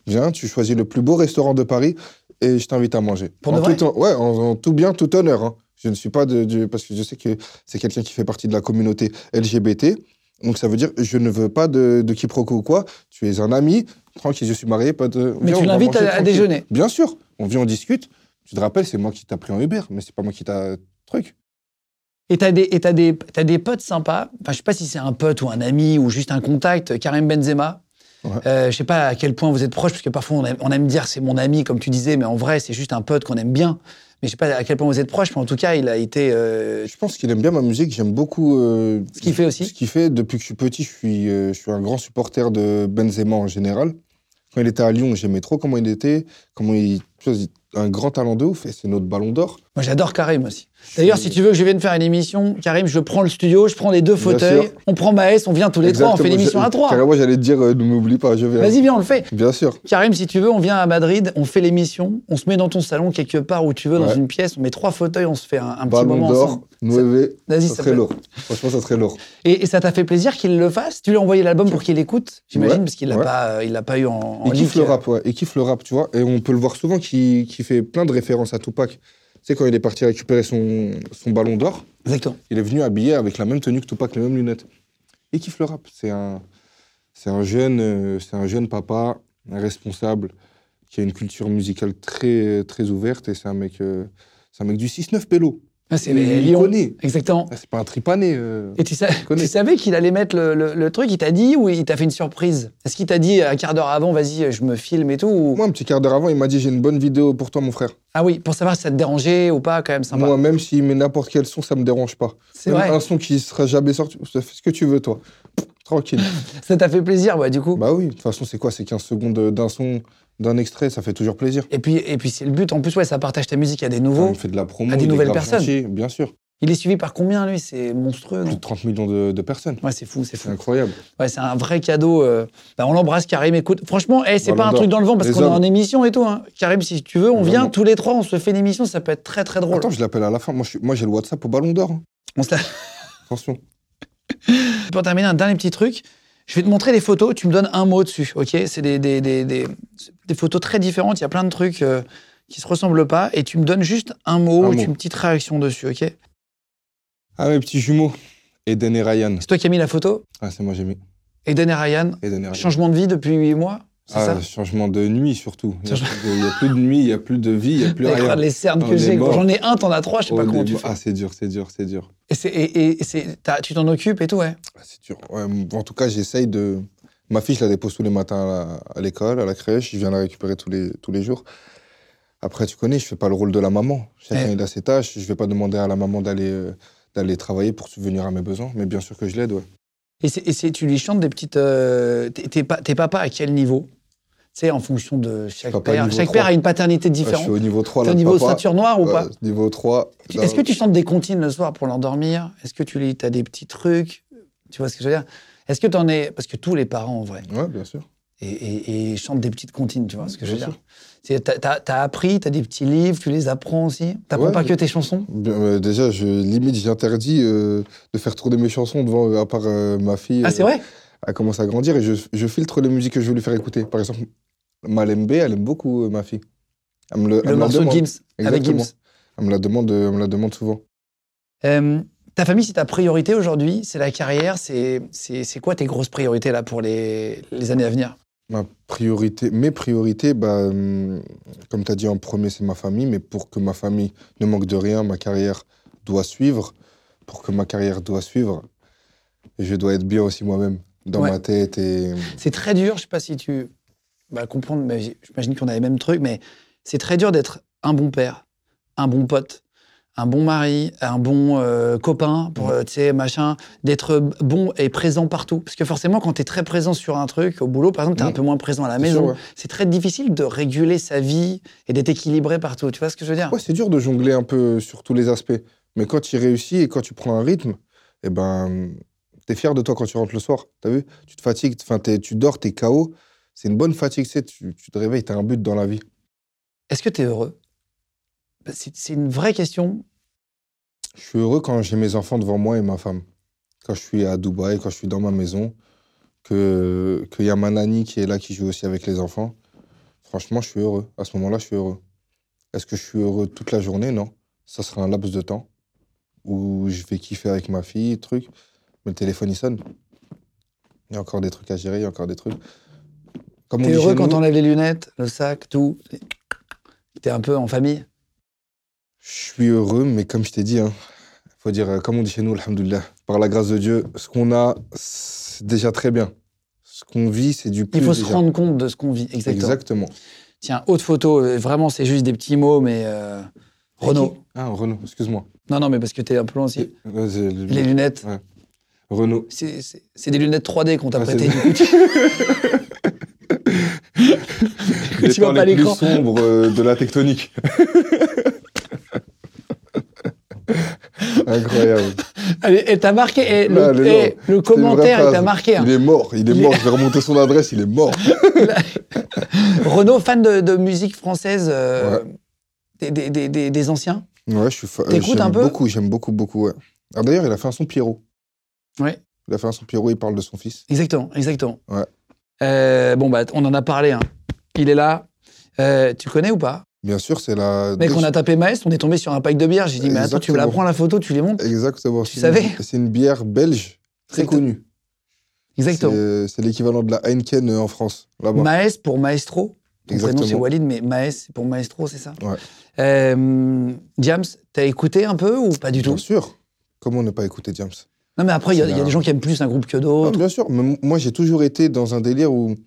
Speaker 3: Viens, tu choisis le plus beau restaurant de Paris et je t'invite à manger.
Speaker 4: Pour
Speaker 3: en
Speaker 4: de vrai
Speaker 3: tout, hon- ouais, en, en tout bien, tout honneur. hein. Je ne suis pas de, du- parce que je sais que c'est quelqu'un qui fait partie de la communauté LGBT. Donc ça veut dire, je ne veux pas de, de quiproquo ou quoi. Tu es un ami. Tranquille, je suis marié. Pas de.
Speaker 4: Mais
Speaker 3: Viens,
Speaker 4: tu
Speaker 3: on va
Speaker 4: l'invites
Speaker 3: manger
Speaker 4: à- à
Speaker 3: tranquille.
Speaker 4: déjeuner.
Speaker 3: Bien sûr. On vient, on discute. Tu te rappelles, c'est moi qui t'a pris en Uber, mais c'est pas moi qui t'a truc.
Speaker 4: Et t'as des, et t'as des, t'as des potes sympas. Enfin, je sais pas si c'est un pote ou un ami ou juste un contact. Karim Benzema,
Speaker 3: Ouais.
Speaker 4: Euh, je sais pas à quel point vous êtes proche, parce que parfois on aime, on aime dire c'est mon ami, comme tu disais, mais en vrai c'est juste un pote qu'on aime bien. Mais je sais pas à quel point vous êtes proche, mais en tout cas il a été. euh,
Speaker 3: Je pense qu'il aime bien ma musique, j'aime beaucoup. euh,
Speaker 4: Ce qu'il fait aussi.
Speaker 3: Ce qu'il fait. Depuis que je suis petit, je suis, euh, je suis un grand supporter de Benzema en général. Quand il était à Lyon, j'aimais trop comment il était, comment il. tu vois, Un grand talent de ouf, et c'est notre ballon d'or.
Speaker 4: Moi j'adore Karim aussi. D'ailleurs, si tu veux que je vienne faire une émission, Karim, je prends le studio, je prends les deux fauteuils,
Speaker 3: sûr.
Speaker 4: on prend Maës, on vient tous les trois, on fait
Speaker 3: Exactement,
Speaker 4: l'émission
Speaker 3: j'a-
Speaker 4: à trois.
Speaker 3: Carrément, j'allais te dire, euh, ne m'oublie pas, je vais.
Speaker 4: Vas-y, viens, on le fait.
Speaker 3: Bien sûr.
Speaker 4: Karim, si tu veux, on vient à Madrid, on fait l'émission, on se met dans ton salon quelque part où tu veux, dans
Speaker 3: Ouais.
Speaker 4: une pièce, on met trois fauteuils, on se fait un, un petit
Speaker 3: Ballon
Speaker 4: moment
Speaker 3: d'or,
Speaker 4: ensemble.
Speaker 3: Nueve,
Speaker 4: Vas-y,
Speaker 3: ça
Speaker 4: ça
Speaker 3: serait
Speaker 4: peut-
Speaker 3: lourd. Franchement, ça serait lourd.
Speaker 4: Et, et ça t'a fait plaisir qu'il le fasse Tu lui as envoyé l'album pour qu'il écoute, j'imagine,
Speaker 3: Ouais,
Speaker 4: parce qu'il l'a
Speaker 3: ouais.
Speaker 4: pas, euh, il l'a pas eu en, en
Speaker 3: Il kiffe
Speaker 4: livre.
Speaker 3: le rap, ouais. Il kiffe le rap, tu vois. Et on peut le voir souvent qui, qui fait plein de références à Tupac. Tu sais, quand il est parti récupérer son, son ballon d'or,
Speaker 4: Exactement.
Speaker 3: il est venu habillé avec la même tenue que Tupac, les mêmes lunettes. Il kiffe le rap. C'est un, c'est un, jeune, euh, c'est un jeune papa, un responsable, qui a une culture musicale très, très ouverte. Et c'est un mec, euh, c'est un mec du 6-9 Pélo.
Speaker 4: Ah, C'est
Speaker 3: Il
Speaker 4: les
Speaker 3: il
Speaker 4: Lions.
Speaker 3: connaît.
Speaker 4: Exactement.
Speaker 3: Ah, C'est pas un tripané. euh.
Speaker 4: Et tu, sa-
Speaker 3: connaît.
Speaker 4: tu savais qu'il allait mettre le, le- le truc, il t'a dit ou il t'a fait une surprise Est-ce qu'il t'a dit un quart d'heure avant, vas-y, je me filme et tout ou-
Speaker 3: Moi, un petit quart d'heure avant, il m'a dit J'ai une bonne vidéo pour toi, mon frère.
Speaker 4: Ah oui, pour savoir si ça te dérangeait ou pas, quand même sympa.
Speaker 3: Moi, même s'il met n'importe quel son, ça me dérange pas.
Speaker 4: Ah bah. C'est
Speaker 3: Même
Speaker 4: vrai.
Speaker 3: Un son qui sera jamais sorti. Fais ce que tu veux, toi. Tranquille.
Speaker 4: Ça t'a fait plaisir, ouais, du coup.
Speaker 3: bah oui, de toute façon, c'est quoi C'est 15 secondes euh, d'un son, d'un extrait, ça fait toujours plaisir.
Speaker 4: Et puis, et puis c'est le but. En plus, ouais, ça partage ta musique à des
Speaker 3: Ça
Speaker 4: nouveaux.
Speaker 3: me fait de la promo.
Speaker 4: à des
Speaker 3: il est
Speaker 4: nouvelles
Speaker 3: grave
Speaker 4: personnes.
Speaker 3: gentil, bien sûr.
Speaker 4: Il est suivi par combien, lui C'est monstrueux,
Speaker 3: Plus
Speaker 4: non
Speaker 3: de 30 millions de, de personnes.
Speaker 4: Ouais, c'est fou, c'est
Speaker 3: C'est
Speaker 4: fou.
Speaker 3: incroyable.
Speaker 4: Ouais, c'est un vrai cadeau. euh. Bah, on l'embrasse, Karim. Écoute, franchement, eh, c'est
Speaker 3: Ballon
Speaker 4: pas un
Speaker 3: d'or.
Speaker 4: truc dans le vent parce
Speaker 3: Les
Speaker 4: qu'on est
Speaker 3: hommes.
Speaker 4: en émission et tout. hein. Karim, si tu veux, on vient
Speaker 3: Vraiment.
Speaker 4: tous les trois, on se fait une émission, ça peut être très très drôle.
Speaker 3: Attends, je l'appelle à la fin. Moi, je suis- moi, j'ai le WhatsApp au Ballon d'Or. hein.
Speaker 4: On se la-
Speaker 3: Attention.
Speaker 4: Pour terminer, un dernier petit truc. Je vais te montrer des photos, tu me donnes un mot dessus, ok C'est des, des, des, des, des photos très différentes, il y a plein de trucs euh, qui se ressemblent pas, et tu me donnes juste un mot,
Speaker 3: Un
Speaker 4: tu
Speaker 3: mot.
Speaker 4: une petite réaction dessus, ok C'est
Speaker 3: Ah, mes petits jumeaux. Eden et Ryan.
Speaker 4: toi qui as mis la photo
Speaker 3: Ah, c'est moi, j'ai mis.
Speaker 4: Eden et Ryan,
Speaker 3: Eden et Ryan.
Speaker 4: changement de vie depuis 8 mois C'est
Speaker 3: Ah,
Speaker 4: ça
Speaker 3: changement de nuit surtout. Il n'y a, plus de- il y a plus de nuit, il n'y a plus de vie, il n'y a plus
Speaker 4: Avec
Speaker 3: rien.
Speaker 4: les cernes que
Speaker 3: On est
Speaker 4: j'ai, quand
Speaker 3: mort.
Speaker 4: j'en ai un, t'en as trois, je sais
Speaker 3: Au
Speaker 4: pas comment tu
Speaker 3: début-
Speaker 4: fais.
Speaker 3: Ah, c'est dur, c'est dur, c'est dur.
Speaker 4: Et, c'est- et- et c'est- t'as- tu t'en occupes et tout, ouais.
Speaker 3: Ah, C'est dur. Ouais, m- en tout cas, j'essaye de. Ma fille, je la dépose tous les matins à la- à l'école, à, la crèche. Je viens la récupérer tous les, tous les jours. Après, tu connais, je fais pas le rôle de la maman. Chacun
Speaker 4: Eh.
Speaker 3: il a ses tâches. Je vais pas demander à la maman d'aller euh, d'aller travailler pour subvenir à mes besoins. Mais bien sûr que je l'aide. ouais.
Speaker 4: Et, c'est- et c'est- tu lui chantes des petites. euh, t'es- t'es pa- t'es papa à quel niveau Tu sais, en fonction de chaque
Speaker 3: Papa
Speaker 4: père.
Speaker 3: niveau
Speaker 4: Chaque
Speaker 3: 3.
Speaker 4: père a une paternité
Speaker 3: Ouais, je
Speaker 4: différente.
Speaker 3: suis au niveau 3.
Speaker 4: T'es
Speaker 3: là,
Speaker 4: au
Speaker 3: de
Speaker 4: niveau
Speaker 3: papa. Euh, bah,
Speaker 4: ceinture noire ou
Speaker 3: Ouais,
Speaker 4: pas
Speaker 3: Niveau 3.
Speaker 4: Tu- Est-ce que tu chantes des comptines le soir pour l'endormir Est-ce que tu lui as des petits trucs Tu vois ce que je veux dire Est-ce que t'en es parce que tous les parents en vrai
Speaker 3: Ouais, bien sûr.
Speaker 4: et, et- et chantent des petites comptines, tu vois ce que je veux
Speaker 3: Bien
Speaker 4: dire C'est- T'as t'as- t'as appris, t'as des petits livres, tu les apprends aussi. T'apprends
Speaker 3: Ouais,
Speaker 4: pas
Speaker 3: je-
Speaker 4: que tes chansons.
Speaker 3: Bien, euh, déjà, je, limite, j'interdis euh, de faire tourner mes chansons devant, euh, à part euh, ma fille.
Speaker 4: Ah
Speaker 3: euh,
Speaker 4: c'est vrai
Speaker 3: Elle commence à grandir et je, je filtre les musiques que je veux lui faire écouter. Par exemple, Malembe, elle aime beaucoup euh, ma fille. Elle me le, elle me
Speaker 4: Le
Speaker 3: la
Speaker 4: morceau de
Speaker 3: Ah, demande.
Speaker 4: Gims avec
Speaker 3: Exactement.
Speaker 4: Gims.
Speaker 3: Elle me la demande, euh, elle me la demande souvent.
Speaker 4: Euh, ta famille, c'est ta priorité aujourd'hui, c'est la carrière, c'est c'est c'est quoi tes grosses priorités là pour les, les années à venir
Speaker 3: Ma priorité, mes priorités, bah, hum, comme tu as dit en premier, c'est ma famille, mais pour que ma famille ne manque de rien, ma carrière doit suivre. Pour que ma carrière doit suivre, je dois être bien aussi moi-même, dans
Speaker 4: Ouais.
Speaker 3: ma tête. Et...
Speaker 4: C'est très dur, je sais pas si tu vas comprendre, mais j- j'imagine qu'on a les mêmes trucs, mais c'est très dur d'être un bon père, un bon pote, un bon mari, un bon euh, copain, pour, euh, tu sais, machin, d'être b- bon et présent partout. Parce que forcément, quand tu es très présent sur un truc, au boulot, par exemple, tu es un
Speaker 3: Mhm.
Speaker 4: peu moins présent à la
Speaker 3: C'est
Speaker 4: maison.
Speaker 3: sûr, ouais.
Speaker 4: C'est très difficile de réguler sa vie et d'être équilibré partout. Tu vois ce que je veux dire
Speaker 3: Ouais, c'est dur de jongler un peu sur tous les aspects. Mais quand tu réussis et quand tu prends un rythme, eh ben, t'es fier de toi quand tu rentres le soir. T'as vu Tu te fatigues, enfin, t'es- tu dors, t'es KO. C'est une bonne fatigue, tu, sais, tu tu te réveilles, t'as un but dans la vie.
Speaker 4: Est-ce que tu es heureux Bah, c'est c'est une vraie question.
Speaker 3: Je suis heureux quand j'ai mes enfants devant moi et ma femme. Quand je suis à Dubaï, quand je suis dans ma maison, que qu'il y a ma nanny qui est là, qui joue aussi avec les enfants. Franchement, je suis heureux. À ce moment-là, je suis heureux. Est-ce que je suis heureux toute la journée Non. Ça sera un laps de temps où je vais kiffer avec ma fille, truc. Mais le téléphone, il sonne. Il y a encore des trucs à gérer, il y a encore des trucs. Comme
Speaker 4: T'es
Speaker 3: dit
Speaker 4: heureux
Speaker 3: chez
Speaker 4: quand
Speaker 3: nous,
Speaker 4: t'enlèves les lunettes, le sac, tout. T'es un peu en famille.
Speaker 3: Je suis heureux, mais comme je t'ai dit, hein, faut dire, euh, comme on dit chez nous, alhamdoulilah, par la grâce de Dieu, ce qu'on a, c'est déjà très bien. Ce ce qu'on vit, c'est du plus.
Speaker 4: Il faut se
Speaker 3: déjà.
Speaker 4: rendre compte de ce qu'on vit, exactement.
Speaker 3: Exactement.
Speaker 4: Tiens, haute photo, euh, vraiment, c'est juste des petits mots, mais. euh, Renault.
Speaker 3: Ah, Renault, excuse-moi.
Speaker 4: Non, non, mais parce que t'es un peu lancé.
Speaker 3: Euh, c'est-
Speaker 4: Les lunettes.
Speaker 3: Renault.
Speaker 4: C'est- C'est c'est des lunettes 3D qu'on t'a
Speaker 3: Ah, c'est-
Speaker 4: prêtées. du coup, tu-
Speaker 3: Les
Speaker 4: tu vois
Speaker 3: temps
Speaker 4: pas
Speaker 3: les plus
Speaker 4: l'écran.
Speaker 3: sombres euh, de la tectonique. Incroyable.
Speaker 4: Allez, et t'as marqué. eh, le,
Speaker 3: Ah, le
Speaker 4: eh, le
Speaker 3: nom. C'est une vraie
Speaker 4: commentaire, il t'a
Speaker 3: phrase.
Speaker 4: marqué. hein.
Speaker 3: Il est mort, il est
Speaker 4: Il est-
Speaker 3: mort. Je vais remonter son adresse, il est mort.
Speaker 4: Renaud, fan de, de musique française euh, des, des- des- des- des anciens
Speaker 3: Ouais, je suis. fa- euh,
Speaker 4: T'écoutes
Speaker 3: j'aime
Speaker 4: un peu
Speaker 3: Beaucoup, j'aime beaucoup, beaucoup. Ouais. Ah, d'ailleurs, il a fait un son Pierrot.
Speaker 4: Ouais.
Speaker 3: Il a fait un son Pierrot. Il parle de son fils.
Speaker 4: Exactement, exactement.
Speaker 3: Ouais.
Speaker 4: Euh, bon, bah, on en a parlé. hein. Il est là. Euh, tu connais ou pas
Speaker 3: Bien sûr, c'est la.
Speaker 4: Mec, on a tapé Maest, on est tombé sur un pack de bière. J'ai dit, mais attends, tu me la
Speaker 3: Exactement.
Speaker 4: prends la photo, tu les montes
Speaker 3: Exactement.
Speaker 4: Tu
Speaker 3: c'est une-
Speaker 4: savais
Speaker 3: C'est une bière belge très
Speaker 4: Exactement.
Speaker 3: connue.
Speaker 4: Exactement.
Speaker 3: C'est- C'est l'équivalent de la Heineken euh, en France, là-bas.
Speaker 4: Maes pour maestro. Ton prénom
Speaker 3: Exactement.
Speaker 4: c'est Walid, mais Maes c'est pour maestro, c'est ça
Speaker 3: Ouais.
Speaker 4: Euh, James, t'as écouté un peu ou pas du tout
Speaker 3: Bien sûr. Comment ne pas écouter James
Speaker 4: Non, mais après, il y, a-
Speaker 3: C'est
Speaker 4: il y a
Speaker 3: la-
Speaker 4: des gens qui aiment plus un groupe que
Speaker 3: Ah,
Speaker 4: d'autres.
Speaker 3: Bien sûr. Mais m- moi, j'ai toujours été dans un délire où, tu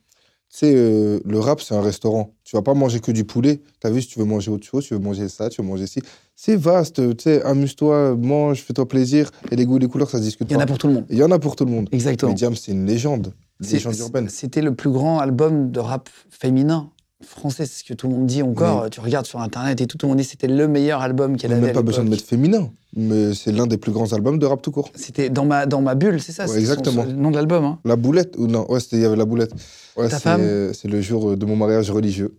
Speaker 3: sais, euh, le rap, c'est un restaurant. Tu vas pas manger que du poulet. T'as vu, si tu veux manger autre chose, tu veux manger ça, tu veux manger ci. C'est vaste. Tu sais, amuse-toi, mange, fais-toi plaisir. Et les goûts, les couleurs, ça se discute
Speaker 4: Il y en
Speaker 3: pas.
Speaker 4: a pour tout le monde.
Speaker 3: Il y en a pour tout le monde.
Speaker 4: Exactement.
Speaker 3: Mais James, c'est une légende. Une
Speaker 4: C'est-
Speaker 3: légende urbaine.
Speaker 4: C'était le plus grand album de rap féminin français, c'est ce que tout le monde dit encore. Tu regardes sur Internet et tout, tout le monde dit que c'était le meilleur album
Speaker 3: On
Speaker 4: qu'elle
Speaker 3: n'a
Speaker 4: avait.
Speaker 3: même
Speaker 4: à
Speaker 3: pas besoin de
Speaker 4: l'époque.
Speaker 3: mettre féminin. Mais c'est l'un des plus grands albums de rap tout court.
Speaker 4: C'était dans ma, dans ma bulle, c'est ça
Speaker 3: Ouais,
Speaker 4: c'est son-
Speaker 3: exactement.
Speaker 4: son- le nom de l'album. hein.
Speaker 3: La boulette ou non Ouais, c'était- il y avait la boulette. Ouais,
Speaker 4: Ta
Speaker 3: c'est- euh,
Speaker 4: femme
Speaker 3: C'est le jour de mon mariage religieux.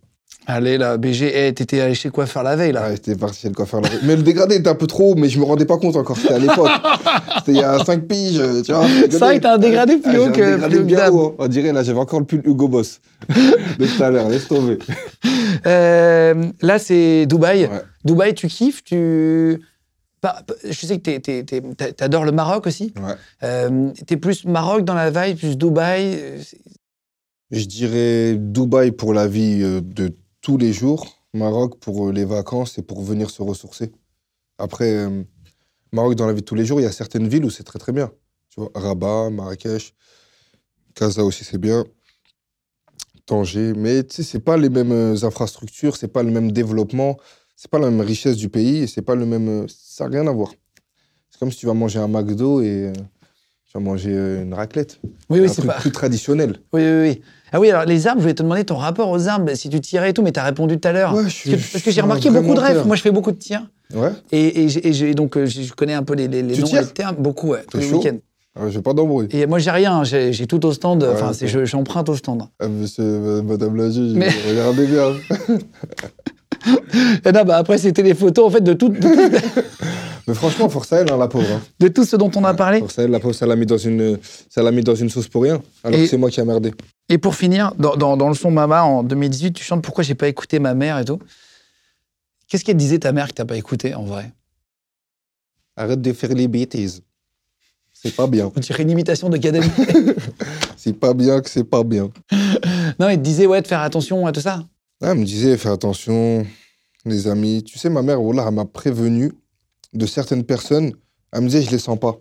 Speaker 4: Allez, là, BG, eh, t'étais allé chez quoi faire la veille, là
Speaker 3: Ouais, Ah, j'étais parti chez le coiffeur. là. Mais le dégradé était un peu trop haut, mais je me rendais pas compte encore. C'était à l'époque. c'était il y a 5 piges, tu vois.
Speaker 4: C'est vrai que t'as un dégradé plus
Speaker 3: Ah, j'ai
Speaker 4: haut
Speaker 3: un
Speaker 4: que-
Speaker 3: dégradé
Speaker 4: plus haut que
Speaker 3: bien
Speaker 4: d'hab.
Speaker 3: haut, hein. On dirait, là, j'avais encore le pull Hugo Boss de tout à l'heure. Laisse tomber.
Speaker 4: Euh, là, c'est Dubaï.
Speaker 3: Ouais.
Speaker 4: Dubaï, tu kiffes, tu. Pas- pas- je sais que t'es- t'es- t'es- t'a- t'adores le Maroc aussi.
Speaker 3: Ouais.
Speaker 4: Euh, t'es plus Maroc dans la vibe, plus Dubaï. euh, c'est-
Speaker 3: Je dirais Dubaï pour la vie euh, de tous les jours, Maroc pour euh, les vacances et pour venir se ressourcer. Après, euh, Maroc dans la vie de tous les jours, il y a certaines villes où c'est très très bien. Tu vois, Rabat, Marrakech, Casa aussi c'est bien, Tanger, mais tu sais, c'est pas les mêmes euh, infrastructures, c'est pas le même développement, c'est pas la même richesse du pays et c'est pas le même. euh, Ça n'a rien à voir. C'est comme si tu vas manger un McDo et euh, tu vas manger euh, une raclette.
Speaker 4: Oui, oui,
Speaker 3: un
Speaker 4: c'est
Speaker 3: truc
Speaker 4: pas.
Speaker 3: plus traditionnel.
Speaker 4: Oui, oui, oui. Ah oui, alors les armes, je voulais te demander ton rapport aux armes, si tu tirais et tout, mais t'as répondu tout à l'heure.
Speaker 3: Ouais, je
Speaker 4: parce
Speaker 3: suis-
Speaker 4: que,
Speaker 3: je
Speaker 4: parce que
Speaker 3: suis
Speaker 4: j'ai
Speaker 3: un
Speaker 4: remarqué
Speaker 3: vrai
Speaker 4: beaucoup de rêves.
Speaker 3: menteur.
Speaker 4: Moi, je fais beaucoup de tirs.
Speaker 3: Ouais.
Speaker 4: Et, et j'ai- et j'ai- donc, euh, je je connais un peu les, les, les
Speaker 3: Tu
Speaker 4: noms,
Speaker 3: tires
Speaker 4: les termes, beaucoup, ouais, tous
Speaker 3: T'es
Speaker 4: les
Speaker 3: chaud
Speaker 4: week-ends.
Speaker 3: Ah, J'ai pas d'embrouille.
Speaker 4: Et moi, j'ai rien, hein, j'ai j'ai tout au stand,
Speaker 3: Ouais,
Speaker 4: enfin,
Speaker 3: ok.
Speaker 4: c'est- je- j'emprunte au stand.
Speaker 3: Ah, monsieur, euh, madame la juge,
Speaker 4: Mais-
Speaker 3: regardez bien.
Speaker 4: Et non, bah, après, c'était les photos, en fait, de tout, de, tout,
Speaker 3: Mais franchement, force à elle, hein, la pauvre. hein.
Speaker 4: de tout ce dont on a parlé.
Speaker 3: Force à elle, la pauvre, ça l'a mis dans une, ça l'a mis dans une sauce pour rien. Alors
Speaker 4: Et-
Speaker 3: que c'est moi qui a merdé.
Speaker 4: Et pour finir, dans, dans- dans le son Mama en 2018, tu chantes Pourquoi j'ai pas écouté ma mère et tout. Qu'est-ce qu'elle disait ta mère que t'as pas écouté en vrai
Speaker 3: Arrête de faire les bêtises. C'est pas bien.
Speaker 4: On dirait une imitation de Gad Elmaleh.
Speaker 3: C'est pas bien que c'est pas bien.
Speaker 4: non, elle te disait ouais de faire attention à tout ça.
Speaker 3: Ah, elle me disait, fais attention, les amis. Tu sais, ma mère, voilà, elle m'a prévenu de certaines personnes. Elle me disait, je les sens pas.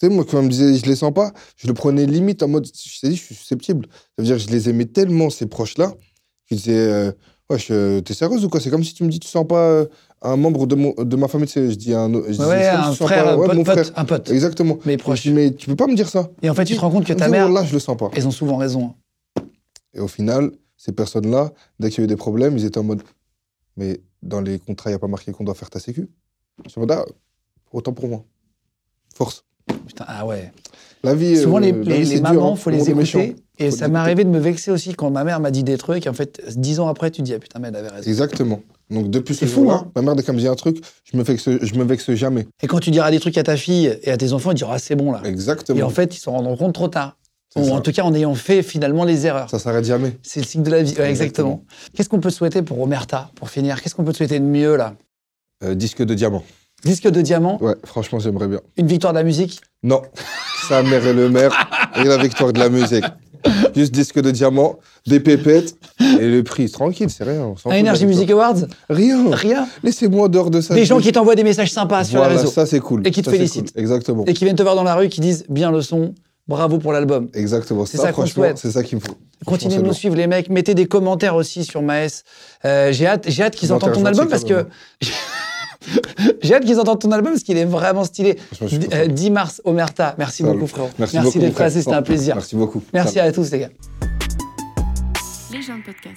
Speaker 3: Tu sais, moi, quand elle me disait, je les sens pas, je le prenais limite en mode, je t'ai dit, je suis susceptible. Ça veut dire, que je les aimais tellement, ces proches-là, je disais, euh, wesh, euh, t'es sérieuse ou quoi C'est comme si tu me dis, tu sens pas euh, un membre de, mon- de ma famille, tu sais, je dis, un, autre- je disais,
Speaker 4: Ouais, ouais,
Speaker 3: Sam, tu
Speaker 4: un
Speaker 3: sens
Speaker 4: frère,
Speaker 3: pas-
Speaker 4: un
Speaker 3: ouais,
Speaker 4: pote,
Speaker 3: mon
Speaker 4: pote,
Speaker 3: frère.
Speaker 4: un pote.
Speaker 3: Exactement.
Speaker 4: Mais
Speaker 3: Et je
Speaker 4: proche.
Speaker 3: dis, mais tu peux pas me dire ça.
Speaker 4: Et en fait, tu te rends compte que
Speaker 3: Elle me
Speaker 4: ta
Speaker 3: dit,
Speaker 4: mère,
Speaker 3: Wallah, je le sens pas.
Speaker 4: elles ont souvent raison. hein.
Speaker 3: Et au final, ces personnes-là, dès qu'il y a eu des problèmes, ils étaient en mode Mais dans les contrats, il n'y a pas marqué qu'on doit faire ta sécu. Je suis en mode Ah, autant pour moi. Force.
Speaker 4: Putain, ah ouais.
Speaker 3: La vie.
Speaker 4: souvent,
Speaker 3: euh,
Speaker 4: les,
Speaker 3: la
Speaker 4: les-
Speaker 3: vie,
Speaker 4: les
Speaker 3: c'est dur,
Speaker 4: mamans,
Speaker 3: hein.
Speaker 4: faut
Speaker 3: Le
Speaker 4: les
Speaker 3: monde est méchant.
Speaker 4: écouter. Et
Speaker 3: Faut
Speaker 4: ça
Speaker 3: les
Speaker 4: m'est arrivé de me vexer aussi quand ma mère m'a dit des trucs. Et en fait, dix ans après, tu te dis ah putain, mais elle avait raison.
Speaker 3: Exactement. Donc, depuis
Speaker 4: C'est
Speaker 3: ce
Speaker 4: fou,
Speaker 3: jour-là,
Speaker 4: hein.
Speaker 3: ma mère, dès qu'elle me dit un truc, je me vexe, je me vexe jamais.
Speaker 4: Et quand tu diras des trucs à ta fille et à tes enfants, ils diront ah c'est bon là.
Speaker 3: Exactement.
Speaker 4: Et en fait, ils s'en rendront compte trop tard.
Speaker 3: C'est
Speaker 4: Ou
Speaker 3: ça.
Speaker 4: en tout cas, en ayant fait finalement les erreurs.
Speaker 3: Ça s'arrête jamais.
Speaker 4: C'est le cycle de la vie. Ouais, exactement. Qu'est-ce qu'on peut te souhaiter pour Omerta, pour finir Qu'est-ce qu'on peut te souhaiter de mieux, là
Speaker 3: Euh, disque de diamant.
Speaker 4: Disque de diamant,
Speaker 3: Ouais, franchement, j'aimerais bien.
Speaker 4: une victoire de la musique.
Speaker 3: Non. Sa mère et le maire et la victoire de la musique. Juste disque de diamant, des pépettes et le prix. Tranquille, c'est rien. on s'en
Speaker 4: Un
Speaker 3: fout de la
Speaker 4: Energy
Speaker 3: victoire. Oh.
Speaker 4: Music Awards
Speaker 3: Rien.
Speaker 4: Rien.
Speaker 3: Laissez-moi dehors de ça.
Speaker 4: Ah. Des
Speaker 3: Euh, je
Speaker 4: gens
Speaker 3: vais-
Speaker 4: qui t'envoient des messages sympas sur les
Speaker 3: Voilà,
Speaker 4: réseaux.
Speaker 3: ça c'est cool.
Speaker 4: Et qui te
Speaker 3: Ça, c'est
Speaker 4: félicitent.
Speaker 3: cool. Exactement.
Speaker 4: Et qui viennent te voir dans la rue, qui disent bien le son, Bravo pour l'album.
Speaker 3: Exactement.
Speaker 4: C'est
Speaker 3: C'est
Speaker 4: ça
Speaker 3: ça,
Speaker 4: qu'on
Speaker 3: franchement,
Speaker 4: souhaite.
Speaker 3: c'est ça qu'il me faut.
Speaker 4: Continuez
Speaker 3: Franchement,
Speaker 4: de
Speaker 3: c'est
Speaker 4: nous
Speaker 3: lourd.
Speaker 4: suivre, les mecs. Mettez des commentaires aussi sur Maes. Euh, j'ai hâte, j'ai hâte qu'ils entendent ton
Speaker 3: Commentaire
Speaker 4: album
Speaker 3: gentil,
Speaker 4: parce
Speaker 3: quand
Speaker 4: que. j'ai hâte qu'ils entendent ton album parce qu'il est vraiment stylé.
Speaker 3: Franchement, je suis
Speaker 4: D-
Speaker 3: content.
Speaker 4: euh, 10 mars, Omerta. Merci beaucoup, frérot.
Speaker 3: Merci, beaucoup,
Speaker 4: d'être
Speaker 3: frère.
Speaker 4: passé, c'était un plaisir.
Speaker 3: Merci beaucoup.
Speaker 4: Merci à tous, les gars.
Speaker 5: Les gens de podcast.